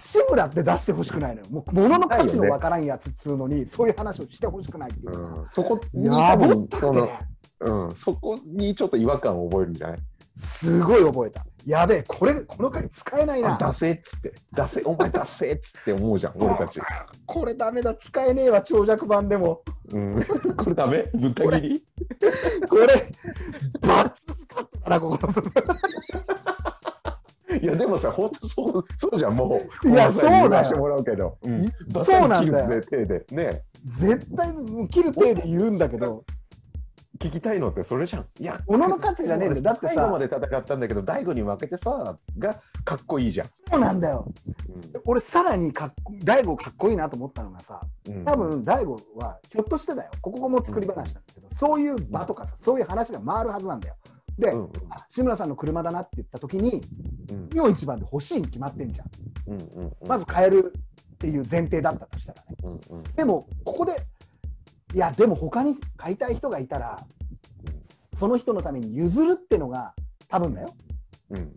Speaker 1: 志村って出してほしくないのよ。もう物の価値のわからんやつっつうのに、そういう話をしてほしくないっていうかさ。
Speaker 2: そこ
Speaker 1: い
Speaker 2: に
Speaker 1: やー、
Speaker 2: 多
Speaker 1: ぼっ
Speaker 2: 分
Speaker 1: た
Speaker 2: そ
Speaker 1: くて
Speaker 2: の
Speaker 1: ね、、
Speaker 2: うん、そこにちょっと違和感を覚えるんじゃない
Speaker 1: すごい覚えた。やべえ、これ、この回使えない
Speaker 2: あ
Speaker 1: な。
Speaker 2: ダセーっつって、ダセー、お前ダセーっつって思うじゃん、俺たち。
Speaker 1: これダメだ、使えねえわ、長尺版でも。
Speaker 2: うん、 これダメぶった切り
Speaker 1: これ、バツ使ったから、ここの部分。
Speaker 2: いやでもさ、本当そう、そうじゃん、もう。
Speaker 1: いや
Speaker 2: ご
Speaker 1: そう
Speaker 2: めんなさ
Speaker 1: だよ
Speaker 2: 言わしてもらうけど。
Speaker 1: い
Speaker 2: うん
Speaker 1: そうなんだよ
Speaker 2: ダサい切るぜ手で。ね
Speaker 1: 絶対、もう切る手で言うんだけど、
Speaker 2: 聞きたいのってそれじゃん。いや、
Speaker 1: 小野の勝ちじゃねえんだよだってさ
Speaker 2: 最後まで戦ったんだけど、大悟に負けてさ、がかっこいいじゃん。
Speaker 1: そうなんだよ。俺、さらにかっこ、大悟かっこいいなと思ったのがさ、
Speaker 2: うん
Speaker 1: 多、分大悟はひょっとしてだよここも作り話なんだけど、そういう場とかさそういう話が回るはずなんだよで、
Speaker 2: うん
Speaker 1: あ志村さんの車だなって言った時に
Speaker 2: うん
Speaker 1: 日本一番で欲しいに決まってんじゃん、
Speaker 2: うんうんうん、
Speaker 1: まず買えるっていう前提だったとしたらね
Speaker 2: うんうん、
Speaker 1: でもここでいやでも他に買いたい人がいたらその人のために譲るってのが多分だよ
Speaker 2: うんうん、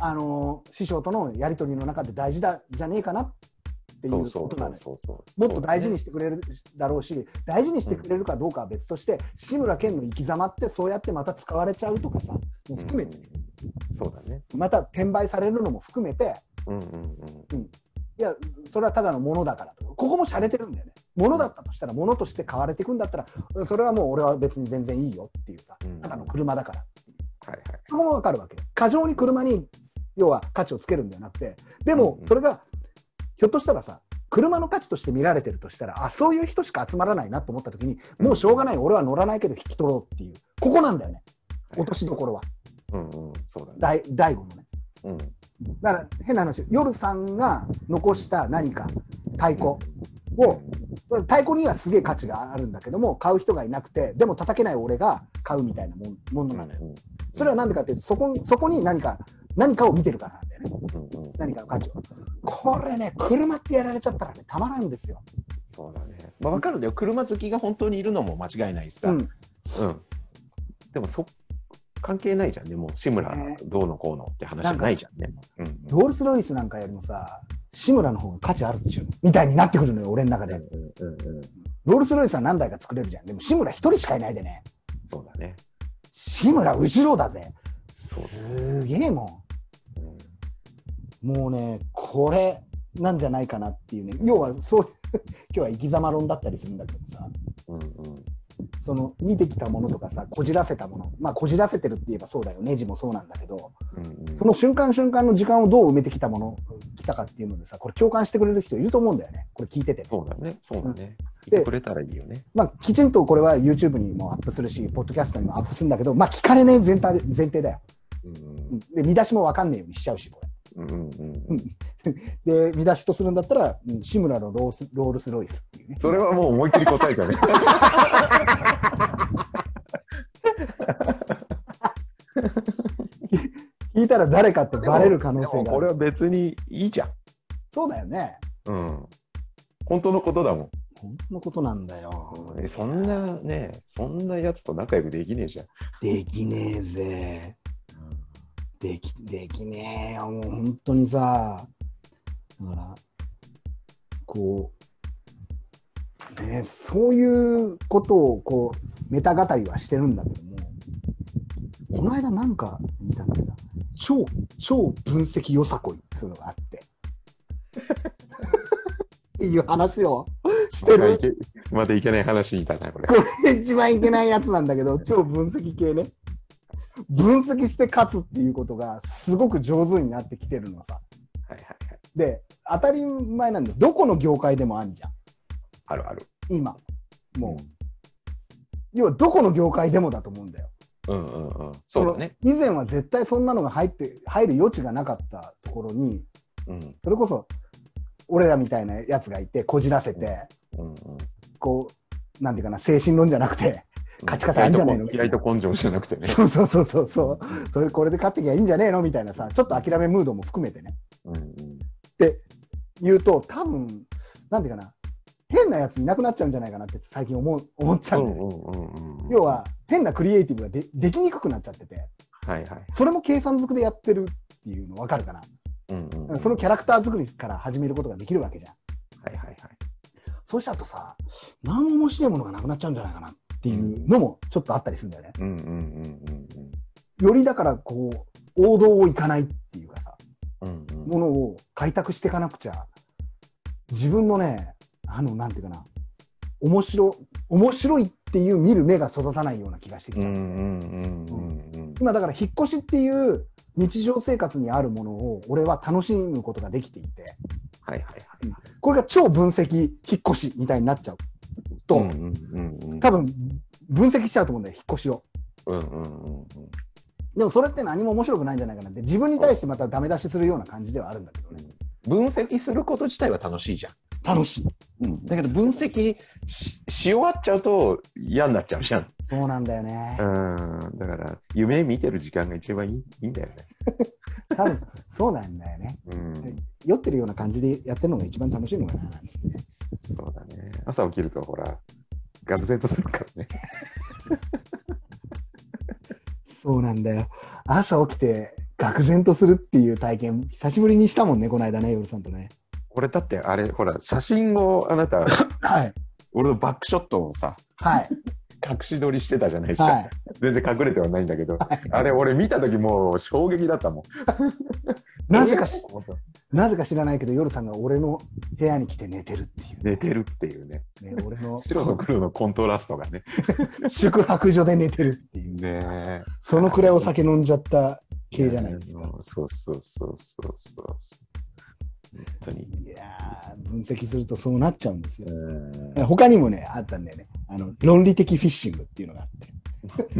Speaker 1: あのー師匠とのやり取りの中で大事だじゃねえかなってい
Speaker 2: そううそ
Speaker 1: こ
Speaker 2: う
Speaker 1: とな
Speaker 2: そ
Speaker 1: の
Speaker 2: う
Speaker 1: よ
Speaker 2: そうそう。
Speaker 1: もっと大事にしてくれるだろうし、大事にしてくれるかどうかは別として、志村けんの生き様って、そうやってまた使われちゃうとかさ、もう含めて、
Speaker 2: うん。そうだね。
Speaker 1: また転売されるのも含めて、
Speaker 2: うんうんうん。
Speaker 1: いや、それはただのものだからと、ここも洒落てるんだよね、ものだったとしたら、ものとして買われていくんだったら、それはもう俺は別に全然いいよっていうさ
Speaker 2: うん、
Speaker 1: ただの車だから、
Speaker 2: はいはい。
Speaker 1: そこもわかるわけよ、過剰に車に要は価値をつけるんではなくてでも
Speaker 2: うんうん
Speaker 1: それがひょっとしたらさ車の価値として見られてるとしたらあそういう人しか集まらないなと思った時にもうしょうがない俺は乗らないけど引き取ろうっていうここなんだよね落としどころは
Speaker 2: うんうん、そうだね。
Speaker 1: 大大悟のね
Speaker 2: うん、
Speaker 1: だから変な話夜さんが残した何か太鼓を太鼓にはすげえ価値があるんだけども買う人がいなくてでも叩けない俺が買うみたいなもんものなのよ
Speaker 2: うん
Speaker 1: それはなんでかっていうとそこそこに何か何かを見てるからなんだよね
Speaker 2: うんうん、
Speaker 1: 何かの価値をこれね車ってやられちゃったらねたまらんですよ、
Speaker 2: そうだね。まあ、わかるんだよ。車好きが本当にいるのも間違いないしさ。
Speaker 1: うん、
Speaker 2: うんでもそ関係ないじゃんね、もう志村
Speaker 1: ね
Speaker 2: どうのこうのって話じゃないじゃんね。うんうん
Speaker 1: ロールス・ロイスなんかよりもさ志村の方が価値あるっちゅうのみたいになってくるのよ俺の中で
Speaker 2: うんうんうん
Speaker 1: ロールス・ロイスは何台か作れるじゃんでも志村一人しかいないでね
Speaker 2: そうだね。
Speaker 1: 志村後ろだぜ
Speaker 2: そうだ
Speaker 1: すげえも
Speaker 2: うん
Speaker 1: んもうねこれなんじゃないかなっていうね要はそう 今日は生き様論だったりするんだけどさ
Speaker 2: うんうん
Speaker 1: その見てきたものとかさこじらせたものまあこじらせてるって言えばそうだよネジもそうなんだけど
Speaker 2: うんうん
Speaker 1: その瞬間瞬間の時間をどう埋めてきたものきたかっていうのでさこれ共感してくれる人いると思うんだよねこれ聞いてて、
Speaker 2: そうだね、そうだね。
Speaker 1: で
Speaker 2: 言ってくれたらいいよね。
Speaker 1: まあ、きちんとこれは YouTube にもアップするしポッドキャストにもアップするんだけどまあ聞かれねえ前提前提だよ
Speaker 2: うん
Speaker 1: うんで見出しも分かんねえようにしちゃうしこれ
Speaker 2: うんうんうん
Speaker 1: う
Speaker 2: うんん
Speaker 1: で見出しとするんだったら、うん志村のロースロールス・ロイスっていうね
Speaker 2: それはもう思いっきり答えじゃね。
Speaker 1: 聞いたら誰かって バレる可能性
Speaker 2: で
Speaker 1: が
Speaker 2: も
Speaker 1: あ
Speaker 2: これ
Speaker 1: る
Speaker 2: は別にいいじゃん。
Speaker 1: そうだよね
Speaker 2: うん。本当のことだもん。
Speaker 1: 本当のことなんだよ
Speaker 2: えそんなね、そんなやつと仲良くできねえじゃん。
Speaker 1: できねえぜできできねえよもう本当にさだからこうねそういうことをこうメタ語りはしてるんだけどもこの間なんか見たんだけど超超分析よさこいっていうのがあって っていう話をして
Speaker 2: またい
Speaker 1: る
Speaker 2: けまたいけない話にいたな、これ。
Speaker 1: 一番いけないやつなんだ けど、超分析系ね。分析して勝つっていうことがすごく上手になってきてるのさ。
Speaker 2: はいはいはい。
Speaker 1: で、当たり前なんだよどこの業界でもあんじゃん。
Speaker 2: あるある。
Speaker 1: 今。もう。要はどこの業界でもだと思うんだよ。
Speaker 2: うんうんうん。そうだね。
Speaker 1: その以前は絶対そんなのが入って、入る余地がなかったところに、
Speaker 2: うん
Speaker 1: それこそ、俺らみたいなやつがいて、こじらせて、
Speaker 2: うんうん。
Speaker 1: こう、なんていうかな、精神論じゃなくて、勝ち方あるんじゃないの
Speaker 2: 意外と根性じゃなくて ね。
Speaker 1: そうそうそうそうそう、それこれで勝ってきゃいいんじゃねえのみたいなさ、ちょっと諦めムードも含めてね。
Speaker 2: うんうん。
Speaker 1: って言うと、多分なんていうかな、変なやついなくなっちゃうんじゃないかなって最近思う思っちゃ
Speaker 2: う
Speaker 1: うんだ
Speaker 2: ん
Speaker 1: よ
Speaker 2: う
Speaker 1: ね。
Speaker 2: んうんうん。
Speaker 1: 要は、変なクリエイティブがでできにくくなっちゃってて、
Speaker 2: はいはい。
Speaker 1: それも計算づくでやってるっていうの分かるかな。
Speaker 2: うんうんうん。
Speaker 1: そのキャラクター作りから始めることができるわけじゃん。
Speaker 2: はいはいはい。
Speaker 1: そうしちゃうとさ、何も面白いものがなくなっちゃうんじゃないかなっていうのもちょっとあったりするんだよね。
Speaker 2: うんうんうん
Speaker 1: よりだから、こう、王道をいかないっていうかさ。
Speaker 2: うんうん。うんうん。
Speaker 1: ものを開拓していかなくちゃ自分のねあのなんていうかな面白面白いっていう見る目が育たないような気がしてき
Speaker 2: う
Speaker 1: ちゃう、
Speaker 2: んうんうんうんうん。
Speaker 1: 今だから引っ越しっていう日常生活にあるものを俺は楽しむことができていて
Speaker 2: はいはいはい。
Speaker 1: これが超分析引っ越しみたいになっちゃうと、
Speaker 2: うんうんうんうん。
Speaker 1: 多分分析しちゃうと思うんだよ引っ越しを
Speaker 2: うんうんうんうん。
Speaker 1: でもそれって何も面白くないんじゃないかなって自分に対してまたダメ出しするような感じではあるんだけどね
Speaker 2: 分析すること自体は楽しいじゃん。
Speaker 1: 楽しい
Speaker 2: うん、だけど分析しし終わっちゃうと嫌になっちゃうじゃん。
Speaker 1: そうなんだよね、
Speaker 2: うん、だから夢見てる時間が一番いいいいんだよね。
Speaker 1: 多分そうなんだよね
Speaker 2: うん、
Speaker 1: はい酔ってるような感じでやってるのが一番楽しいのかななんつってね。
Speaker 2: そうだね。朝起きるとほら、愕然とするからね。
Speaker 1: そうなんだよ。朝起きて愕然とするっていう体験、久しぶりにしたもんね、この間ね、夜さんとね。
Speaker 2: 俺だってあれ、ほら、写真をあな た、
Speaker 1: はい。
Speaker 2: 俺のバックショットをさ、
Speaker 1: はい。
Speaker 2: 隠し撮りしてたじゃないですか。
Speaker 1: はい。
Speaker 2: 全然隠れてはないんだけど、あれ俺見た時もう衝撃だったもん。
Speaker 1: なぜかし、
Speaker 2: えーと思った
Speaker 1: なぜか知らないけど、夜さんが俺の部屋に来て寝てるってい
Speaker 2: 寝てるっていうね。
Speaker 1: う。ね、俺 の
Speaker 2: 白と黒のコントラストがね。
Speaker 1: 宿泊所で寝てるっていう。
Speaker 2: ねえ。
Speaker 1: そのくらいお酒飲んじゃった系じゃないですか。
Speaker 2: そうそうそうそうそう。本当に。
Speaker 1: いやー分析するとそうなっちゃうんですよ。
Speaker 2: うん
Speaker 1: 他にもね、あったんだよね。あの、論理的フィッシングっていうのがあって。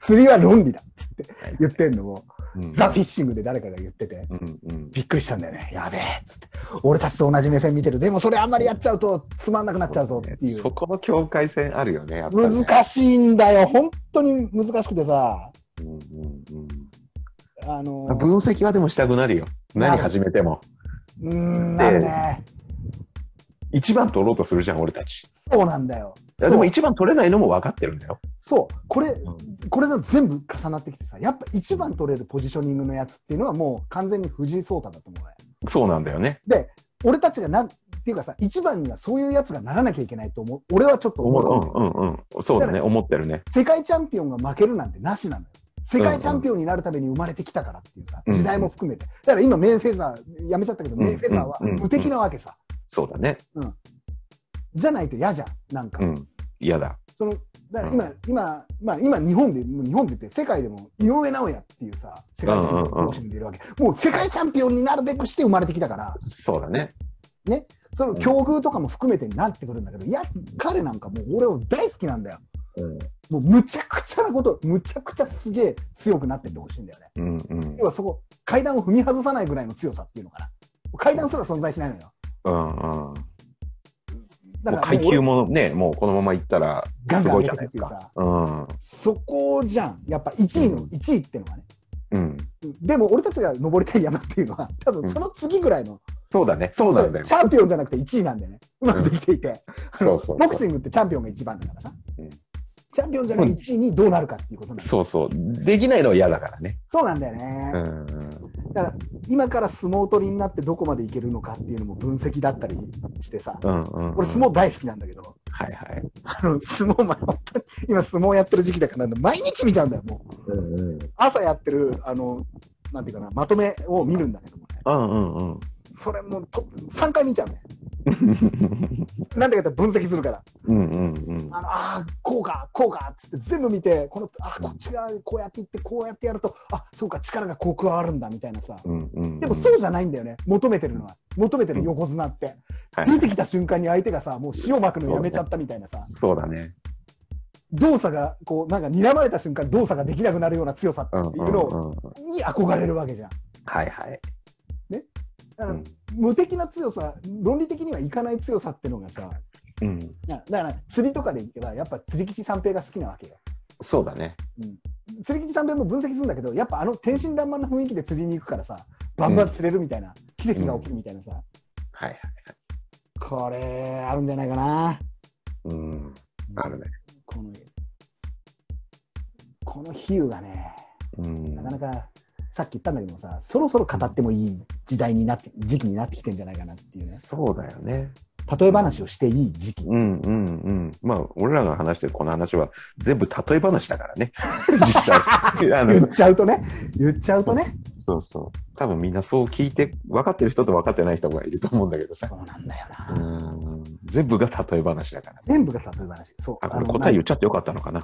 Speaker 1: 釣りは論理だって言ってんのを、
Speaker 2: うん
Speaker 1: ザ・フィッシングで誰かが言ってて、
Speaker 2: うんうん
Speaker 1: びっくりしたんだよね。やべえっつって。俺たちと同じ目線見てる。でもそれあんまりやっちゃうとつまんなくなっちゃうぞっていう
Speaker 2: そ。この境界線あるよね、やっぱり、ね。
Speaker 1: 難しいんだよ。本当に難しくてさ。
Speaker 2: うんうん
Speaker 1: あの
Speaker 2: うん、分析はでもしたくなるよ。何始めても。
Speaker 1: うーん、なるね。
Speaker 2: 一番取ろうとするじゃん、俺たち。い
Speaker 1: そうなんだよ。
Speaker 2: や
Speaker 1: そう
Speaker 2: でも一番取れないのも分かってるんだよ。
Speaker 1: そう。これ、
Speaker 2: うん
Speaker 1: これが全部重なってきてさ、やっぱ一番取れるポジショニングのやつっていうのはもう完全に藤井聡太だと思うのよ
Speaker 2: そうなんだよね。
Speaker 1: で、俺たちがなん、っていうかさ、一番にはそういうやつがならなきゃいけないと思う。俺はちょっと
Speaker 2: 思
Speaker 1: 思う。
Speaker 2: ううんうんうん。そうだね、思ってるね。
Speaker 1: 世界チャンピオンが負けるなんてなしなのよ。世界チャンピオンになるために生まれてきたからっていうさ、
Speaker 2: うん
Speaker 1: 時代も含めて。だから今、メンフェザー、やめちゃったけど、
Speaker 2: うん
Speaker 1: メンフェザーは無敵なわけさ。
Speaker 2: そうだね。
Speaker 1: じゃないと嫌じゃん、なんか。
Speaker 2: うん。嫌だ。
Speaker 1: そのだから今、
Speaker 2: うん
Speaker 1: 今、まあ、今日本で、もう日本でって、世界でも井上尚弥っていうさ、世界チャンピオンの選手もいるわけ、もう世界チャンピオンになるべくして生まれてきたから、
Speaker 2: そうだね。
Speaker 1: その境遇とかも含めてになってくるんだけど、いや、彼なんかもう俺を大好きなんだよ。
Speaker 2: うん
Speaker 1: もうむちゃくちゃなこと、むちゃくちゃすげえ強くなってってほしいんだよね。
Speaker 2: うんうん
Speaker 1: 要はそこ、階段を踏み外さないぐらいの強さっていうのかな。階段すら存在しないのよ。
Speaker 2: うんうん。
Speaker 1: だ
Speaker 2: もう
Speaker 1: から、
Speaker 2: 階級もね、もうこのままいったら
Speaker 1: ガン
Speaker 2: す
Speaker 1: ガン
Speaker 2: ご
Speaker 1: 上
Speaker 2: い
Speaker 1: げ
Speaker 2: じ
Speaker 1: て
Speaker 2: ゃな
Speaker 1: くって
Speaker 2: いです
Speaker 1: いう
Speaker 2: か。
Speaker 1: さ、
Speaker 2: うん。
Speaker 1: そこじゃん。やっぱ1位の、
Speaker 2: うん
Speaker 1: 1位ってのはね。
Speaker 2: うん。
Speaker 1: でも俺たちが登りたい山っていうのは、多分その次ぐらいの、
Speaker 2: そうだね。そうなんだよ
Speaker 1: チ。ャンピオンじゃなくて1位なんだよね。うまくできていて。
Speaker 2: そうそう
Speaker 1: ボクシングってチャンピオンが一番だからさ。
Speaker 2: うん
Speaker 1: チャンピオンじゃない1位にどうなるかっていうことなんだよ
Speaker 2: そうそう。できないのは嫌だからね。
Speaker 1: そうなんだよね
Speaker 2: う。んうん。
Speaker 1: だから今から相撲取りになってどこまでいけるのかっていうのも分析だったりしてさ。
Speaker 2: うんうんうん。
Speaker 1: 俺相撲大好きなんだけど、
Speaker 2: はいはい。
Speaker 1: あの相撲前、本当に今相撲やってる時期だから、毎日見ちゃうんだよ、もう。
Speaker 2: うんうん。
Speaker 1: 朝やってる、あの、なんていうかな、まとめを見るんだけどもね。
Speaker 2: うんうんうん。
Speaker 1: それもうと3回見ちゃうね。なんでかって分析するから。
Speaker 2: うんうんうん。
Speaker 1: あのあー、こうか、こうかっつって全部見て、この、あー、こっち側にこうやっていって、こうやってやると、あ、そうか、力がこう加わるんだ、みたいなさ。
Speaker 2: うんうんうん
Speaker 1: でもそうじゃないんだよね、求めてるのは。求めてる横綱って。
Speaker 2: はい
Speaker 1: 出てきた瞬間に相手がさ、もう塩まくのやめちゃったみたいなさ。
Speaker 2: そうだね。
Speaker 1: 動作がこうなんか睨まれた瞬間動作ができなくなるような強さ
Speaker 2: うん
Speaker 1: っていううの
Speaker 2: んうん。
Speaker 1: に憧れるわけじゃん。
Speaker 2: はいはい。
Speaker 1: だか
Speaker 2: う
Speaker 1: ら
Speaker 2: ん
Speaker 1: 無敵な強さ論理的にはいかない強さってのがさ
Speaker 2: うん。
Speaker 1: なだから釣りとかで言ってはやっぱ釣り吉三平が好きなわけよ。
Speaker 2: そうだね。
Speaker 1: 釣り吉三平も分析するんだけどやっぱあの天真爛漫な雰囲気で釣りに行くからさバンバン釣れるみたいな、奇跡が起きるみたいなさ
Speaker 2: はいはい。
Speaker 1: これあるんじゃないかな。
Speaker 2: うん。あるね。
Speaker 1: このこの比喩がね
Speaker 2: うん
Speaker 1: なかなかさっき言ったんだけどもさ、そろそろ語ってもいい時代になって、時期になってきてんじゃないかなっていうね、
Speaker 2: そうだよね。
Speaker 1: 例え話をしていい時期。
Speaker 2: うんうんうん。まあ、俺らが話してるこの話は全部例え話だから ね。実際。あ
Speaker 1: 言っ
Speaker 2: の、
Speaker 1: ちゃうとね、言っちゃうとね、
Speaker 2: そうそう。多分みんなそう聞いて、分かってる人と分かってない人がいると思うんだけどさ
Speaker 1: そ。うなんだよ
Speaker 2: う
Speaker 1: な。
Speaker 2: ん。全部が例え話だから。
Speaker 1: 全部が例え話。そう。
Speaker 2: あ、こ
Speaker 1: あ
Speaker 2: れ
Speaker 1: の
Speaker 2: 答え言っちゃってよかったのかな。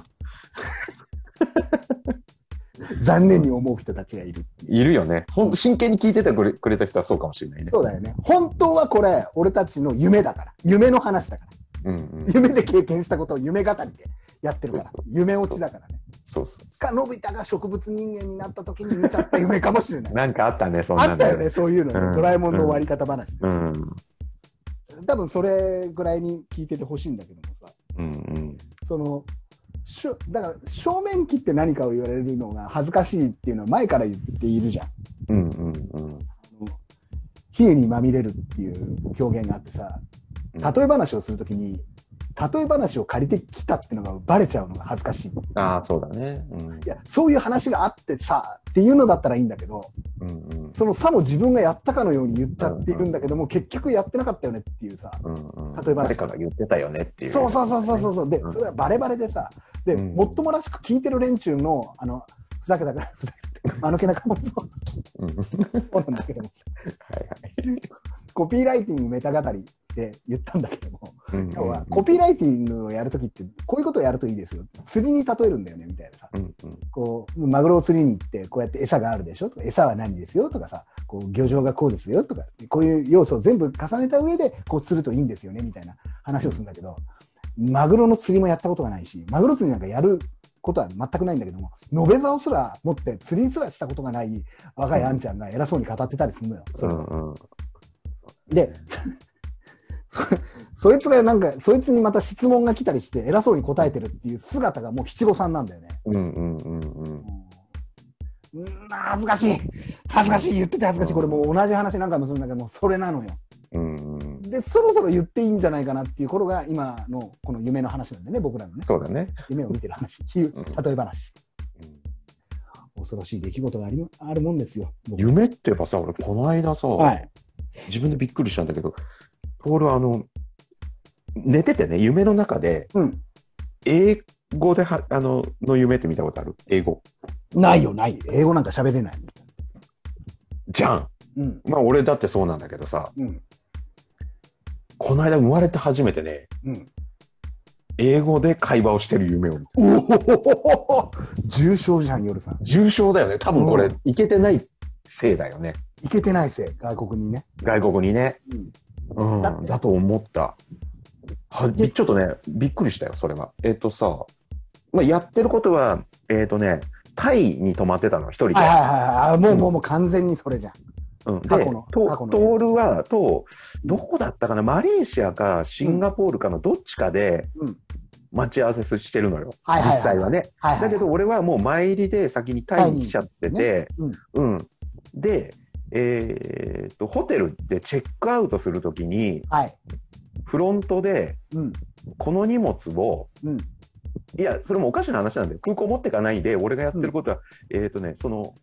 Speaker 1: 残念に思う人たちがいる。
Speaker 2: いるよね。ほん真剣に聞いててくれくれた人はそうかもしれないね。
Speaker 1: そうだよね。本当はこれ、俺たちの夢だから。夢の話だから。
Speaker 2: うんうん。
Speaker 1: 夢で経験したことを夢語りでやってるから
Speaker 2: そうそ。
Speaker 1: 夢落ちだからね。
Speaker 2: そうそうそ
Speaker 1: か、のび太が植物人間になった時に見ちゃった夢かもしれな
Speaker 2: う。
Speaker 1: い。
Speaker 2: なんかあった ね、そんな
Speaker 1: あ
Speaker 2: の
Speaker 1: ったよね、。そういうのね。
Speaker 2: うん
Speaker 1: ドラえもんの終わり方話。
Speaker 2: うん。
Speaker 1: 多分それぐらいに聞いててほしいんだけどもさ
Speaker 2: うんうん。
Speaker 1: そのしょだから正面切って何かを言われるのが恥ずかしいっていうのは前から言っているじゃん。あ
Speaker 2: うんうんうん。
Speaker 1: の比喩にまみれるっていう表現があってさ例え話をするときに例え話を借りてきたっていうのがバレちゃうのが恥ずかしい。い
Speaker 2: ああ、そうだね。うん。
Speaker 1: やそういう話があってさっていうのだったらいいんだけど
Speaker 2: うんうん。
Speaker 1: そのさも自分がやったかのように言っちゃっているんだけども結局やってなかったよねっていうさ
Speaker 2: うんうん、
Speaker 1: 例えば
Speaker 2: 誰かが言ってたよねっていう。
Speaker 1: そうそうそうそうそうそうで
Speaker 2: うん
Speaker 1: それはバレバレでさで、
Speaker 2: うん
Speaker 1: もっともらしく聞いてる連中のあのふざけたかふざけた間抜けな顔もそう
Speaker 2: うん。はい
Speaker 1: そうなんだけども
Speaker 2: はい。
Speaker 1: コピーライティングメタ語りって言ったんだけども
Speaker 2: うん
Speaker 1: 要はコピーライティングをやるときってこういうことをやるといいですよ釣りに例えるんだよねみたいなさ
Speaker 2: うんうん
Speaker 1: こうマグロを釣りに行ってこうやって餌があるでしょとか餌は何ですよとかさこう漁場がこうですよとかこういう要素を全部重ねた上でこう釣るといいんですよねみたいな話をするんだけどマグロの釣りもやったことがないしマグロ釣りなんかやることは全くないんだけども延べ竿すら持って釣りにすらしたことがない若いあんちゃんが偉そうに語ってたりするのよ。それ
Speaker 2: うんうん
Speaker 1: で、そそいつがなんか、そいつにまた質問が来たりして、偉そうに答えてるっていう姿がもう七五三なんだよね。
Speaker 2: うんうんうんうん
Speaker 1: うん、うん恥ずかしい、恥ずかしい、言ってて恥ずかしい、これもう同じ話何回もするんだけど、もうそれなのよ。
Speaker 2: うんうん
Speaker 1: で、そろそろ言っていいんじゃないかなっていう頃が、今のこの夢の話なんでね、僕らのね、
Speaker 2: そうだね。
Speaker 1: 夢を見てる話、 比喩例え話、恐ろしい出来事がありあるもんですよ。僕
Speaker 2: 夢ってばさ、俺、この間さ、
Speaker 1: はい、
Speaker 2: 自分でびっくりしたんだけど、俺はあの、寝ててね、夢の中で、
Speaker 1: うん、
Speaker 2: 英語では、あの、の夢って見たことある英語。
Speaker 1: ないよ、ない、英語なんか喋れない。
Speaker 2: じゃん
Speaker 1: うん、
Speaker 2: まあ、俺だってそうなんだけどさ、
Speaker 1: うん、
Speaker 2: この間生まれて初めてね、
Speaker 1: うん。
Speaker 2: 英語で会話をしてる夢を見た。
Speaker 1: おお重症じゃん、夜さん。
Speaker 2: 重症だよね。多分こ
Speaker 1: う
Speaker 2: れ
Speaker 1: ん、
Speaker 2: いけてないせいだよね。
Speaker 1: いけてないせい、外国にね。
Speaker 2: 外国にね。
Speaker 1: うん
Speaker 2: うん
Speaker 1: だって
Speaker 2: だと思ったはびちょっとねびっくりしたよそれはえっ、とさ、まあ、やってることはえっ、とねタイに泊まってたの一人で,、
Speaker 1: はいはいはいはいあ。もう、
Speaker 2: うん
Speaker 1: もう、もう完全にそれじゃん。
Speaker 2: うん、で
Speaker 1: 過去の
Speaker 2: と
Speaker 1: 過去の
Speaker 2: トールはとどこだったかなマレーシアかシンガポールかのどっちかで
Speaker 1: うん。
Speaker 2: 待ち合わせしてるのよ、
Speaker 1: はいはいはい
Speaker 2: 実際はね、
Speaker 1: はいはい。
Speaker 2: だけど、俺はもう前入りで先にタイに来ちゃってて、
Speaker 1: タイに
Speaker 2: うんでえー、とホテルでチェックアウトするときに
Speaker 1: はい。
Speaker 2: フロントで
Speaker 1: うん。
Speaker 2: この荷物を
Speaker 1: うん。
Speaker 2: いや、それもおかしな話なんだよ。空港持ってかないで、俺がやってることは、えっ、とね、その、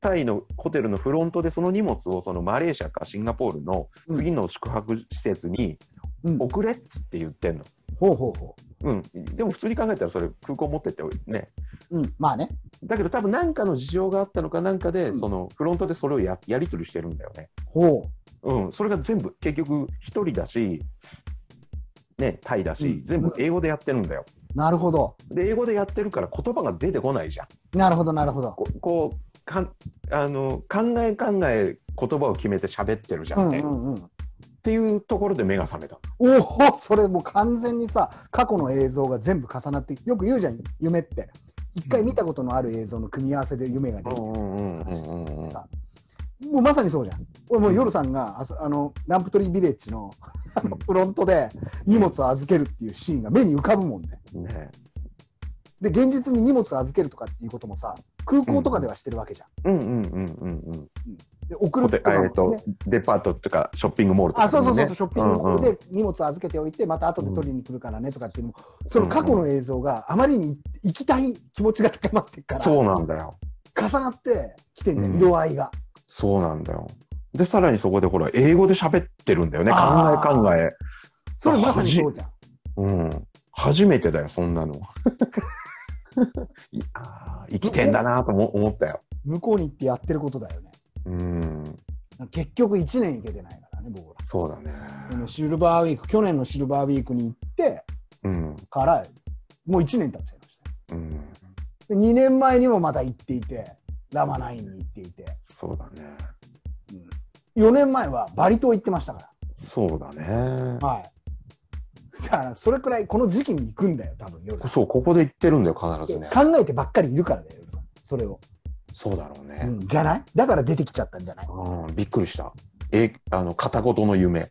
Speaker 2: タイのホテルのフロントでその荷物をそのマレーシアかシンガポールの
Speaker 1: うん
Speaker 2: 次の宿泊施設に
Speaker 1: うん。
Speaker 2: 送れっつって言ってんの。
Speaker 1: ほうほうほ
Speaker 2: うん。でも普通に考えたらそれ空港持ってってね。
Speaker 1: う。うん。まあね。
Speaker 2: だけど多分何かの事情があったのかなんかで、
Speaker 1: うん
Speaker 2: そのフロントでそれをややり取りしてるんだよね。
Speaker 1: ほ
Speaker 2: うん。それが全部結局一人だし、ね、タイだし、
Speaker 1: うん
Speaker 2: 全部英語でやってるんだよ。
Speaker 1: う。なるほど。
Speaker 2: で、英語でやってるから言葉が出てこないじゃん。
Speaker 1: なるほど、なるほど。
Speaker 2: ここうかんあの考え考え言葉を決めて喋ってるじ
Speaker 1: う
Speaker 2: ゃん
Speaker 1: ん
Speaker 2: ね、
Speaker 1: う
Speaker 2: っ
Speaker 1: んうん。
Speaker 2: ていうところで目が覚めた
Speaker 1: おお、それもう完全にさ、過去の映像が全部重なって、よく言うじゃん、夢って。一回見たことのある映像の組み合わせで夢ができる。
Speaker 2: う
Speaker 1: もうまさにそうじゃん。俺もう夜さんがあそあのランプトリービレッジのあの
Speaker 2: うん
Speaker 1: フロントで荷物を預けるっていうシーンが目に浮かぶもんね。
Speaker 2: んね
Speaker 1: で、現実に荷物預けるとかっていうこともさ、空港とかではしてるわけじゃん。
Speaker 2: うんうんうんうん
Speaker 1: で、送る
Speaker 2: うん
Speaker 1: と
Speaker 2: で
Speaker 1: か
Speaker 2: え
Speaker 1: も
Speaker 2: っと
Speaker 1: ね。
Speaker 2: デパートとかショッピングモールとか
Speaker 1: あ、
Speaker 2: に
Speaker 1: そうそうそう
Speaker 2: ね
Speaker 1: そう、ショッピングモー
Speaker 2: うんう
Speaker 1: ル
Speaker 2: ん
Speaker 1: で荷物預けておいて、また後で取りに来るからねとかっていうのも、その過去の映像があまりに行きたい気持ちが高まってるか
Speaker 2: そうなんだよ
Speaker 1: ら、重なってきてんだよ、
Speaker 2: うん
Speaker 1: 色合いが。
Speaker 2: そうなんだよでさらにそこでほら英語で喋ってるんだよね考
Speaker 1: あ
Speaker 2: え
Speaker 1: ー
Speaker 2: 考え、
Speaker 1: それまさにそうじゃん。
Speaker 2: うん、初めてだよそんなの いあー生きてんだなとも思ったよ
Speaker 1: 向こうに行ってやってることだよね。
Speaker 2: うん
Speaker 1: 結局1年行けてないからね、僕ら。
Speaker 2: そうだね
Speaker 1: このシルバーウィーク、去年のシルバーウィークに行って
Speaker 2: うん
Speaker 1: から、もう1年経っちゃいました
Speaker 2: うん
Speaker 1: で。2年前にもまた行っていて、ラマナインに行っていて、
Speaker 2: そうだね。
Speaker 1: 4年前はバリ島行ってましたか
Speaker 2: そうだね。
Speaker 1: ら。はい。だから、それくらいこの時期に行くんだよ、多分夜さん
Speaker 2: そう、ここで言ってるんだよ、必ずね。
Speaker 1: 考えてばっかりいるからだよ、夜さんそれを。
Speaker 2: そうだろう
Speaker 1: う
Speaker 2: ね。
Speaker 1: ん、じゃないだから出てきちゃったんじゃ ない
Speaker 2: うん、びっくりした。え、あの、片言の夢。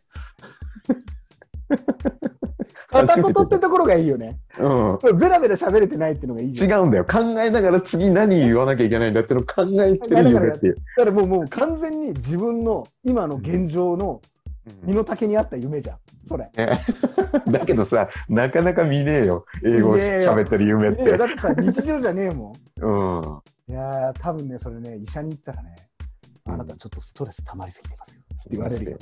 Speaker 1: 片言ってところがいいよね。
Speaker 2: うん。
Speaker 1: ベラベラ喋れてないっていうのがいい
Speaker 2: 違
Speaker 1: よね。
Speaker 2: うんだよ。考えながら次何言わなきゃいけないんだってのを考えてる夢っていう。
Speaker 1: だからもうもう完全に自分の今の現状の身の丈に合った夢じゃん、それ。
Speaker 2: うんだけどさ、なかなか見ねえよ。英語
Speaker 1: 見ねえよ
Speaker 2: 喋ってる夢っ
Speaker 1: いや
Speaker 2: て。
Speaker 1: だってさ、日常じゃねえも
Speaker 2: うん。
Speaker 1: ん。いやー、多分ね、それね、医者に行ったらね、
Speaker 2: うん
Speaker 1: あなたちょっとストレス溜まりすぎてますよ。って言われるよ。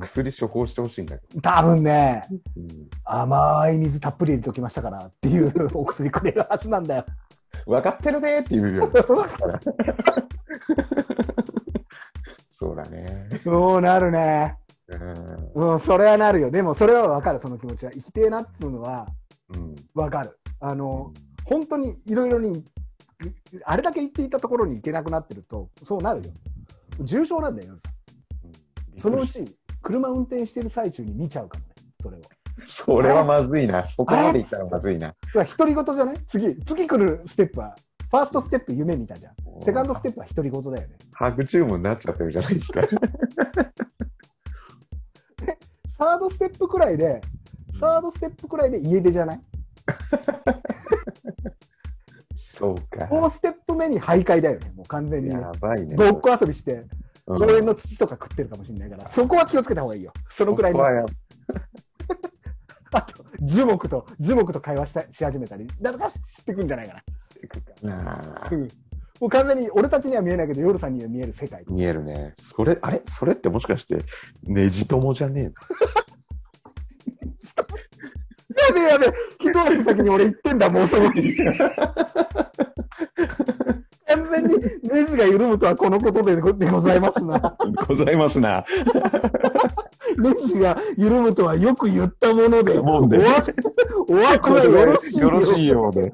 Speaker 2: 薬処方してほしいんだけ
Speaker 1: 多分ね、
Speaker 2: ど。うん
Speaker 1: 甘い水たっぷり入れておきましたからっていう お薬くれるはずなんだよ。
Speaker 2: 分かってるねって言うよ。そうだね。
Speaker 1: そうなるね。
Speaker 2: う
Speaker 1: うん、それはなるよ。でもそれはわかる、その気持ちは。生きてえなっつうのは
Speaker 2: ん。
Speaker 1: わかる。あの、
Speaker 2: う
Speaker 1: 本当にいろいろに、あれだけ行っていたところに行けなくなってると、そうなるよ。重症なんだよ、夜さん。
Speaker 2: ん
Speaker 1: そのうち、車運転してる最中に見ちゃうかもね、それを。
Speaker 2: それはまずいな。そこまでいったらまずいな。
Speaker 1: だから独り言じゃない次、次来るステップは、ファーストステップ夢見たじゃん。セカンドステップは独り言だよね。
Speaker 2: ハグチュームになっちゃってるじゃないですか。
Speaker 1: サードステップくらいで、サードステップくらいで家出じゃない
Speaker 2: そうか。
Speaker 1: 4ステップ目に徘徊だよね、もう完全にね。
Speaker 2: やばいね。
Speaker 1: ごっこ遊びして、
Speaker 2: うん
Speaker 1: 公園の土とか食ってるかもしれないから、そこは気をつけた方がいいよ。そのくらい
Speaker 2: こ
Speaker 1: の
Speaker 2: こは。や
Speaker 1: あと、樹木と、樹木と会話したし始めたり、なんとかしてくんじゃないかな。
Speaker 2: ってくかな
Speaker 1: う。ん。もう完全に俺たちには見えないけど、夜さんには見える世界。
Speaker 2: 見えるね。それ、あれそれってもしかして、ネジ友じゃねえの
Speaker 1: やべえやべえ、一足先に俺行ってんだ、もうその日。完全にネジが緩むとはこのことでごでございますな。
Speaker 2: ございますな。
Speaker 1: ネジが緩むとはよく言ったもので、
Speaker 2: もん
Speaker 1: お
Speaker 2: で
Speaker 1: わおわこはよろしい
Speaker 2: よろしいようで。